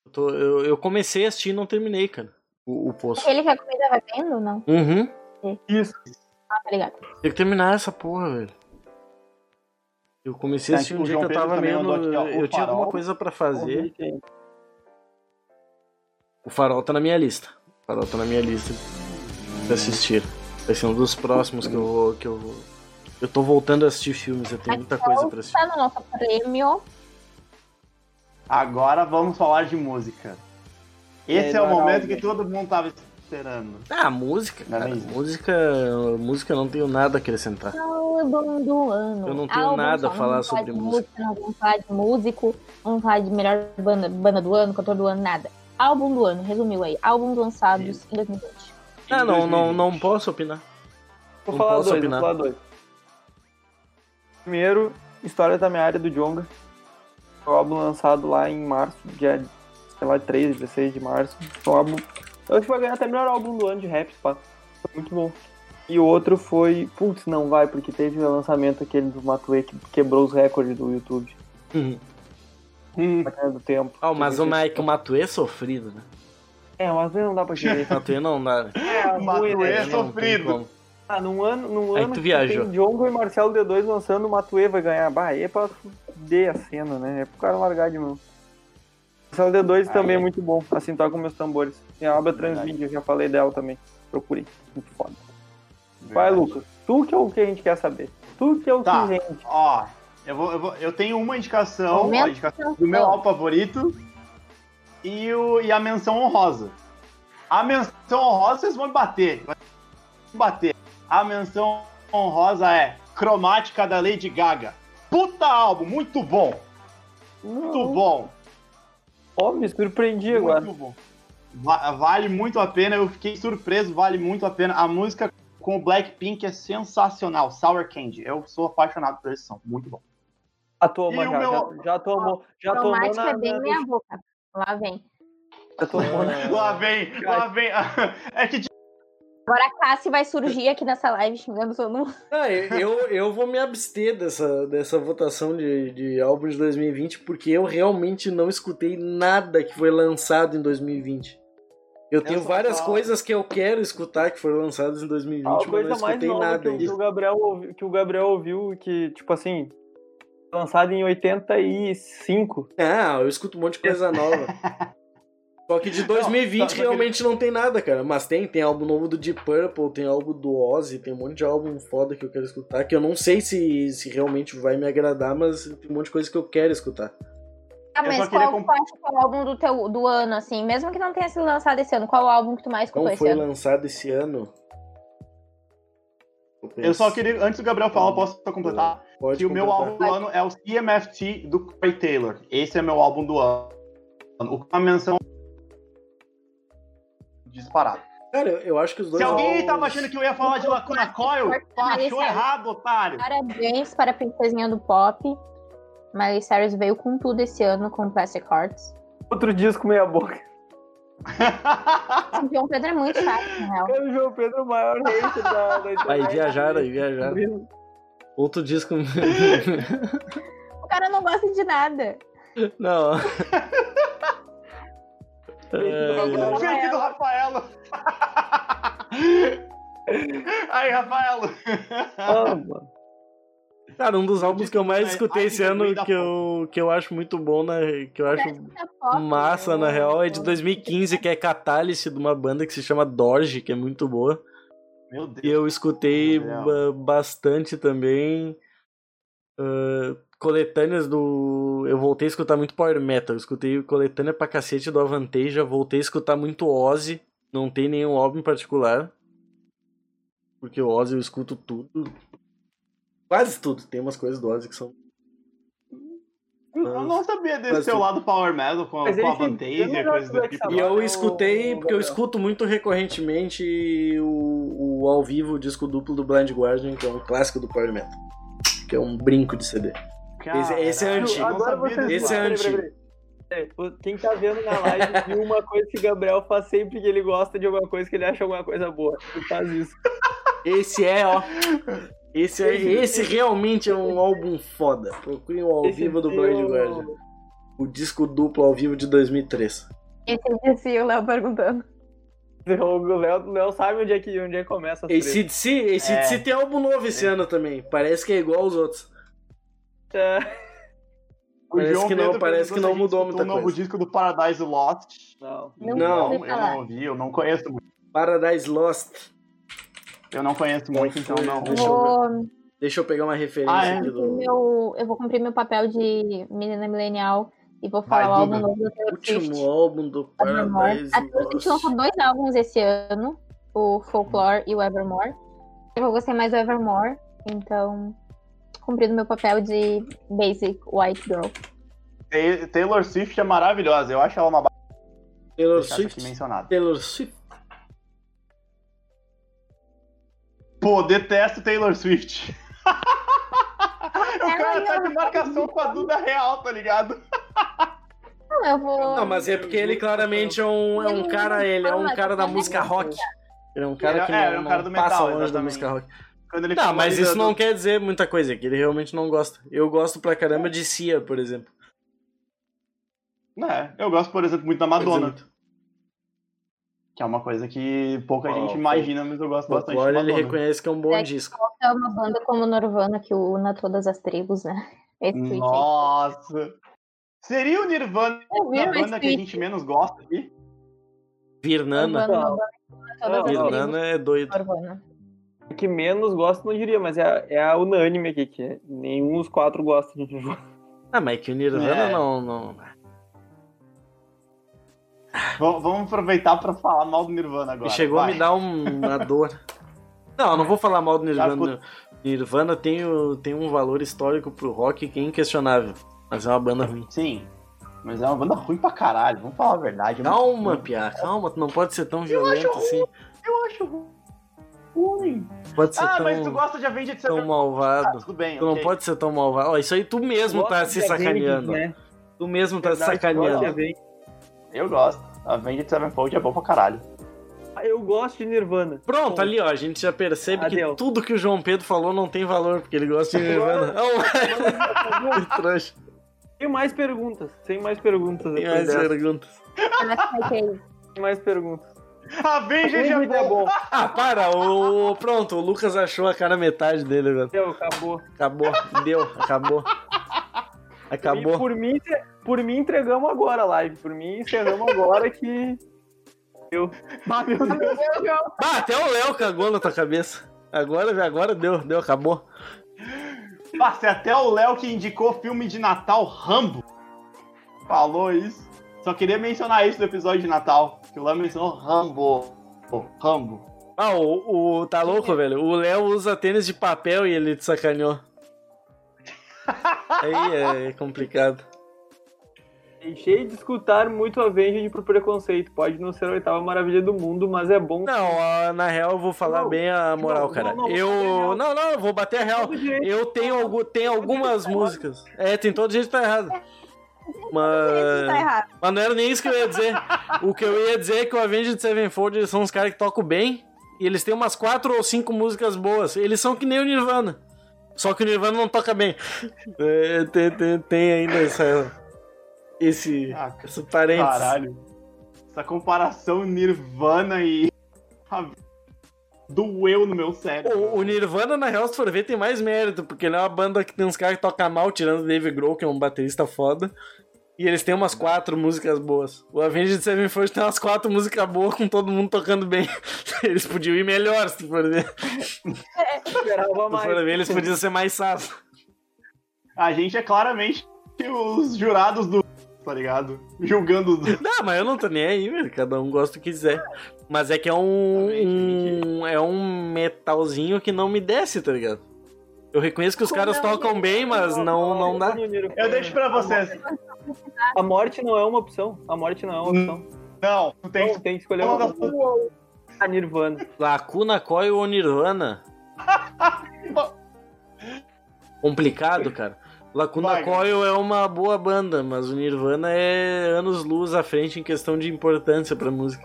Eu, tô- eu- eu comecei a assistir e não terminei, cara. O, o Poço.
Aquele que a comida vai vendo? Não,
Uhum.
Isso.
ah, tá ligado.
Tem que terminar essa porra, velho. Eu
É,
comecei a assistir
tipo,
um
o
dia
João
que eu
Pedro
tava
também
meio.
mandou
no-
aqui, ó, o
eu tinha
Farol.
alguma coisa pra fazer.
Convite aí.
O farol tá na minha lista. O farol tá na minha lista pra assistir. Vai ser um dos próximos que eu vou. Que eu, vou... eu tô voltando a assistir filmes, eu tenho muita coisa pra assistir.
Tá no nosso prêmio.
Agora vamos falar de música. Esse é,
É,
o
não,
momento
não,
que
gente.
todo mundo tava esperando.
Ah, música,
Não é
cara.
mesmo?
Música. Música eu não tenho nada a acrescentar.
Álbum do ano.
Eu não tenho
Álbum
nada a
só, não
falar
vamos
sobre
de
música.
Não vamos falar de músico, não vamos falar de melhor banda, banda do ano, cantor do ano, nada. Álbum do ano, resumiu aí. Álbuns lançados em 2020.
Ah, não, não, não posso opinar.
Vou
Não
falar
posso
dois,
opinar.
vou falar dois. Primeiro, História da Minha Área do Jonga. Foi um álbum lançado lá em março, dia, sei lá, 13, 16 de março. Foi um álbum. Eu acho que vai ganhar até melhor álbum do ano de rap, pá. Foi muito bom. E o outro foi. Putz, não vai, porque teve o lançamento aquele do Matuê que quebrou os recordes do YouTube.
Uhum.
Máquina do tempo.
Hum. Ah, mas o Mike Matuê é sofrido, né?
É, mas não dá pra querer.
Matuê não dá. né?
é,
Matuê é
Não tem
sofrido.
como.
Ah, num ano, num
Aí
ano
tu
que
viajou.
tem Djongo e Marcelo D2 lançando, o Matuê vai ganhar. Bah, aí é pra fuder a cena, né? É pro cara largar de mão. Marcelo
Aí
D2 também
é.
é muito bom, assim toca meus tambores. Tem a aba Transmídia, eu já falei dela também. Procurei. Muito foda. Vai, Lucas. Tu que é o que a gente quer saber. Tu que é o
Tá.
que rende.
Ó, eu, vou, eu, vou- eu tenho uma indicação,
Momento
ó, indicação do meu álbum favorito e, o, e a menção honrosa. A menção honrosa vocês vão bater. Vão bater. A menção honrosa é Cromática da Lady Gaga. puta álbum, muito bom. Muito bom.
Ó, me surpreendi agora.
Muito bom. Va- Vale muito a pena, eu fiquei surpreso, vale muito a pena. A música com o Blackpink é sensacional, Sour Candy. Eu sou apaixonado por esse som, muito bom.
A tua mãe
E o
já,
meu-
já, já tomou.
Tá
Já tomou
Traumática
na.
é bem
na-
minha boca. Lá vem.
Já tomou na-
Lá vem, lá vem. É que
Agora a Cassie vai surgir aqui nessa live xingando todo mundo.
Ah, eu, eu vou me abster dessa, dessa votação de, de álbum de 2020, porque eu realmente não escutei nada que foi lançado em 2020. Eu tenho
só
várias
falo.
coisas que eu quero escutar que foram lançadas em 2020,
A
mas eu não
coisa mais
escutei
nova
nada
que, o- que
ainda.
o Gabriel ouvi- que o Gabriel ouviu, que, tipo assim, lançado em 85.
Ah, eu escuto um monte de coisa nova. Só que de 2020
só- só que-
realmente não tem nada, cara. Mas tem, tem álbum novo do Deep Purple, tem álbum do Ozzy, tem um monte de álbum foda que eu quero escutar, que eu não sei se, se realmente vai me agradar, mas tem um monte de coisa que eu quero escutar.
Ah,
Eu só
mas
queria
qual,
comp-
qual, acha que é o álbum do, teu, do ano, assim? Mesmo que não tenha sido lançado esse ano, qual o álbum que tu mais escutou
Não
esse
foi
ano?
lançado esse ano.
eu só queria, antes do Gabriel falar, eu posso só completar?
Pode
que o meu
completar.
álbum do ano é o CMFT do Corey Taylor. Esse é meu álbum do ano. O- Uma menção disparada.
Cara, eu, eu acho que os
Se
dois.
alguém
álbuns-
tava achando que eu ia falar de Lacuna Coil,
Ah,
achou errado, otário.
Parabéns para a princesinha do pop. Miley Cyrus veio com tudo esse ano com Plastic Hearts.
Outro disco meia boca.
O João Pedro é muito chato, na real.
Cara, o João Pedro é o maior hater da, da internet.
Aí viajaram,
né?
aí viajaram. Outro disco.
O cara não gosta de nada.
não. É,
Ai,
O
ai.
fake do Rafaelo. Aí, Rafaelo.
Ah, mano.
Cara, um dos álbuns que eu mais
Ai,
escutei
ai,
esse
ai,
ano
da
que eu, que eu acho muito bom, na, que eu acho
Plastic Pop,
massa, na
né?
real, é de 2015, que é Catálice, de uma banda que se chama Dorje, que é muito boa.
Meu
E
Deus.
eu escutei
Legal.
ba- bastante também. ah, coletâneas do. Eu voltei a escutar muito Power Metal. Eu escutei coletânea pra cacete do Avanteja. Voltei a escutar muito Ozzy. Não tem nenhum álbum em particular. Porque o Ozzy eu escuto tudo. Quase tudo. Tem umas coisas do Ozzy que são.
Eu não sabia desse
Mas-
seu lado Power Metal com,
Mas
com a
ele tem- eu
Vantage
não
e coisas do
gosto
tipo.
E
Agora
eu
eu-
escutei, porque eu
Gabriel.
escuto muito recorrentemente o, o ao vivo, o disco duplo do Blind Guardian, que é um clássico do Power Metal. Que é um brinco de CD. Esse- esse é
Caralho,
antigo.
eu não
Agora
sabia
vocês-
desse
Esse é
lado.
peraí, peraí,
antigo.
peraí. É, Quem tá vendo na live viu uma coisa que o Gabriel faz sempre que ele gosta de alguma coisa, que ele acha alguma coisa boa. Ele faz isso.
Esse é, ó. Esse, é, esse realmente é um álbum foda. Procurem o ao
Esse
vivo do
teu-
Blind Guardian. O disco duplo ao vivo de 2003.
Esse é o Léo perguntando.
O Léo, o Léo sabe onde é que onde é que começa as coisas.
ACDC,
É.
ACDC tem álbum novo esse ano também. Parece que é igual aos outros.
O
Parece
João
que não-
Pedro perguntou
parece que
se a
não
gente
mudou
escutou
muita
o novo
coisa.
disco do Paradise Lost.
Não.
Não,
Não,
pode
eu não
falar.
ouvi, eu não conheço muito.
Paradise Lost.
Eu não conheço muito, então não.
Deixa eu
Vou,
Deixa eu pegar uma referência
Ah, é?
aqui do
meu, eu vou cumprir meu papel de menina milenial e vou
Vai,
falar o álbum
Duda.
novo do Taylor Swift.
último álbum do
Evermore.
Paradise
A Taylor Swift lançou
Lost.
dois álbuns esse ano, o Folklore e o Evermore. Eu gostei mais do Evermore, então cumprindo meu papel de basic white girl.
Ta- Taylor Swift é maravilhosa, eu acho ela uma barra
Taylor
aqui
Swift.
mencionada.
Taylor Swift.
Pô, detesto Taylor Swift. o cara
Ela
tá
não-
de marcação com a Duda Real, tá ligado?
Não, eu vou.
Não, mas é porque ele claramente é um, é um cara, ele é um cara da música rock. Ele é um cara que
Ele é- é,
não,
é um
não
cara do
passa
metal,
longe da
exatamente.
música rock.
Quando ele
Não,
ficou
Tá, mas
ali
isso
do-
não quer dizer muita coisa, é que ele realmente não gosta. Eu gosto pra caramba de Cia, por exemplo.
É, eu gosto, por exemplo, muito da Madonna,
Por exemplo,
que é uma coisa que pouca
Ó,
gente
o
imagina, mas eu gosto bastante
Folklore,
da
ele
Madonna.
reconhece que é um bom
É.
disco.
É uma banda como Norvana que une todas as tribos, né? Esse tweet aí.
Nossa! Seria o Nirvana
Eu vi
a
esse
é
banda que a
tweet.
gente menos gosta aqui?
Virnana.
Norvana, Norvana que une é todas as
Não,
tribos.
Virnana é doido.
Norvana.
A que menos gosta, não diria, mas é a, é a unânime aqui, que é- nenhum dos quatro gosta de Nirvana.
Ah, mas é que o Nirvana
É.
não, não.
V- vamos aproveitar pra falar mal do Nirvana agora.
Chegou a
vai.
me dar um- uma dor. Não, eu não vou falar mal do Nirvana.
Já ficou-
não. Nirvana tem, o- tem um valor histórico pro rock que é inquestionável. Mas é uma banda ruim.
Sim. Mas é uma banda ruim pra caralho, vamos falar a verdade.
Calma, Pia, calma, tu não pode ser tão violento
acho
assim.
Eu acho ruim.
Pode ser
Ah,
tão,
mas tu gosta de Avenged
tão
Sevenfold. Ah,
malvado.
tudo bem,
tá um Tu não
ok.
pode ser tão malvado. Ó, isso aí tu mesmo tá se sacaneando.
Né?
Tu mesmo tá se
Verdade,
sacaneando.
olha. Eu gosto. Avenged Sevenfold é bom pra caralho.
Ah, Eu gosto de Nirvana.
Pronto, ali ó, a gente já percebe
Adeu.
que tudo que o João Pedro falou não tem valor, porque ele gosta de Nirvana. Não, que trouxa.
Tem mais perguntas. Tem mais perguntas.
Tem
depois
mais
dessa.
perguntas.
Tem mais perguntas.
Avenged
Avenged é bom.
Ah, para, o. Pronto, o Lucas achou a cara metade dele agora.
Deu, acabou.
Acabou, deu, acabou.
E
Acabou.
por mim, por mim entregamos agora a live. Por mim encerramos agora que. Eu. Ah, meu Deus.
Ah, até o Léo cagou na tua cabeça. Agora, agora deu, deu, acabou.
Nossa, até o Léo que indicou filme de Natal, Rambo, falou isso. Só queria mencionar isso no episódio de Natal, que o Léo mencionou Rambo. Pô, Rambo.
Ah, o, o- tá louco, velho. O Léo usa tênis de papel e ele te sacaneou. Aí é complicado.
Deixei de escutar muito Avenged por preconceito. Pode não ser a oitava maravilha do mundo, mas é bom.
Não, ah, na real eu vou falar
Não,
bem a moral,
não,
cara.
não, não,
eu. Não, não, eu vou bater a real.
Todo direito.
Eu tenho, algu tenho algumas músicas. É, tem todo jeito que tá errado. Mas.
tá errado.
Mas não era nem isso que eu ia dizer. O que eu ia dizer é que o Avenged Sevenfold eles são uns caras que tocam bem e eles têm umas quatro ou cinco músicas boas. Eles são que nem o Nirvana. Só que o Nirvana não toca bem. É, tem, tem- tem ainda essa, esse,
Ah, c-
esse parênteses.
caralho. Essa comparação Nirvana e. Doeu no meu cérebro.
O, o Nirvana, na real, se for ver, tem mais mérito, porque ele é uma banda que tem uns caras que tocam mal, tirando o Dave Grohl, que é um baterista foda. E eles têm umas quatro músicas boas. O Avenged Sevenfold tem umas quatro músicas boas com todo mundo tocando bem. Eles podiam ir melhor, se tu for ver. Se
esperava
tu
mais.
for ver, eles podiam ser mais safos.
A gente é claramente os jurados do. Tá ligado? Julgando os.
Não, mas eu não tô nem aí, velho. Cada um gosta do que quiser. Mas é que é um, um- É um metalzinho que não me desce, tá ligado? Eu reconheço que os caras tocam bem, mas não, não dá.
Eu deixo pra vocês.
A morte não é uma opção. A morte não é uma opção.
Não, não tem
Não,
que
tem que escolher uma opção. A Nirvana.
Lacuna Coil ou Nirvana? Complicado, cara. Lacuna
Vai,
Coil é uma boa banda, mas o Nirvana é anos luz à frente em questão de importância pra música.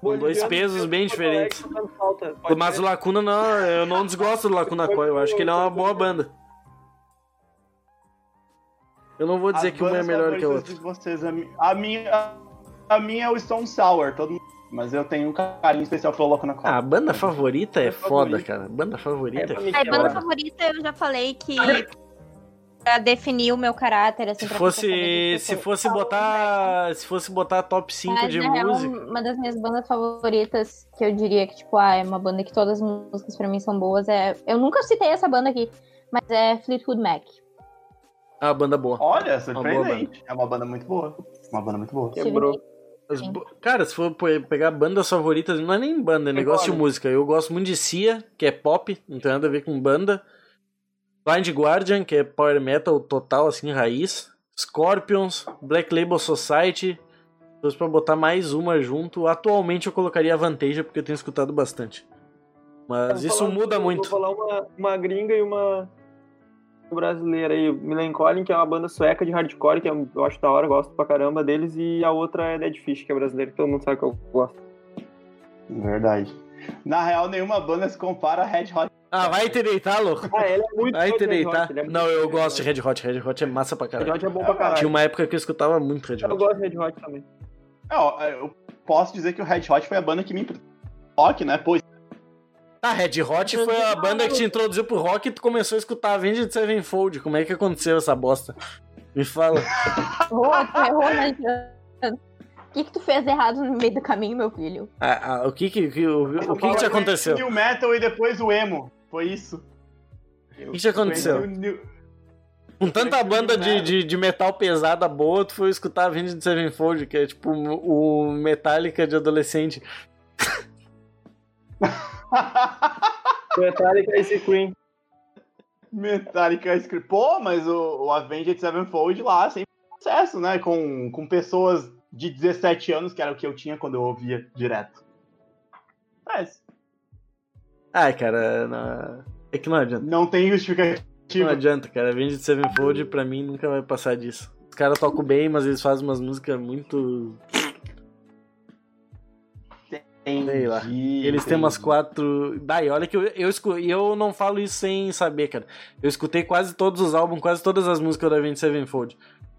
Com dois
Boliviano,
pesos bem
é Porto Alegre,
diferentes.
fazendo falta. Pode
Mas
ser.
o Lacuna não, eu não desgosto do Lacuna Coil, eu acho que ele é uma boa banda. Eu não vou dizer
As
que uma é
bandas
melhor que a
favoritas
outra.
de vocês, a, mi- a minha, a minha é o Stone Sour, todo mundo- mas eu tenho um carinho especial pelo Loco na
Ah, a
Copa.
banda favorita é foda,
favorita.
cara. Banda
É,
favorita
pra
é
mim,
Aí,
que
banda
é ótimo.
favorita, eu já falei que pra definir o meu caráter, assim,
Se
pra
fosse, se fosse botar, se fosse botar top 5
Mas,
de
na real,
música,
uma das minhas bandas favoritas, que eu diria que, tipo, ah, é uma banda que todas as músicas pra mim são boas, é... Eu nunca citei essa banda aqui, mas é Fleetwood Mac.
é uma banda boa.
Olha,
Uma boa
surpreendente. É uma banda muito boa. Uma banda muito boa.
Quebrou.
As
Sim.
bo- Cara, se for pe- pegar bandas favoritas, não é nem banda, é negócio de
Concordo.
música. Eu gosto muito de Cia, que é pop, não tem nada a ver com banda. Blind Guardian, que é power metal total, assim, raiz. Scorpions, Black Label Society. Se fosse pra botar mais uma junto, atualmente eu colocaria a Vantage, porque eu tenho escutado bastante. Mas
Vou
isso
falar-
muda muito.
Vou falar uma, uma gringa e uma brasileira aí. Millencolin, que é uma banda sueca de hardcore, que é um- eu acho da hora, gosto pra caramba deles. E a outra é Dead Fish, que é brasileira, que todo mundo sabe que eu gosto.
Verdade. Na real, nenhuma banda se compara a Red Hot.
Ah, vai te deitar, louco.
Ah, ela é muito
Vai
fã
te
de Red
deitar.
Hot, ele é muito
tá? Não,
fã
eu
Red
gosto de
Hot.
Red Hot. Red Hot é massa pra
Red
caralho.
Hot é bom pra
Tinha um
caralho.
uma época que eu escutava muito Red
Eu
Hot.
gosto de Red Hot também.
Não, É, eu posso dizer que o Red Hot foi a banda que me rock, né? Pô,
Tá, Red Hot foi a banda que te introduziu pro rock e tu começou a escutar Avenged Sevenfold. Como é que aconteceu essa bosta? Me fala.
Errou, tu errou, mas... O que que tu fez errado no meio do caminho, meu filho?
Ah, ah, o que que, que- o, o que, que te
foi
aconteceu?
New Metal e depois o Emo. Foi isso.
O que te aconteceu?
New-
Com tanta banda de, de, de metal pesada boa, tu foi escutar Avenged Sevenfold, que é tipo o Metallica de adolescente.
Metallica e Queen.
Metallica escreveu. Pô, mas o, o Avenged Sevenfold lá sempre foi sucesso, né? Com, com pessoas de 17 anos, que era o que eu tinha quando eu ouvia direto. É Mas
Ai, cara, na- é que não adianta.
não tem
Não
justificativa.
adianta, cara. Avenged Sevenfold pra mim nunca vai passar disso. Os caras tocam bem, mas eles fazem umas músicas muito. Sei lá.
Entendi,
Eles têm umas
entendi.
quatro. Daí, olha que eu, eu, escu- e eu não falo isso sem saber, cara. Eu escutei quase todos os álbuns, quase todas as músicas da Avenged Sevenfold.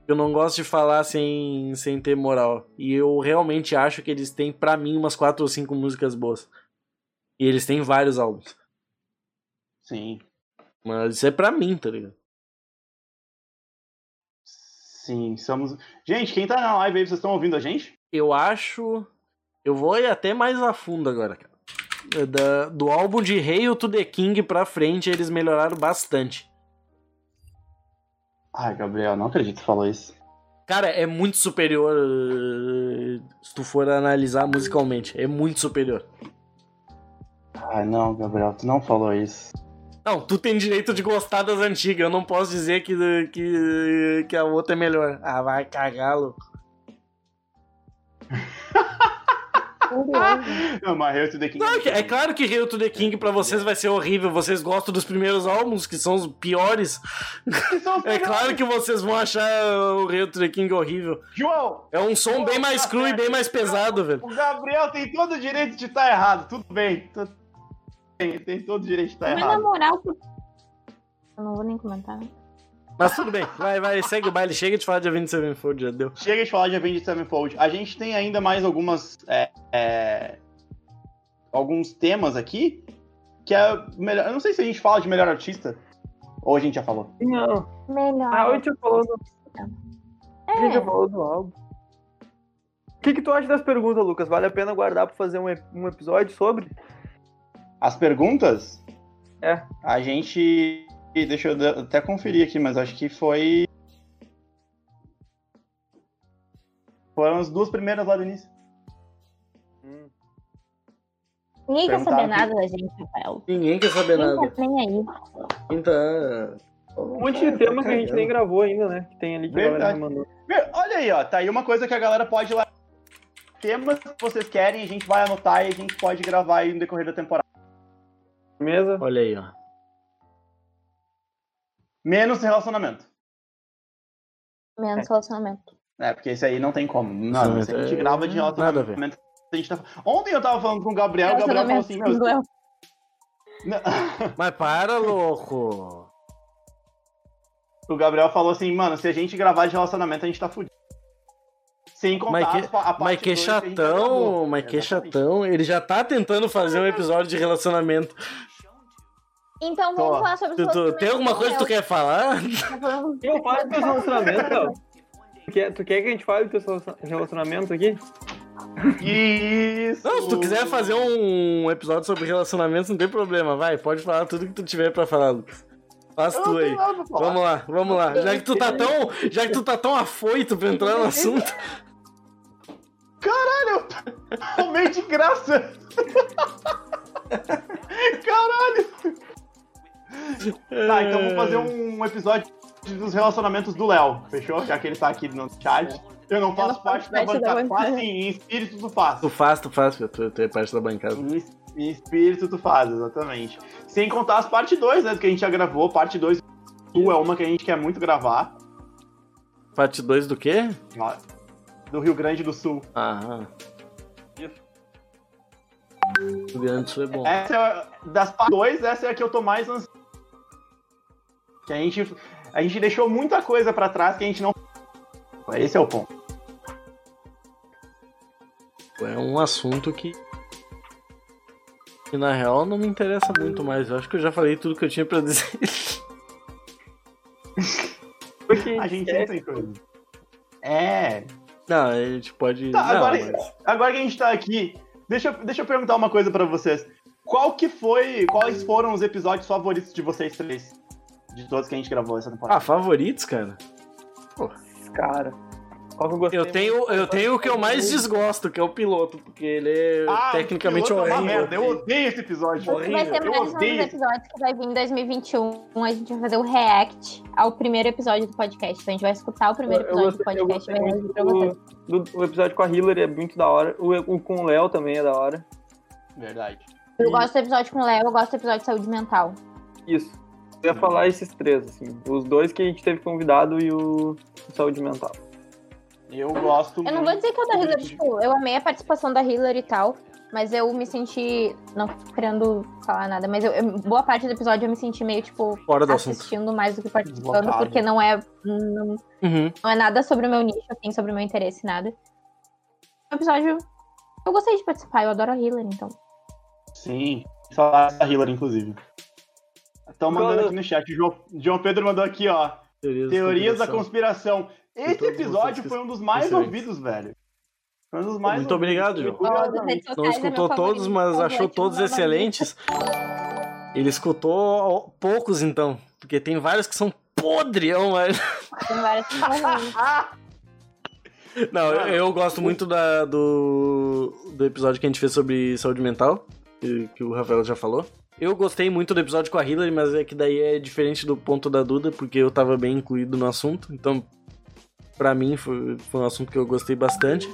Eu não gosto de falar sem, sem ter moral. E eu realmente acho que eles têm, pra mim, umas quatro ou cinco músicas boas. E eles têm vários álbuns.
Sim,
Mas isso é pra mim, tá ligado?
sim, somos. Gente, quem tá na live aí, vocês estão ouvindo a gente?
eu acho. Eu vou ir até mais a fundo agora, cara. Da- do álbum de Hail to the King pra frente, eles melhoraram bastante.
Ai, Gabriel, não acredito que você falou isso.
Cara, é muito superior. eh, Se tu for analisar musicalmente, é muito superior.
Ai, não, Gabriel, tu não falou isso.
Não, tu tem direito de gostar das antigas. Eu não posso dizer que, que, que a outra é melhor. Ah, vai cagar, louco.
Não, mas eu estudei aqui.
Não, é claro que Hail to the King pra vocês vai ser horrível. Vocês gostam dos primeiros álbuns, que são os piores. É claro que vocês vão achar o Hail to the King horrível.
João,
É um som bem mais
Tá
cru e
certo.
bem mais pesado, velho.
o Gabriel tem todo o direito de estar errado, tudo bem. tu- Tem, tem todo o direito de estar
Mas na
Tá errado.
moral. por- Eu não vou nem comentar.
Mas tudo bem, vai, vai, segue o baile, chega de falar de Avenged Sevenfold, já deu.
Chega de falar de Avenged Sevenfold. A gente tem ainda mais algumas. é, é, alguns temas aqui. Que é melhor. Eu não sei se a gente fala de melhor artista. Ou a gente já falou.
Não,
Melhor.
a Oito falou do, a gente já
É,
falou do álbum. O que, que tu acha das perguntas, Lucas? Vale a pena guardar pra fazer um, ep- um episódio sobre?
As perguntas?
É.
A gente. Deixa eu da- até conferir aqui, mas acho que foi. Foram as duas primeiras lá do início.
ninguém quer saber
Perguntaram
nada da gente, Rafael.
Ninguém quer saber
Ninguém
nada.
tá nem aí.
Então.
Um monte de temas que a gente nem gravou ainda, né? Que tem ali que a galera
Verdade.
me mandou.
Meu, Olha aí, ó. Tá aí uma coisa que a galera pode ir lá. Temas que vocês querem, a gente vai anotar e a gente pode gravar aí no decorrer da temporada.
Mesa?
Olha aí, ó.
Menos relacionamento.
Menos relacionamento.
É, porque isso aí não tem como. Não, se a gente
é-
grava de
Nada a ver.
relacionamento. a gente tá- Ontem eu tava falando com o Gabriel, o Gabriel falou assim, meu.
Relacionamento.
Mas para, louco.
O Gabriel falou assim, mano, se a gente gravar de relacionamento, a gente tá fudido. Sem contar
Mas que-
a, pa- a parte
Mas que
dois a gente já gravou.
chatão, mas que
Exatamente.
chatão. Ele já tá tentando fazer um episódio de relacionamento.
Então vamos
Tô.
falar sobre
Tu- tu-
relacionamento.
tem alguma coisa que tu quer falar?
Tá falando-
Eu falo do teu relacionamento, Léo. Tu quer, tu quer que a gente fale do teu relacionamento aqui?
Que Isso!
Não, se tu quiser fazer um episódio sobre relacionamentos, não tem problema. Vai, pode falar tudo que tu tiver pra falar, Lucas. Faz
Eu não
tu
tenho
aí.
nada pra falar.
Vamos lá, vamos lá. Já que tu tá tão, já que tu tá tão afoito pra entrar no assunto,
Tomei de graça! Caralho! Tá, então vamos fazer um episódio dos relacionamentos do Léo, fechou? Já que ele tá aqui no chat. Eu não faço
não
parte
faço
da
parte da
bancada.
bancada.
Faz sim, em espírito tu faz.
tu faz, tu faz, porque tu, tu é parte da bancada.
Em es- em espírito tu faz, exatamente. Sem contar as parte 2, né? Que a gente já gravou. Parte 2 é uma que a gente quer muito gravar.
Parte 2 do quê?
Ó, Do Rio Grande do Sul.
Ah.
Isso.
O Grande do Sul é bom.
Essa é, das partes 2, essa é a que eu tô mais ansioso. Que a gente, a gente deixou muita coisa pra trás que a gente não. Esse é o ponto.
É um assunto que. Que na real não me interessa muito mais. Eu acho que eu já falei tudo que eu tinha pra dizer.
Porque
A gente
é,
não tem coisa. É.
Não, a gente pode.
Tá,
não,
agora-
mas-
Agora que a gente tá aqui, deixa, eu- deixa eu perguntar uma coisa pra vocês. Qual que foi. Quais foram os episódios favoritos de vocês três? De todos que a gente gravou essa temporada?
Ah, favoritos, cara?
cara. Qual que eu gostei?
Eu tenho,
um-
muito?
eu tenho o que eu mais desgosto, que é o piloto, porque ele é
Ah,
tecnicamente
piloto é uma
horrível.
merda, Eu odeio esse episódio.
Horrível.
Vai ser
Eu
mais um dos
odeio.
episódios que vai vir em 2021. A gente vai fazer o react ao primeiro episódio do podcast. Então a gente vai escutar o primeiro
Eu- eu
episódio do
gostei- eu
podcast e vai
gostei
reagir pra vocês.
muito do, do- o episódio com a Hillary é muito da hora. O, o com o Léo também é da hora.
Verdade.
Eu gosto do episódio com o Léo, eu gosto do episódio de saúde mental.
Isso. Eu ia falar esses três, assim. Os dois que a gente teve convidado e o, o Saúde Mental.
Eu gosto
Eu não vou
muito.
dizer que o da Hillary, tipo, eu amei a participação da Hillary e tal, mas eu me senti. Não querendo falar nada, mas eu- eu- boa parte do episódio eu me senti meio, tipo,
Fora do assunto.
assistindo mais do que participando,
Deslocado.
porque não é. Não,
Uhum.
não é nada sobre o meu nicho, assim, sobre o meu interesse, nada. O episódio. Eu gostei de participar, eu adoro a Hillary, então.
Sim. Falar da Hillary, inclusive. Estão mandando
Qual-
aqui no chat. João, João Pedro mandou aqui, ó. Teorias da conspiração. Esse
todos
episódio
vocês
foi um dos mais
excelentes.
ouvidos, velho. Foi um dos mais
Muito
ouvidos,
obrigado,
é
João.
curiosamente.
Não escutou todos, mas achou todos excelentes. Ele escutou poucos, então. Porque tem vários que são podrião, mas... Não, eu, eu gosto muito da- do, do episódio que a gente fez sobre saúde mental, que, que o Rafael já falou. Eu gostei muito do episódio com a Hillary, mas é que daí é diferente do ponto da Duda, porque eu tava bem incluído no assunto. Então, pra mim, foi, foi um assunto que eu gostei bastante.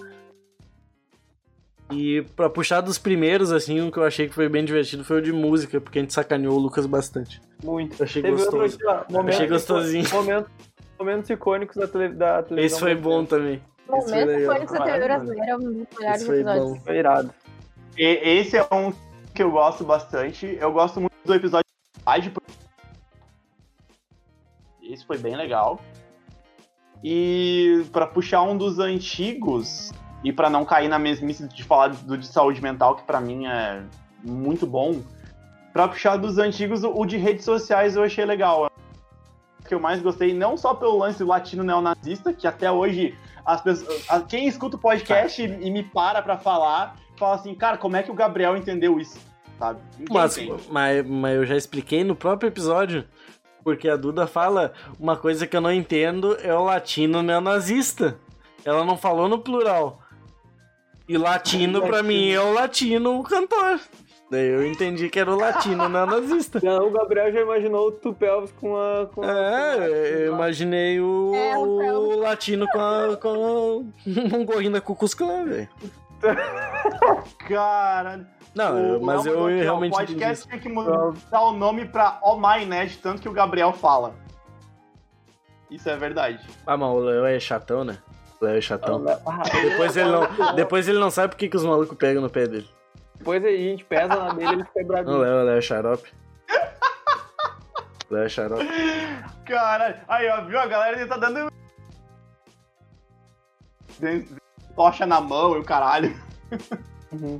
E pra puxar dos primeiros, assim, o que eu achei que foi bem divertido foi o de música, porque a gente sacaneou o Lucas bastante.
Muito.
Eu achei
Teve outro
gostoso.
aqui, ó, momentos-
Achei gostosinho.
Momentos, momentos icônicos da, tele, da televisão.
Esse foi bom também. Esse foi
Momento
legal.
Fônix da TV brasileira é um dos melhores
Esse foi
episódios.
bom.
Foi irado.
E- Esse é um que eu gosto bastante. Eu gosto muito do episódio de Tide, porque- Esse foi bem legal. E pra puxar um dos antigos e pra não cair na mesmice de falar do de saúde mental, que pra mim é muito bom, Pra puxar dos antigos, o- o de redes sociais eu achei legal. É o Que eu mais gostei, não só pelo lance latino neonazista, que até hoje as pessoas, a- quem escuta o podcast e, e me para pra falar, fala assim, cara, como é que o Gabriel entendeu isso? Sabe? Ninguém
Mas,
entende.
mas, mas eu já expliquei no próprio episódio. Porque a Duda fala uma coisa que eu não entendo é o latino neonazista. Ela não falou no plural. E latino, pra mim, é o latino, o cantor. Daí eu entendi que era o latino neonazista.
Não, o Gabriel já imaginou o Tupelvis com a. Com a- com a-
É, eu imaginei o,
É, o Trump.
o latino com a, com a mongolina cucusclã, velho.
Caralho.
Não,
O
eu- mas
Léo
eu
mandou aqui, ó,
realmente
é O
entendi
podcast tinha que mudar o nome pra Oh My, né? De tanto que o Gabriel fala. Isso é verdade.
Ah, mas o Léo é chatão, né? O Léo é chatão.
Ah,
Depois ele não, depois ele não sabe porque que os malucos pegam no pé dele.
depois aí a gente pesa na dele ele fica
Não, o
bravinho.
Léo, o Léo é xarope. O Léo é xarope.
Caralho, aí ó, viu? A galera ele tá dando. Tem Tocha na mão e o caralho.
É
Uhum.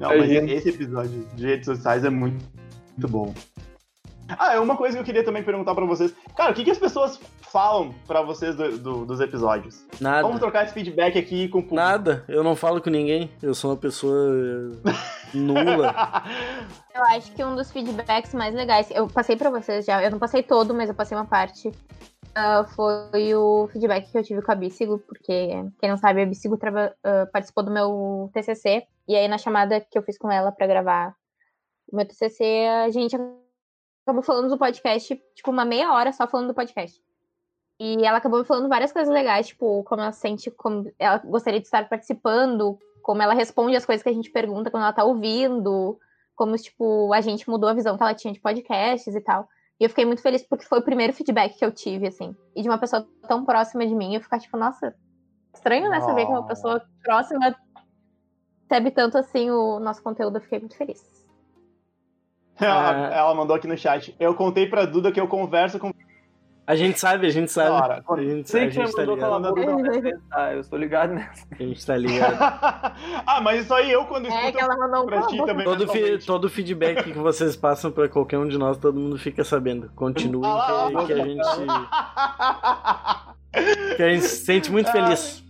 Não, mas
Imagina.
esse episódio de redes sociais é muito, muito bom. Ah, é uma coisa que eu queria também perguntar pra vocês. Cara, o que, que as pessoas falam pra vocês do- do- dos episódios? Vamos um
Nada.
trocar esse feedback aqui com o público.
Nada. Eu não falo com ninguém. Eu sou uma pessoa eh, nula.
Eu acho que um dos feedbacks mais legais, eu passei pra vocês já, eu não passei todo, mas eu passei uma parte, ah, foi o feedback que eu tive com a Bícigo, porque, quem não sabe, a Bícigo trava- ah, participou do meu TCC, e aí na chamada que eu fiz com ela pra gravar o meu TCC, a gente acabou falando do podcast, tipo, uma meia hora só falando do podcast. E ela acabou me falando várias coisas legais, tipo, como ela se sente, como ela gostaria de estar participando, como ela responde as coisas que a gente pergunta quando ela tá ouvindo, como, tipo, a gente mudou a visão que ela tinha de podcasts e tal. E eu fiquei muito feliz porque foi o primeiro feedback que eu tive, assim. E de uma pessoa tão próxima de mim, eu ficar, tipo, nossa, estranho, né? Saber que uma
Oh.
pessoa próxima recebe tanto, assim, o nosso conteúdo. Eu fiquei muito feliz.
ela, ela mandou aqui no chat. Eu contei pra Duda que eu converso com.
A gente sabe, a gente sabe.
Cara,
A gente,
Sei
a
que você
gente tá
mandou
ligado.
calar a boca não vai pensar, Ah, eu estou ligado né? nessa.
A gente tá ligado.
ah, mas isso aí eu quando
É,
escuto.
que ela mandou um
pra ti também.
Todo, fi,
eventualmente.
todo feedback que vocês passam pra qualquer um de nós, todo mundo fica sabendo. Continuem
Ah,
que, que a gente, que a gente se sente muito
Ah.
feliz.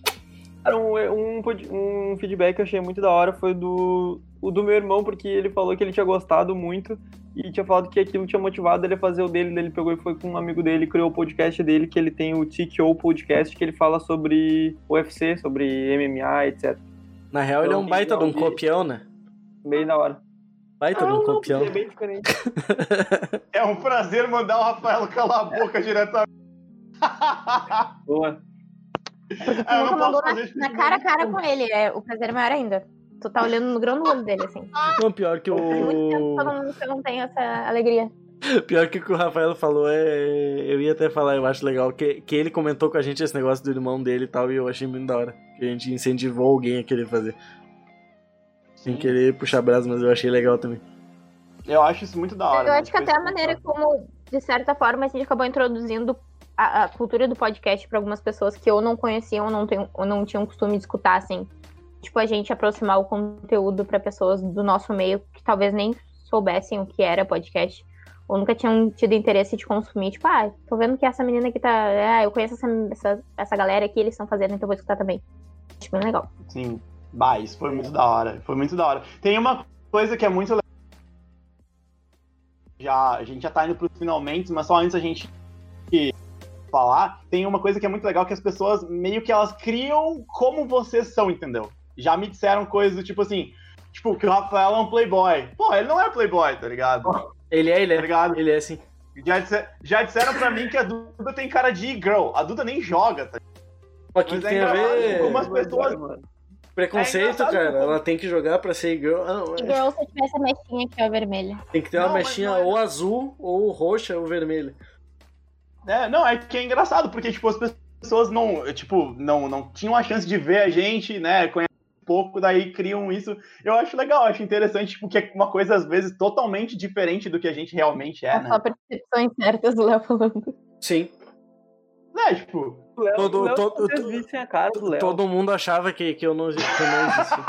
Cara, um, um, pod- um feedback que eu achei muito da hora foi do, o do meu irmão, porque ele falou que ele tinha gostado muito e tinha falado que aquilo tinha motivado ele a fazer o dele. Daí Ele pegou e foi com um amigo dele, criou o podcast dele, que ele tem o TKO Podcast, que ele fala sobre UFC, sobre MMA, etc.
Na real, ele é um
Não,
baita de um
não,
copião, né?
Bem da hora.
Baita de um copião.
é bem diferente.
É um prazer mandar o Rafael calar a boca diretamente.
Boa.
Tu
Ah, eu
nunca
não posso
mandou
fazer
na,
isso
na cara a cara com ele. É, o prazer é maior ainda. Tu tá olhando no grão do olho dele, assim.
Não, pior que
Faz muito tempo
o.
que eu não, que eu não tenho essa alegria.
Pior que o que o Rafael falou é. Eu ia até falar, eu acho legal, que, que ele comentou com a gente esse negócio do irmão dele e tal, e eu achei muito da hora. Que a gente incentivou alguém a querer fazer. Sem querer puxar braço, mas eu achei legal também.
Eu acho isso muito da hora.
eu
né?
acho que até
Depois
a maneira como, de certa forma, a gente acabou introduzindo a, a cultura do podcast pra algumas pessoas que ou não conheciam ou não, tenho, ou não tinham costume de escutar, assim. Tipo, a gente aproximar o conteúdo pra pessoas do nosso meio que talvez nem soubessem o que era podcast. Ou nunca tinham tido interesse de consumir. Tipo, ah, tô vendo que essa menina aqui tá. Ah, eu conheço essa, essa, essa galera aqui, eles estão fazendo, então eu vou escutar também. Acho bem legal.
Sim. Bah, isso foi muito da hora. Foi muito da hora. Tem uma coisa que é muito legal. Já, a gente já tá indo pros finalmente, mas só antes a gente que falar, tem uma coisa que é muito legal que as pessoas meio que elas criam como vocês são, entendeu? Já me disseram coisas do tipo assim, tipo, que o Rafael é um playboy. Pô, ele não é playboy, tá ligado? Tá
Ele é, ele é.
ligado?
Ele é assim.
Já, disse- já disseram pra mim que a Duda tem cara de girl. A Duda nem joga, tá?
Mas o que,
Mas
que
é
tem a
engraçado
ver?
como as
Boa,
pessoas-
mano.
É
Preconceito,
engraçado
cara.
como-
Ela tem que jogar pra ser girl. Ah, não,
E
é.
girl, se eu tivesse a mexinha aqui, ó, vermelha.
Tem que ter uma
Não, mas
mechinha
não é-
ou azul, ou roxa, ou vermelha.
É, não, é que é engraçado, porque, tipo, as pessoas não, tipo, não, não tinham a chance de ver a gente, né, conhecem um pouco, daí criam isso. Eu acho legal, acho interessante, tipo, que é uma coisa, às vezes, totalmente diferente do que a gente realmente é, né?
Só percepções certas do Léo falando.
Sim.
É, tipo,
O Léo-
Todo-
o Léo,
todo-
vocês vissem a né, cara do Léo.
Todo mundo achava que, que eu não, que eu não existia.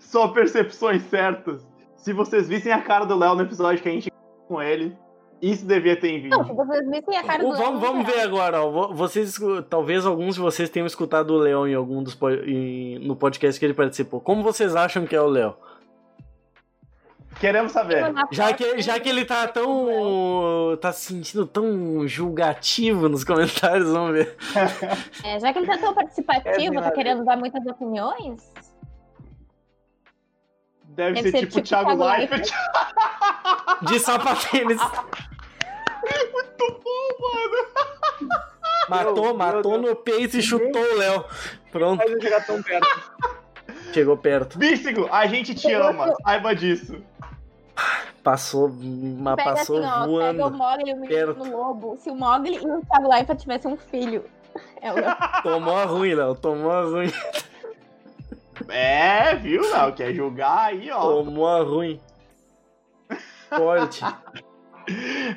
só percepções certas. Se vocês vissem a cara do Léo no episódio que a gente com ele, isso devia ter em
Não,
vídeo.
se vocês vissem a cara
Ô,
do
vamos,
Léo,
vamos ver agora, ó. Vo- Vocês, escu- talvez alguns de vocês tenham escutado o Leão em algum dos po- em- no podcast que ele participou. Como vocês acham que é o Léo?
Queremos saber.
Já que, já que ele tá tão. tá se sentindo tão julgativo nos comentários, vamos ver.
É, já que ele tá tão
É
participativo, tá querendo dar muitas opiniões.
Deve, ser, tipo o Thiago, Leifert.
De sapatênis.
Muito bom, mano.
Matou,
Meu
matou
Deus.
no peito e chutou o Léo. Pronto,
Faz eu chegar tão perto.
chegou perto.
Bístigo, a gente te ama, saiba disso.
Passou, mas
Pega
passou
assim, ó, pega o
voando.
Mogli e o menino
Perto.
no lobo. Se o Mogli e o Thiago Leifert tivessem um filho. É o Léo.
Tomou a ruim, Léo. Tomou a ruim.
É, viu, Léo? Quer jogar aí, ó.
Tomou a ruim. Forte.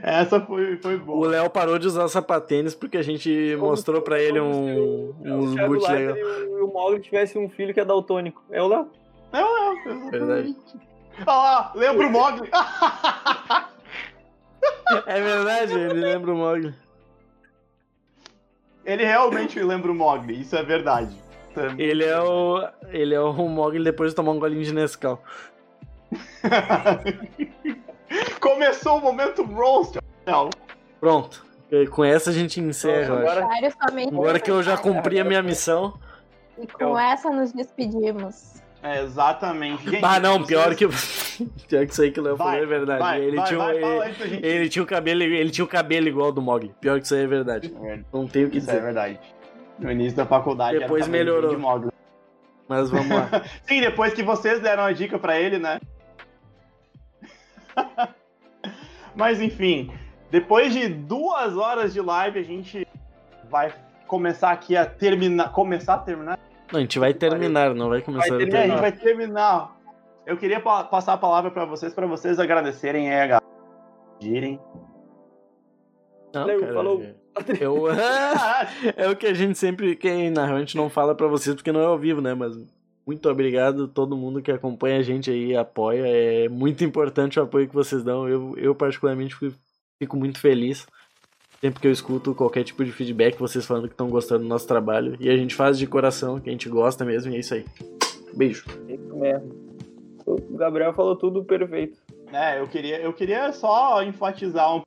Essa foi, foi
O
boa.
Léo parou de usar sapatênis porque a gente
Como
mostrou
se-
pra ele
como se
um,
o
um
É
Thiago
boot
Leifert
legal.
E o, e o Mauro tivesse um filho que é daltônico. É o Léo.
Não, não.
Verdade.
Olha lá, é. "Ah, lembra o Mogli?
É verdade, ele lembra o Mogli.
Ele realmente lembra o Mogli, isso é verdade. Isso é-
Ele é o. Ele é o Mogli depois de tomar um golinho de Nescau.
Começou o momento roast, Léo.
Pronto. Com essa a gente encerra. eu acho.
Agora-
Vários somente.
Agora que eu já cumpri a minha missão.
E com essa nos despedimos.
É, exatamente. Gente,
Ah, não,
vocês-
pior que. Pior que isso aí que o Léo falou
Vai,
é verdade.
vai,
ele,
vai,
tinha, um-
vai, fala
ele,
aí pra gente.
ele tinha o cabelo, ele tinha o cabelo igual ao do Mogli. Pior que isso aí é verdade. Não tenho o que
Isso é
dizer.
verdade. No início da faculdade
Depois
era o cabelinho
melhorou.
de Mogli.
Mas vamos lá.
Sim, depois que vocês deram a dica pra ele, né? Mas enfim, depois de duas horas de live, a gente vai começar aqui a terminar. Começar a terminar?
Não, a gente vai terminar, não vai começar
Vai
a
É, a
terminar.
gente vai terminar. Eu queria pa- passar a palavra pra vocês, pra vocês agradecerem aí a galera. Girem.
Não,
Valeu,
cara,
falou.
Eu...
Caralho,
é o que a gente sempre. Que na real a gente não fala pra vocês porque não é ao vivo, né? Mas muito obrigado a todo mundo que acompanha a gente aí, apoia. É muito importante o apoio que vocês dão. Eu, eu particularmente, fico- fico muito feliz. Sempre que eu escuto qualquer tipo de feedback, vocês falando que estão gostando do nosso trabalho. E a gente faz de coração, que a gente gosta mesmo, e é isso aí. Beijo.
Isso mesmo. O Gabriel falou tudo perfeito.
É, eu queria, eu queria só enfatizar um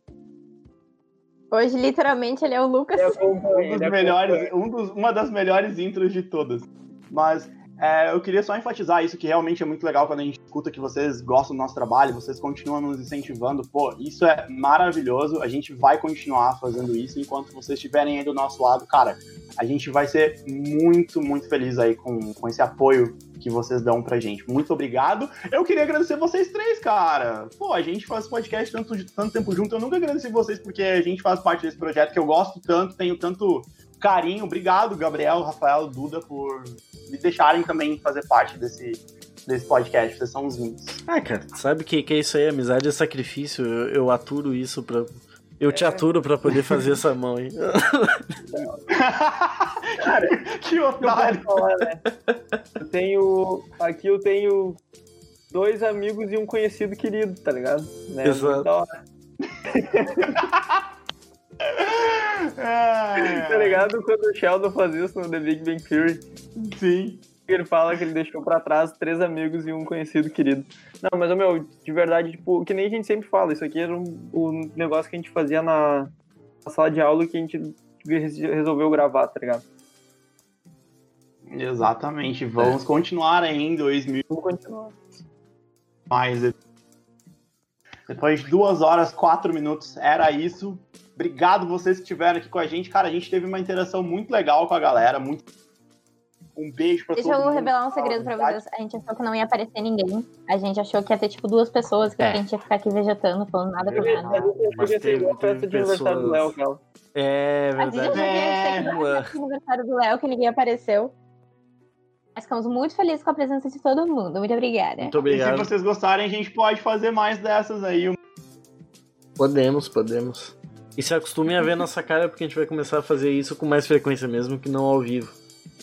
Hoje, literalmente, ele é o Lucas.
Ele
um
acompanha,
dos
ele é acompanha.
melhores, um dos- uma das melhores intros de todas. Mas é, eu queria só enfatizar isso que realmente é muito legal quando a gente escuta que vocês gostam do nosso trabalho, vocês continuam nos incentivando. Pô, isso é maravilhoso. A gente vai continuar fazendo isso enquanto vocês estiverem aí do nosso lado, cara. A gente vai ser muito, muito feliz aí com, com esse apoio que vocês dão pra gente. Muito obrigado. Eu queria agradecer vocês três, cara. Pô, a gente faz podcast tanto, de- tanto tempo junto. Eu nunca agradeci vocês porque a gente faz parte desse projeto que eu gosto tanto, tenho tanto carinho. Obrigado, Gabriel, Rafael, Duda, por me deixarem também fazer parte desse, desse podcast. Vocês são os lindos.
Ah, cara, sabe que que é isso aí? Amizade é sacrifício. Eu, eu aturo isso pra. Eu te aturo pra poder fazer essa mão, hein?
cara, que
que eu
otário.
posso falar, né? Eu tenho. Aqui eu tenho dois amigos e um conhecido querido, tá ligado? Né?
Exato.
Da hora,
É,
Tá ligado quando o Sheldon faz isso no The Big Bang Theory?
Sim.
Ele fala que ele deixou pra trás três amigos e um conhecido querido. Não, mas, ô, meu, de verdade, tipo, que nem a gente sempre fala, isso aqui era um, um negócio que a gente fazia na, na sala de aula que a gente re- resolveu gravar, tá ligado?
Exatamente. Vamos continuar aí em 2000
Vamos continuar.
mais. Depois de duas horas, quatro minutos, era isso. Obrigado vocês que estiveram aqui com a gente. Cara, a gente teve uma interação muito legal com a galera. Muito... Um beijo pra
Deixa
todo
eu
mundo.
revelar um segredo pra vocês. A gente achou que não ia aparecer ninguém. A gente achou que ia ter, tipo, duas pessoas, que
É.
a gente ia ficar aqui vegetando, falando nada com nada.
Ah, Mas
Mas
teve-
teve, festa
teve
de aniversário
pessoas-
do Léo, cara.
É
A gente já
verdade.
É,
veio no aniversário do Léo, que ninguém apareceu. Mas ficamos muito felizes com a presença de todo mundo. Muito obrigada.
Muito
E se
obrigado.
vocês gostarem, a gente pode fazer mais dessas aí. Um-
Podemos, podemos. E se acostumem a ver nossa cara, porque a gente vai começar a fazer isso com mais frequência mesmo que não ao vivo.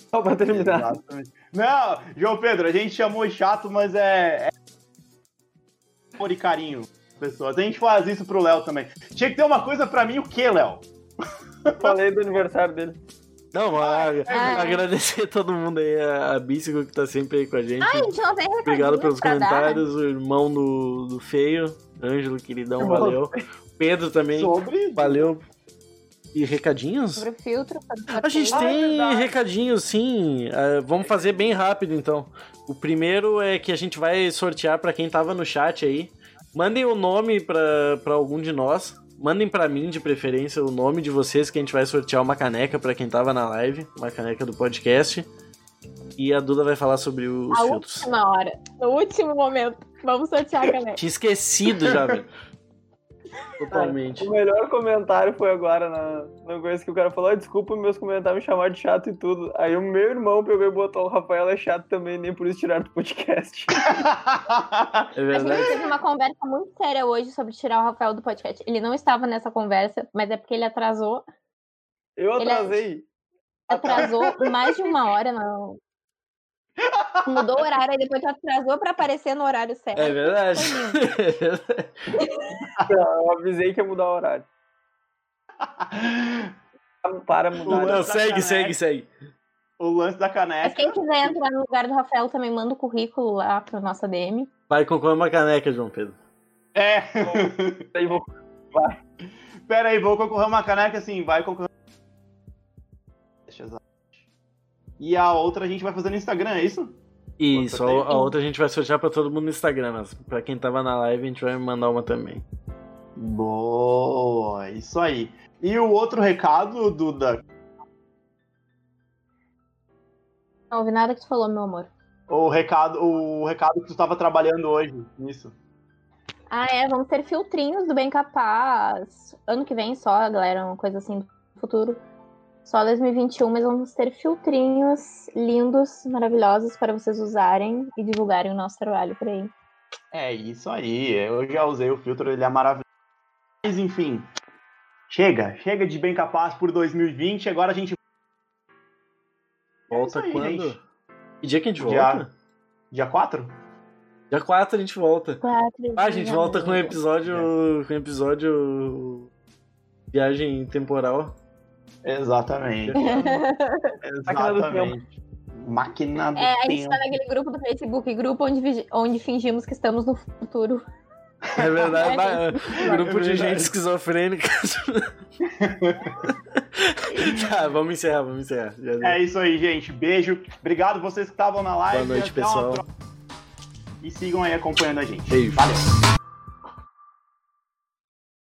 Só pra terminar.
Exatamente. Não, João Pedro, a gente chamou de chato, mas é. é... Amor e carinho, pessoas. A gente faz isso pro Léo também. Tinha que ter uma coisa pra mim, o quê, Léo?
Falei do aniversário dele.
Não, mas
Ah, é.
agradecer a todo mundo aí, a, a Bíssico que tá sempre aí com a gente.
A gente não tem
Obrigado
recadinho
pelos
pra dar. né?
comentários, o irmão do, do Feio, Ângelo, queridão,
Irmão.
valeu. Pedro também,
Sobre.
valeu. E recadinhos?
Sobre o filtro. sobre o
A gente
sorteio.
tem
verdade.
recadinhos, sim. Ah, vamos fazer bem rápido, então. O primeiro é que a gente vai sortear pra quem tava no chat aí. Mandem o nome pra pra algum de nós. Mandem pra mim, de preferência, o nome de vocês, que a gente vai sortear uma caneca pra quem tava na live, uma caneca do podcast. E a Duda vai falar sobre os
A
filtros.
última hora. No último momento. Vamos sortear, galera.
Tinha esquecido já, velho. Totalmente.
O melhor comentário foi agora na, na coisa que o cara falou: "Ah, desculpa meus comentários me chamaram de chato e tudo. Aí o meu irmão pegou e botou: o Rafael é chato também, nem por isso tiraram do podcast.
É
A gente
verdade.
teve uma conversa muito séria hoje sobre tirar o Rafael do podcast. Ele não estava nessa conversa, mas é porque ele atrasou.
Eu
Ele é-
atrasei.
Atrasou mais de uma hora, não. Mudou o horário e depois atrasou pra aparecer no horário certo.
É verdade. É verdade.
Eu avisei que ia mudar o horário. Para mudar.
Não,
Não,
horário.
segue, segue, segue.
o lance da
Mas
caneca.
quem quiser entrar no lugar do Rafael também manda o currículo lá pra nossa DM.
Vai concorrer uma caneca, João Pedro.
É.
Aí vou-
Pera aí, vou concorrer uma caneca assim, vai concorrer. Deixa eu usar. E a outra a gente vai fazer no Instagram, é isso?
Isso, a,
Outra
a outra a gente vai sortear pra todo mundo no Instagram, mas pra quem tava na live a gente vai mandar uma também.
Boa, isso aí. E o outro recado, Duda?
Não ouvi nada que tu falou, meu amor.
O recado, o recado que tu tava trabalhando hoje, isso.
Ah, é, vamos ter filtrinhos do Bem Capaz. Ano que vem só, galera, uma coisa assim do futuro. Só 2021, mas vamos ter filtrinhos lindos, maravilhosos para vocês usarem e divulgarem o nosso trabalho por aí.
É isso aí. Eu já usei o filtro, ele é maravilhoso. Mas enfim, chega, chega de bem capaz por 2020. Agora a gente É isso
Volta
aí,
quando?
gente.
Que dia que a gente
Dia-
volta?
dia 4?
Dia 4 a gente volta.
Quatro
Ah, a gente
dias.
volta
um.
com o episódio.
É.
com o episódio. Viagem temporal.
Exatamente.
Dia quatro.
Máquina do
Exatamente. Máquina do
É, a gente
tempo.
tá naquele grupo do Facebook, grupo onde, vigi- onde fingimos que estamos no futuro.
É verdade,
É,
bah, grupo de
É verdade.
gente esquizofrênica. tá, vamos encerrar, vamos encerrar. Já deu.
É isso aí, gente. Beijo. Obrigado vocês que estavam na live.
Boa noite,
Até uma
pessoal.
próxima. E sigam aí acompanhando a gente.
Beijo.
Valeu.